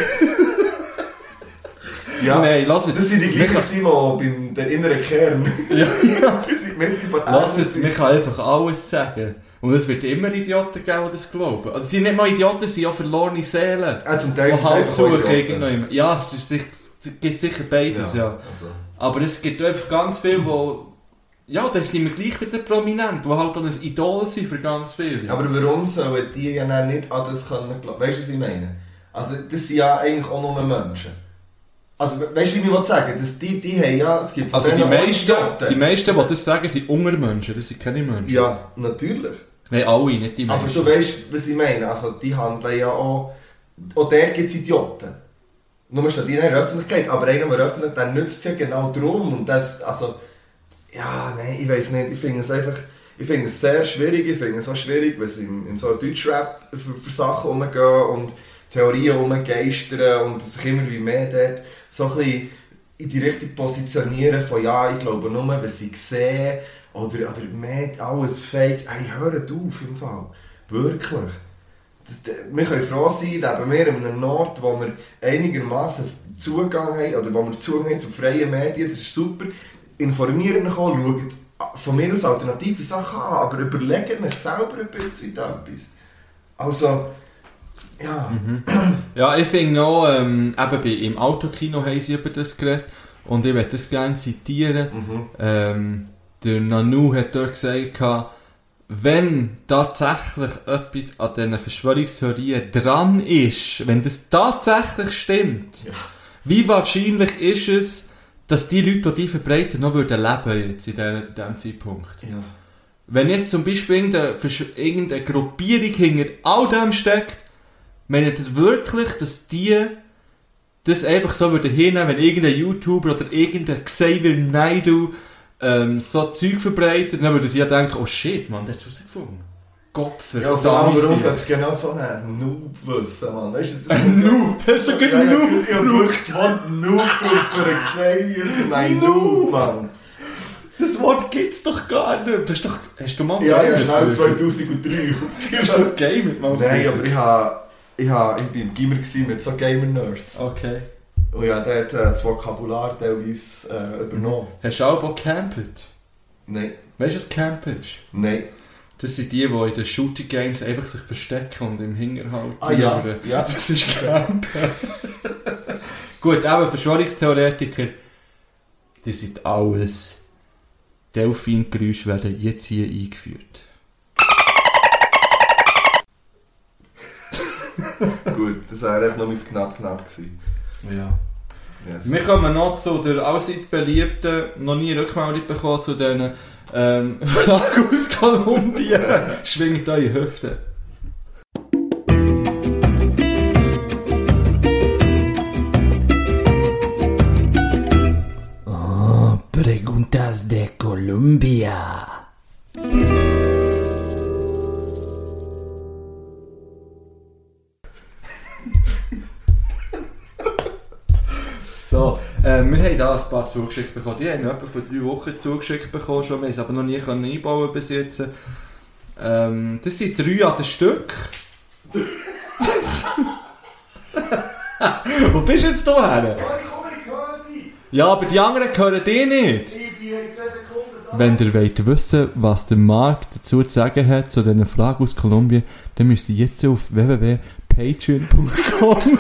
Ja.
Nein, lass es.
Das sind die gleichen,
Micha-
die beim der inneren Kern.
Ja.
die sind die Mitte von
Lass es,
Erde.
man kann einfach alles sagen. Und es wird immer Idioten geben, die das glauben. Also, es sind nicht mal Idioten, es sind ja verlorene Seelen.
Ah, zum
Die
Teil ist es
halt
einfach auch
suchen
Idioten.
irgendjemand. Ja, es, ist, sich- es gibt sicher beides, ja.
Also.
Aber es gibt auch einfach ganz viele, wo... Ja, da sind wir gleich wieder prominent, die halt dann ein Idol sind für ganz viele.
Aber warum sollen die ja dann nicht an das können glauben? Weißt du, was ich meine? Also, das sind ja eigentlich auch nur Menschen. Also, we- weißt du, wie ich will sagen? Dass die, die haben ja, es gibt von
also die
denen auch
meisten,
Idioten.
die meisten, die das sagen, sind Untermenschen, das sind keine Menschen.
Ja, natürlich.
Nein, alle, nicht die
Aber du
meisten.
weißt, was ich meine. Also, die handeln ja auch. Auch der gibt es Idioten. Nur steht die in der Öffentlichkeit. Aber einer, der öffentlich, der nützt es ja genau drum. Und das, also. Ja, nein, ich weiß nicht. Ich finde es einfach. Ich finde es sehr schwierig. Ich finde es auch schwierig, wenn es in, in so einem Deutschrap für, für Sachen umgehen und Theorien umgeistern und sich immer wie mehr dort so ein bisschen in die Richtung positionieren von ja, ich glaube nur, wenn sie sehen oder, oder mehr alles fake. Hey, hört auf im Fall. Wirklich. Das- d- Wir können froh sein, leben wir an einem Ort, wo wir einigermaßen Zugang haben, oder wo wir Zugang haben zu freien Medien, das ist super. Informieren euch auch, schaut a- von mir aus alternative Sachen an, aber überlegt euch selber ein bisschen etwas. Also, ja,
Ja, ich finde noch, ähm, eben bei, im Autokino haben sie über das geredet und ich möchte das gerne zitieren. Ähm, der Nanu hat dort gesagt, gehabt, wenn tatsächlich etwas an diesen Verschwörungstheorien dran ist, wenn das tatsächlich stimmt, wie wahrscheinlich ist es, dass die Leute, die die verbreiten, noch würden leben jetzt in diesem, diesem Zeitpunkt?
ja.
Wenn jetzt zum Beispiel irgendeine, Versch- irgendeine Gruppierung hinter all dem steckt, meint ihr wirklich, dass die das einfach so würden hinnehmen, wenn irgendein YouTuber oder irgendein Xavier Naidoo ähm, so Zeug verbreitet, dann würden sie ja denken, oh shit, man, der hat es rausgefunden. Gott
Ja, vor allem, warum sollte
verdammt.
es genau so einen Noob wissen, Mann? Weißt du, das
Ein Noob, hast du
Ja,
keinen
ja,
Noob?
Ich habe wirklich das Wort Noob für einen Xavier. Nein, Noob, Mann.
Das Wort gibt's doch gar nicht. Das ist doch, hast du mal
Ja, ja,
gegamet
schnell
wirklich?
2003.
Hast du Gamer mal
Nein,
wirklich?
aber ich habe... Ich, hab, ich bin im Gamer gewesen mit so Gamer-Nerds.
Okay.
Und ja, der hat äh, das Vokabular teilweise äh, übernommen.
Hast du auch mal gecampt? Mhm.
Nein,
Weißt du, was Camp ist?
nein.
Das sind die, die in den Shooting Games einfach sich verstecken und im Hinterhalt
Ah, ja.
rühren.
Ja.
Das ist Camp. Gut, eben Verschwörungstheoretiker, die sind alles. Delfingeräusche werden jetzt hier eingeführt.
Gut, das wäre einfach noch mein Knapp-Knapp gewesen.
Ja.
Yes.
Wir kommen noch zu der allseits beliebten, noch nie Rückmeldung bekommen zu diesen ähm, Flaggen aus Kolumbien. Schwingt eure Hüfte.
Preguntas de Colombia.
So, äh, wir haben da ein paar zugeschickt bekommen. Die haben etwa vor drei Wochen zugeschickt bekommen, schon, wir haben es aber noch nie können einbauen bis jetzt. Ähm, das sind drei an dem Stück. Wo bist jetzt du her?
Sorry, komm, ich höre dich.
Ja, aber die anderen hören die nicht.
Ich bin
Wenn ihr wollt wissen, was der Marc dazu zu sagen hat, zu diesen Fragen aus Kolumbien, dann müsst ihr jetzt auf www.patreon.com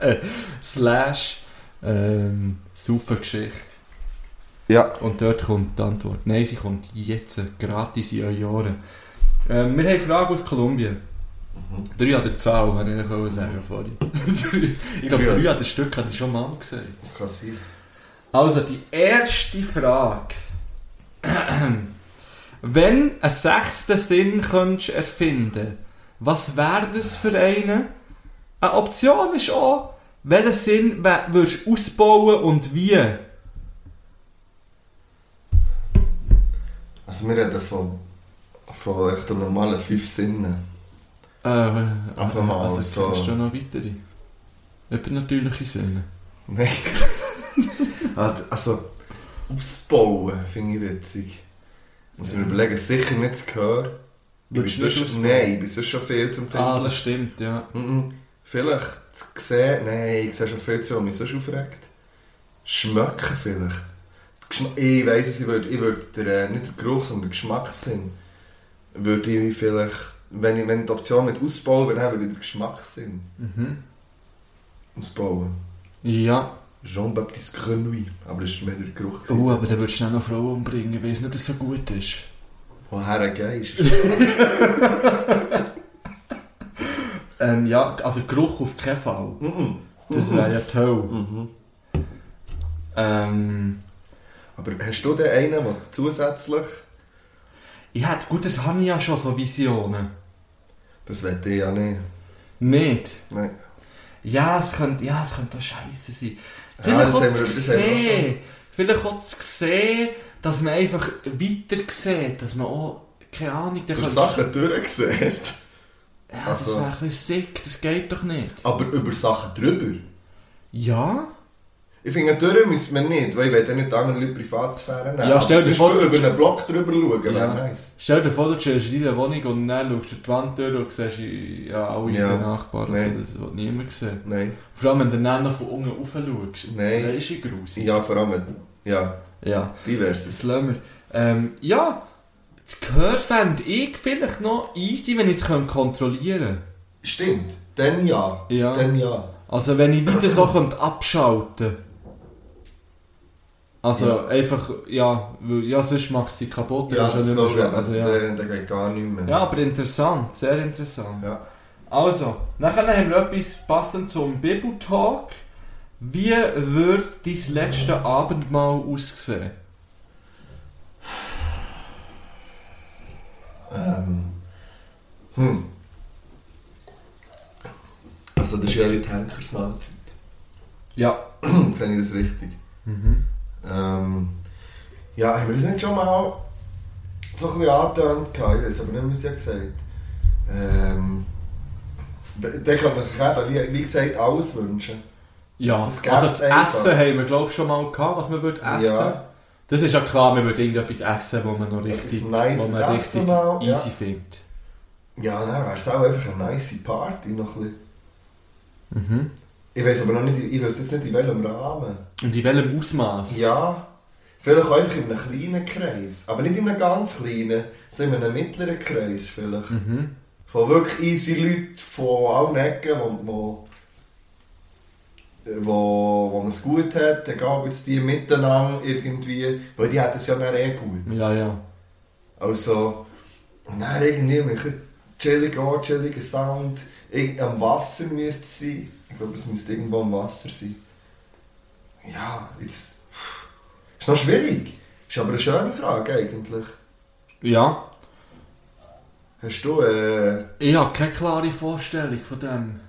äh, slash ähm, Supergeschichte.
Ja.
Und dort kommt die Antwort. Nein, sie kommt jetzt, gratis in euren Jahren. Ähm, wir haben Fragen aus Kolumbien. Drei an der Zahl, wenn ich euch sagen vorhin. Drei- ich glaube, drei an der Stück habe ich schon mal gesagt.
Das kann sein.
Also, die erste Frage. Wenn einen sechsten Sinn könntest erfinden was wäre das für einen? Eine Option ist auch, welchen Sinn wä- würdest du ausbauen und wie?
Äh, Also wir reden von, von echt den normalen fünf Sinnen.
Äh, also,
mal
also
so.
kennst du noch weitere? Übernatürliche Sinne.
Nein. also, ausbauen finde ich witzig. Muss ich mir überlegen, sicher nicht das Gehör. Ich bin
Würdest du nicht
sonst,
ausbauen?
nein, ich bin sonst schon viel zu empfindlich.
Ah, das stimmt, ja.
Mhm. Vielleicht das Sehen, nein, ich sehe schon viel zu viel, was mich sonst aufregt. Schmecken vielleicht. Geschm- Ich weiss es, ich würde, ich würde den, äh, nicht den Geruch, sondern den Geschmackssinn würde ich vielleicht, wenn ich, wenn ich die Option mit ausbauen würde, dann würde ich den Geschmackssinn
Mhm.
ausbauen.
Ja.
Jean-Baptiste Grenouille, aber das ist mehr der Geruch. gewesen.
Oh, aber dann würdest du dann noch Frauen umbringen. Ich weiss nicht, ob das so gut ist.
Woher ein Geist?
Ähm, ja, also Geruch auf keinen Fall.
Mhm.
Das wäre ja toll.
Mhm.
Ähm,
Aber hast du den einen, der zusätzlich,
ich hätte, gut, das habe ich ja schon so Visionen.
das will ich ja nicht.
Nicht?
Nein.
Ja, es könnte, ja, es könnte auch scheiße sein.
Ja, das
Vielleicht auch
haben
das
wir- das haben wir auch
Gesehen. Vielleicht auch das Gesehen, dass man einfach weiter sieht, dass man auch, keine Ahnung, der
Du hast Sachen durchgesehen.
Ja, das
also-
wäre ein bisschen sick, das geht doch nicht.
Aber über Sachen drüber.
Ja?
Ich finde, durch müssen wir nicht, weil ich will ja nicht anderen Leute Privatsphäre nehmen.
Ja, stell
Aber
dir
zum
vor,
Beispiel
du-
über einen Block drüber schauen,
Ja.
wäre nice.
Stell dir vor, du chillst in deiner Wohnung und dann schaust du die Wand durch und siehst äh, ja, alle
Ja.
deine Nachbarn.
Nein.
Also, das will niemand sehen.
Nein.
Vor allem, wenn du dann noch von unten rauf schaust.
Nein.
Dann ist ja grusig.
Ja, vor allem, wenn- ja,
Ja,
diverses.
das lassen wir. Ähm, ja, das Gehör fände ich vielleicht noch easy, wenn ich es kontrollieren könnte.
Stimmt. Dann ja.
Ja.
Dann ja.
Also wenn ich wieder so könnte abschalten Also
Ja.
einfach, ja, weil- ja, sonst macht sie kaputt. dann
Ja,
kannst
das
du nicht mehr
glaube ich.
schlafen.
Also,
Also, ja.
der, der geht gar nicht mehr.
ja, aber interessant, sehr interessant.
Ja.
Also, nachher haben wir etwas passend zum Bibeltalk. Wie würde dein letzte Abendmahl aussehen?
Ähm. Hm. Also, das ist ja die Tankersmahlzeit.
Ja.
Sehe ich das richtig?
Mhm.
Ähm, ja, haben wir das nicht schon mal so ein bisschen angetönt? gehabt? Ich weiß aber nicht, mehr, was ich gesagt habe. Ähm, dann kann man sich eben, wie, wie gesagt, alles wünschen.
Ja,
Das
also
gab's
das Essen
einfach.
haben wir glaube ich schon mal gehabt, was man würde essen.
Ja.
Das ist ja klar, man würde irgendetwas essen, wo man noch richtig,
Etwas Nices
wo man richtig
essen mal, ja.
easy findet.
Ja, dann wäre es auch einfach eine nice Party. Noch ein bisschen.
Mhm.
Ich weiß aber noch nicht, ich weiß jetzt nicht, in welchem Rahmen.
Und in welchem Ausmaß?
Ja, vielleicht auch einfach in einem kleinen Kreis. Aber nicht in einem ganz kleinen, sondern in einem mittleren Kreis vielleicht.
Mhm.
Von wirklich easy Leuten von allen Ecken, wo, wo, äh, wo, wo man es gut hat, egal ob jetzt die miteinander irgendwie, weil die hätten es ja dann eh gut.
Ja, ja.
Also, und dann irgendwie mit einem chilligen Ort, chilligen Sound, irgend- am Wasser müsste es sein. Ich glaube, es müsste irgendwo am Wasser sein. Ja, jetzt... Ist noch schwierig. Ist aber eine schöne Frage eigentlich.
Ja.
Hast du, äh...
Ich habe keine klare Vorstellung von dem.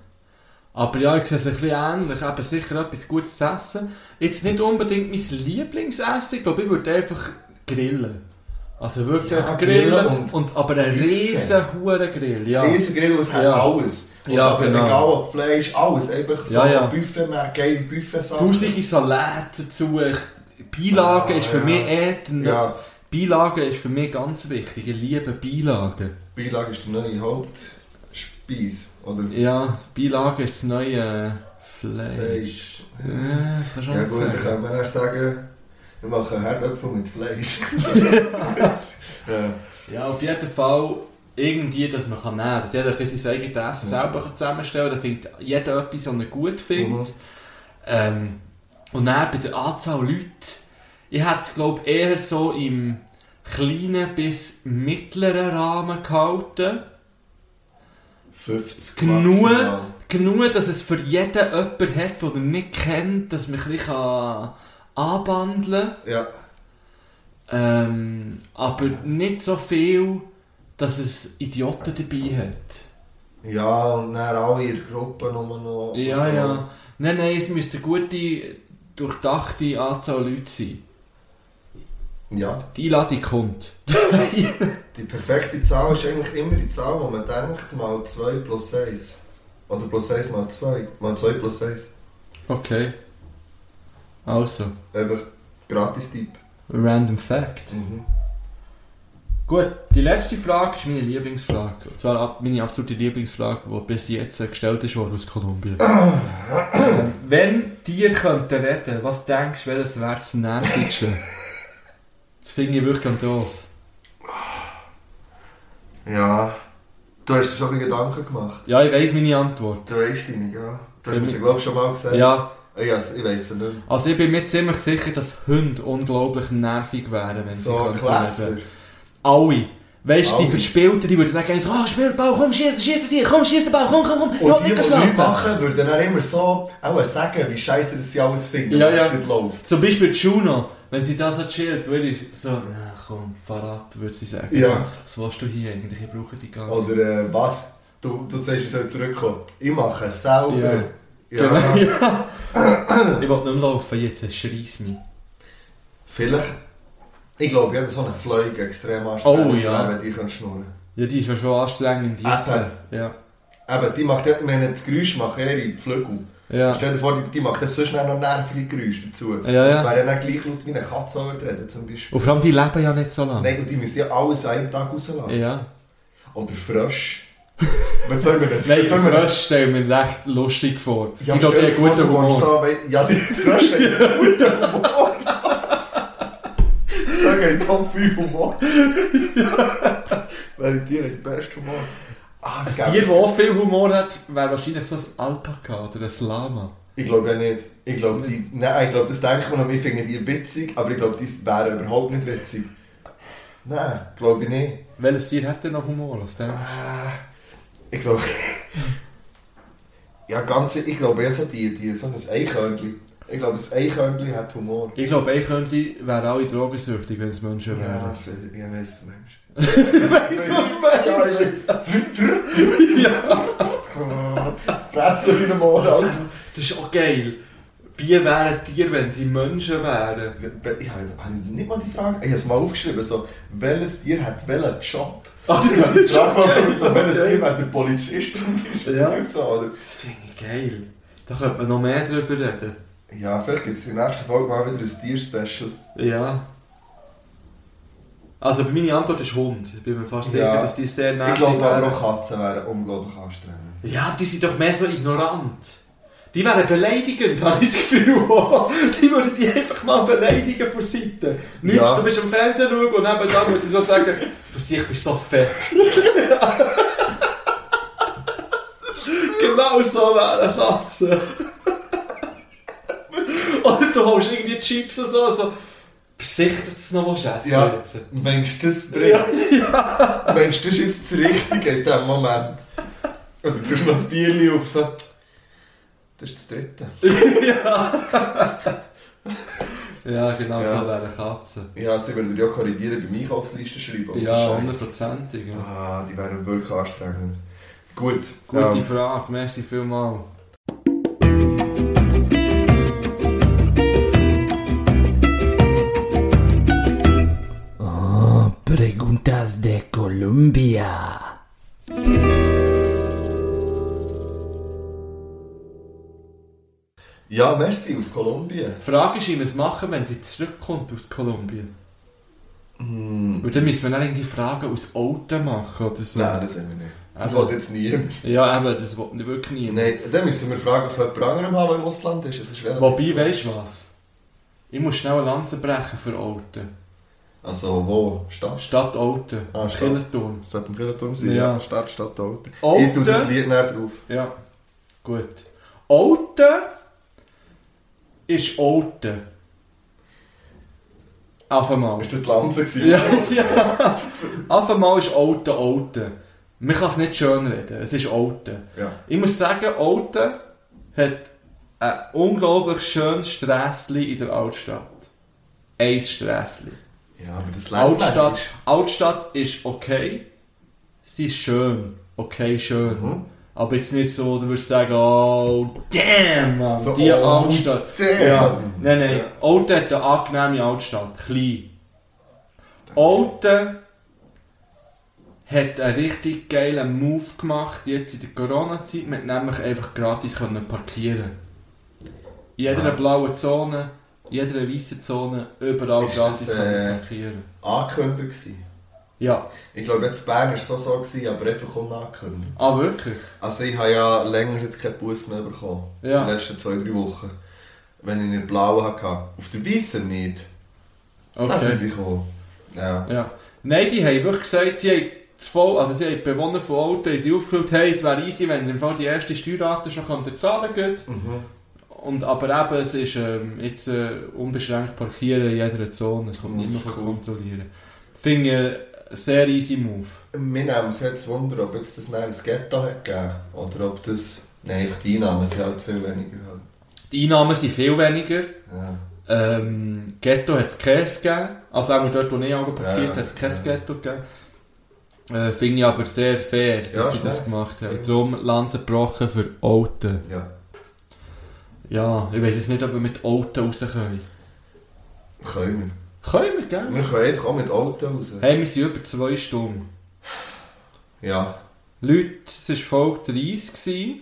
Aber ja, ich sehe es ein bisschen ähnlich. Eben sicher etwas Gutes zu essen. Jetzt nicht unbedingt mein Lieblingsessen. Ich glaube, ich würde einfach grillen. Also wirklich
Ja,
einfach grillen.
grillen
und,
und-
aber einen riesen hohen Grill. Ja.
Riesengrill, es hat
Ja.
alles. Und
Ja,
aber
genau.
Egal ob Fleisch, alles. Einfach so
Ja, ja.
Buffet, mehr geile Buffet-Sachen.
Tausende Salate dazu. Beilage ist für
Ah, ja.
mich eh... die-
Ja,
Beilage ist für mich ganz wichtig. Ich liebe Beilagen.
Beilage ist der neue Hauptspeis. Oder
Ja, Beilage ist das neue Fleisch.
Fleisch.
Ja, das kannst du auch
Ja
nicht
gut, dann
sagen.
kann man dann sagen, Wir machen Herdöpfel mit Fleisch. ja.
Ja, auf jeden Fall irgendwie, dass man kann nehmen kann. Dass jeder ein bisschen sein eigenes Essen selber kann zusammenstellen kann. Dann findet jeder etwas, was er gut findet. Ähm, und dann bei der Anzahl Leute, ich hätte es glaube eher so im kleinen bis mittleren Rahmen gehalten.
50
Genug,
maximal.
genug, dass es für jeden jemanden hat, den er nicht kennt, dass man ein bisschen kann anbandeln kann.
Ja.
Ähm, aber nicht so viel, dass es Idioten dabei hat.
ja, und dann alle in der Gruppe nur noch.
Ja,
so.
ja. Nein, nein, es müsste eine gute, durchdachte Anzahl Leute sein.
Ja,
Die Einladung kommt.
die perfekte Zahl ist eigentlich immer die Zahl, die man denkt, mal 2 plus 1. Oder plus 1 mal 2. Mal 2 plus 1.
Okay. Also,
Einfach gratis Tipp.
random fact.
Mhm.
Gut, die letzte Frage ist meine Lieblingsfrage. Und zwar ab- meine absolute Lieblingsfrage, die bis jetzt äh, gestellt ist worden aus Kolumbien. Ähm, Wenn Tiere könnten reden, was denkst du, welches wäre das nervigste? Das finde ich wirklich an das.
Ja. Du hast dir schon ein Gedanken gemacht.
Ja, ich weiss meine Antwort.
Du weißt ihn, ja. Du hast
Ziemlich.
mir sie, glaube ich, schon mal gesagt. Ah,
Ja,
Ja, ich weiß es nicht.
also ich bin mir ziemlich sicher, dass Hunde unglaublich nervig wären, wenn sie
So,
könnten
Kläffer.
reden. Alle. Weißt du, die
Alle.
Verspielten, die würden sagen, oh, spiel den Ball, komm, schieß den, schieß den, Sieg, komm, schieß den Ball, komm, komm, komm, ich will
Und die, die
nicht
nichts
schlafen.
machen, würden dann immer so auch sagen, wie scheiße dass sie alles finden,
Ja,
was
ja.
nicht läuft.
Zum Beispiel Juno, wenn sie das hat chillt, würde ich so, na komm, fahr ab, würde sie sagen.
Ja.
So, Was willst du hier eigentlich? Ich brauche die gar nicht.
Oder äh, was? Du, du sagst, ich soll zurückkommen. Ich mache es selber.
Genau, ja. ich will nicht mehr laufen, jetzt schreiss mich.
Vielleicht. Ich glaube, ja, so eine Fleuge extrem anstrengend
Oh, ja.
wäre, wenn die können schnurren
Ja, die ist ja schon anstrengend jetzt.
Äpfel.
Ja.
Eben, die macht ja, wenn das Geräusch macht, ja ihre Flügel.
Ja.
Stell dir vor, die, die macht das sonst dann noch nervige Geräusche dazu.
Ja, ja.
Das wäre ja dann gleich laut wie eine Katze würde reden, zum Beispiel.
Und vor allem, die leben ja nicht so lange.
Nein, und die müssen ja alles einen Tag rauslassen.
Ja.
Oder Frösch. Jetzt sollen wir
Nein,
jetzt sollen wir-
das stelle ich mir recht lustig vor.
Ja,
ich glaube, die
stell
hat
dir vor,
guten
du wohnst
Humor.
so bei- Ja, die Frösche haben einen guten Humor. Sag einen Top 5 Humor. Wäre die den besten Humor. Ah, es
Die, die
gäbe
auch viel Humor hat, wäre wahrscheinlich so ein Alpaka oder ein Lama.
Ich glaube ja nicht. Ich glaube, die, nein, ich glaube, das denkt man an mich, finden die witzig, aber ich glaube, die wären überhaupt nicht witzig. Nein, glaube ich nicht.
Welches Tier hat denn noch Humor? Was denkst du?
Ich glaube. ja, ganz, ich glaube, ja, so, die, die, so ein Eichhörnchen. Ich glaube, ein Eichhörnchen hat Humor.
Ich glaube, ich könnte, wären alle drogensüchtig, wenn es Menschen
Ja,
wären.
das weiß ich, weiss, du meinst.
Weißt du, was
Ja, ich
ich meine?
Fress doch in den Mond aus.
Das ist auch geil. Wie wären Tiere, wenn sie Menschen wären?
Ich habe habe ich nicht mal die Frage. Ich habe es mal aufgeschrieben. So, welches Tier hat welchen Job?
Also, das ist
Frag
schon
mal,
geil.
so, welches Tier wäre der Polizist zum Beispiel?
Ja.
So, oder?
Das finde ich geil. Da könnte man noch mehr drüber reden.
ja, vielleicht gibt es in der nächsten Folge mal wieder ein Tier-Special.
Ja. Also meine Antwort ist Hund. Ich bin mir fast sicher,
Ja.
dass die sehr
ich
nervig
glaube aber
wären.
auch Katzen wären unglaublich anstrengend.
Ja, aber die sind doch mehr so ignorant. Die wären beleidigend, habe ich das Gefühl. die würden die einfach mal beleidigen von Seite. Nicht,
Ja.
du bist am Fernsehen schauen und nebenan würden sie so sagen, du Sieg bist so fett. genau so wäre eine Katze. Oder du holst irgendwie Chips und so. so. Bist du sicher, dass du es noch willst essen
Ja.
jetzt?
Mensch, das bringt. Ja. Mensch, das ist jetzt das Richtige in diesem Moment. Oder du tust noch ein Bierchen auf. So. Das ist das dritte.
Ja, genau
Ja.
so wäre eine Katze.
Ja, sie würden ja korrigieren beim Einkaufsliste schreiben. und
Ja,
so Scheiss.
hundertprozentig. ja.
Ah, die wären wirklich anstrengend. Gut.
Gute
ähm,
Frage, merci vielmals.
Preguntas de Colombia.
ja, merci auf Kolumbien.
Die Frage ist, wie wir es machen, wenn sie zurückkommt aus Kolumbien. Und dann müssen wir dann irgendwie Fragen aus Alten machen oder so.
Hm. Nein, das wollen wir nicht. Das
Also-
will jetzt niemand.
Ja, eben, das will nicht wirklich niemand.
Nein, dann müssen wir fragen, ob jemand anderem haben, der im Ausland ist. Das ist relativ
Wobei, weißt du was? Ich muss schnell eine Lanze brechen für Olten.
Also, wo? Stadt?
Stadt Olten.
Ah, Stadt.
Kirchenturm.
Das sollte ein Kirchenturm sein.
Ja.
Ja. Stadt, Stadt, Alter.
Alten?
Ich tue das Lied näher drauf.
Ja, gut. Olten ist Olten. Auf einmal.
Ist das die Lanze gewesen?
Ja, ja. Auf einmal ist Olten Olten. Man kann es nicht schön reden. Es ist Olten.
Ja.
Ich muss sagen, Olten hat ein unglaublich schönes Strässchen in der Altstadt. Ein Strässchen.
Ja, aber das Leben
Altstadt,
ist-
Altstadt ist okay. Sie ist schön. Okay, schön.
Mhm.
Aber jetzt nicht so, du würdest sagen, oh, damn, Mann,
So,
die
oh,
Altstadt.
damn.
Ja. Nein, nein,
Ja.
Olten hat eine angenehme Altstadt, klein. Olten hat einen richtig geilen Move gemacht, jetzt in der Corona-Zeit. Man hat nämlich einfach gratis können parkieren In jeder blauen Zone, in jeder weißen Zone, überall
Ist
gratis
das,
können
äh,
parkieren.
Angekündigt gewesen.
Ja,
Ich glaube, jetzt Bern war es so so, gewesen, aber einfach unangekündigt.
ah wirklich?
Also ich habe ja länger jetzt keinen Bus mehr bekommen.
Ja.
In den letzten zwei, drei Wochen. Wenn ich in der blauen hatte. Auf der weißen nicht. Okay. Das ist
Okay.
ich auch. Ja.
Ja. Nein, die haben wirklich gesagt, sie haben das Vol also sie haben die Bewohner von Olten haben sie aufgerufen, hey, es wäre easy, wenn ihr im Fall die erste Steuerrate schon könnt zahlen könnt. Und, aber eben, es ist ähm, jetzt äh, unbeschränkt parkieren in jeder Zone, es kommt
Das
niemand
ist cool.
kontrollieren. Finde ich einen sehr easy Move.
Mir nehmen es jetzt Wunder, ob jetzt das neue Ghetto hat gegeben. Oder ob das... Nein, einfach die Einnahmen sind halt viel weniger. Halt.
Die Einnahmen sind viel weniger.
Ja.
Ähm, Ghetto hat es keins gegeben. Also auch dort, wo ich auch parkiert
Ja,
hat es kein
ja.
Ghetto gegeben. Äh, Finde ich aber sehr fair, dass
Ja,
sie das
fair.
gemacht haben.
Fair.
Darum Lanze gebrochen für Alten.
ja.
Ja, ich weiß jetzt nicht, ob wir mit Alten raus können.
Können
Können wir, gell?
wir. Wir können einfach auch mit Auto raus.
Hey, wir sind über zwei Stunden.
Ja.
Leute, es war Folge 30. gewesen.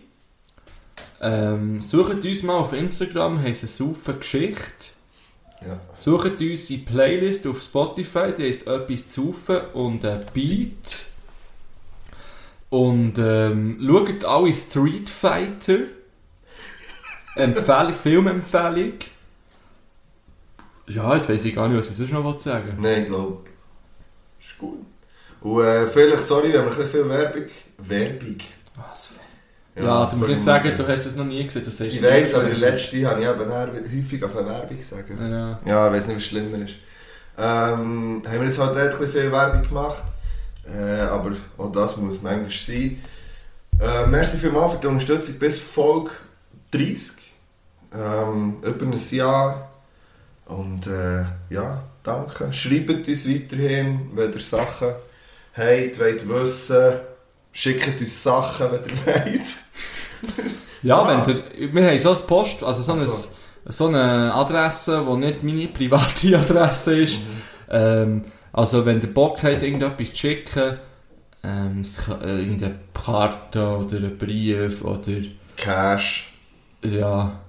Ähm, sucht uns mal auf Instagram, heisst es «Saufen Geschichte».
Ja.
Sucht unsere Playlist auf Spotify, die heisst «Etwas zu saufen» und ein Beat». Und ähm, schaut alle Street Fighter. Empfehlung, Filmempfehlung. Ja, jetzt weiss ich gar nicht, was ich sonst noch sagen will.
Nein, ich glaube. Ist gut. Und äh, vielleicht, sorry, wenn wir ein bisschen viel Werbung. Werbung.
Was? Ja, du musst nicht sagen, du hast das noch nie gesehen. Das sagst
Ich
du
weiss,
nicht.
aber die letzte habe ich eben eher häufig auf eine Werbung sagen.
Ja.
Ja, ich weiß nicht, was schlimmer ist. Ähm, haben wir jetzt halt recht viel Werbung gemacht. Äh, aber auch das muss manchmal sein. Äh, merci vielmals für die Unterstützung bis Folge 30. Ähm, über ein Jahr. Und äh, ja, danke. Schreibt uns weiterhin, wenn ihr Sachen habt, wollt wissen. Schickt uns Sachen, wenn ihr wollt.
Ja,
Ah.
wenn der, wir haben so ein Post, also so,
Ach
so.
so.
Ein, so eine Adresse, die nicht meine private Adresse ist.
Mhm.
Ähm, also wenn der Bock hat, irgendetwas zu schicken, ähm, es kann- äh, irgendeine Karte oder einen Brief oder
Cash.
ja,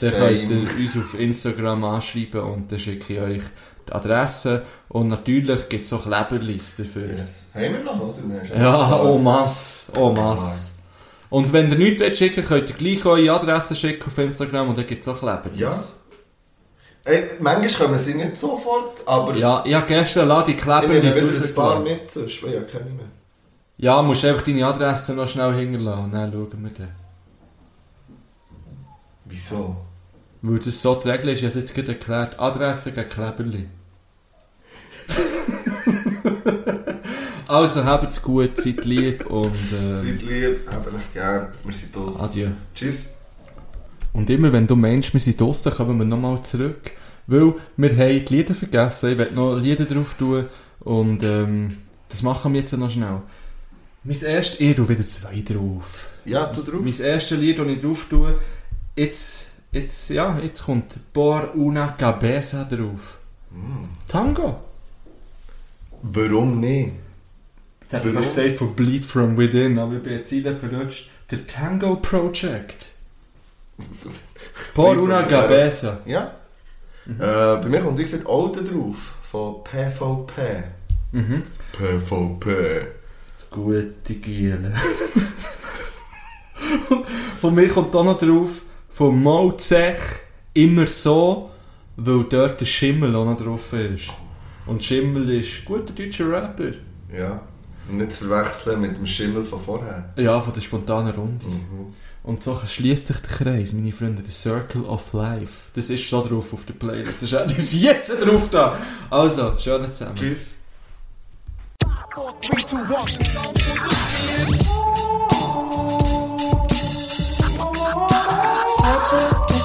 dann
Fame.
könnt ihr uns auf Instagram anschreiben und dann schicke ich euch die Adresse. Und natürlich gibt es auch Kleberlis dafür.
Haben wir noch, oder?
Ja, oh Mass, oh Mass. Und wenn ihr nichts wollt schicken könnt ihr gleich eure Adresse schicken auf Instagram und dann gibt es auch Kleber.
Ja. Ey, manchmal kommen sie nicht sofort, aber
Ja, ich habe gestern la die
ich
Kleber
nehme wieder ein paar
rausgelassen.
mit, sonst weil ich ja keine mehr.
Ja, musst einfach deine Adresse noch schnell hinterlassen und dann schauen wir dann.
Wieso?
Weil das so die Regel ist, ich habe es jetzt gerade erklärt, Adresse gegen Kleberli. also, habt's gut, seid lieb und äh,
Seid lieb, habt euch gern, wir sind los.
adieu.
Tschüss.
Und immer wenn du meinst, wir sind draussen, kommen wir nochmal zurück. Weil wir haben die Lieder vergessen, ich werde noch Lieder drauf tun. Und ähm, das machen wir jetzt noch schnell. Mein erstes, ich tue wieder zwei drauf.
Ja, du drauf.
Mein erstes Lied, das ich drauf tue, jetzt, jetzt, ja, jetzt kommt Por una cabeza drauf. Mm. Tango.
Warum nicht?
Jetzt hätte ich
Warum?
fast gesagt von Bleed From Within, aber ich bin jetzt wieder verrutscht. Der Tango Project. Por
Bleed
una
From Within.
cabeza.
Ja. Äh, bei mir kommt, wie gesagt, Alter drauf. Von PvP.
Mhm.
PvP.
Gute Giele. Von mir kommt auch noch drauf, von Malzech, immer so, weil dort der Schimmel auch noch drauf ist. Und Schimmel ist guter deutscher Rapper.
Ja. Und nicht zu verwechseln mit dem Schimmel von vorher.
Ja, von der spontanen Runde.
Mhm.
Und so schließt sich der Kreis, meine Freunde, der Circle of Life. Das ist schon drauf auf der Playlist. Das ist auch das ist jetzt drauf da. Also, schön zusammen.
Tschüss.
Heute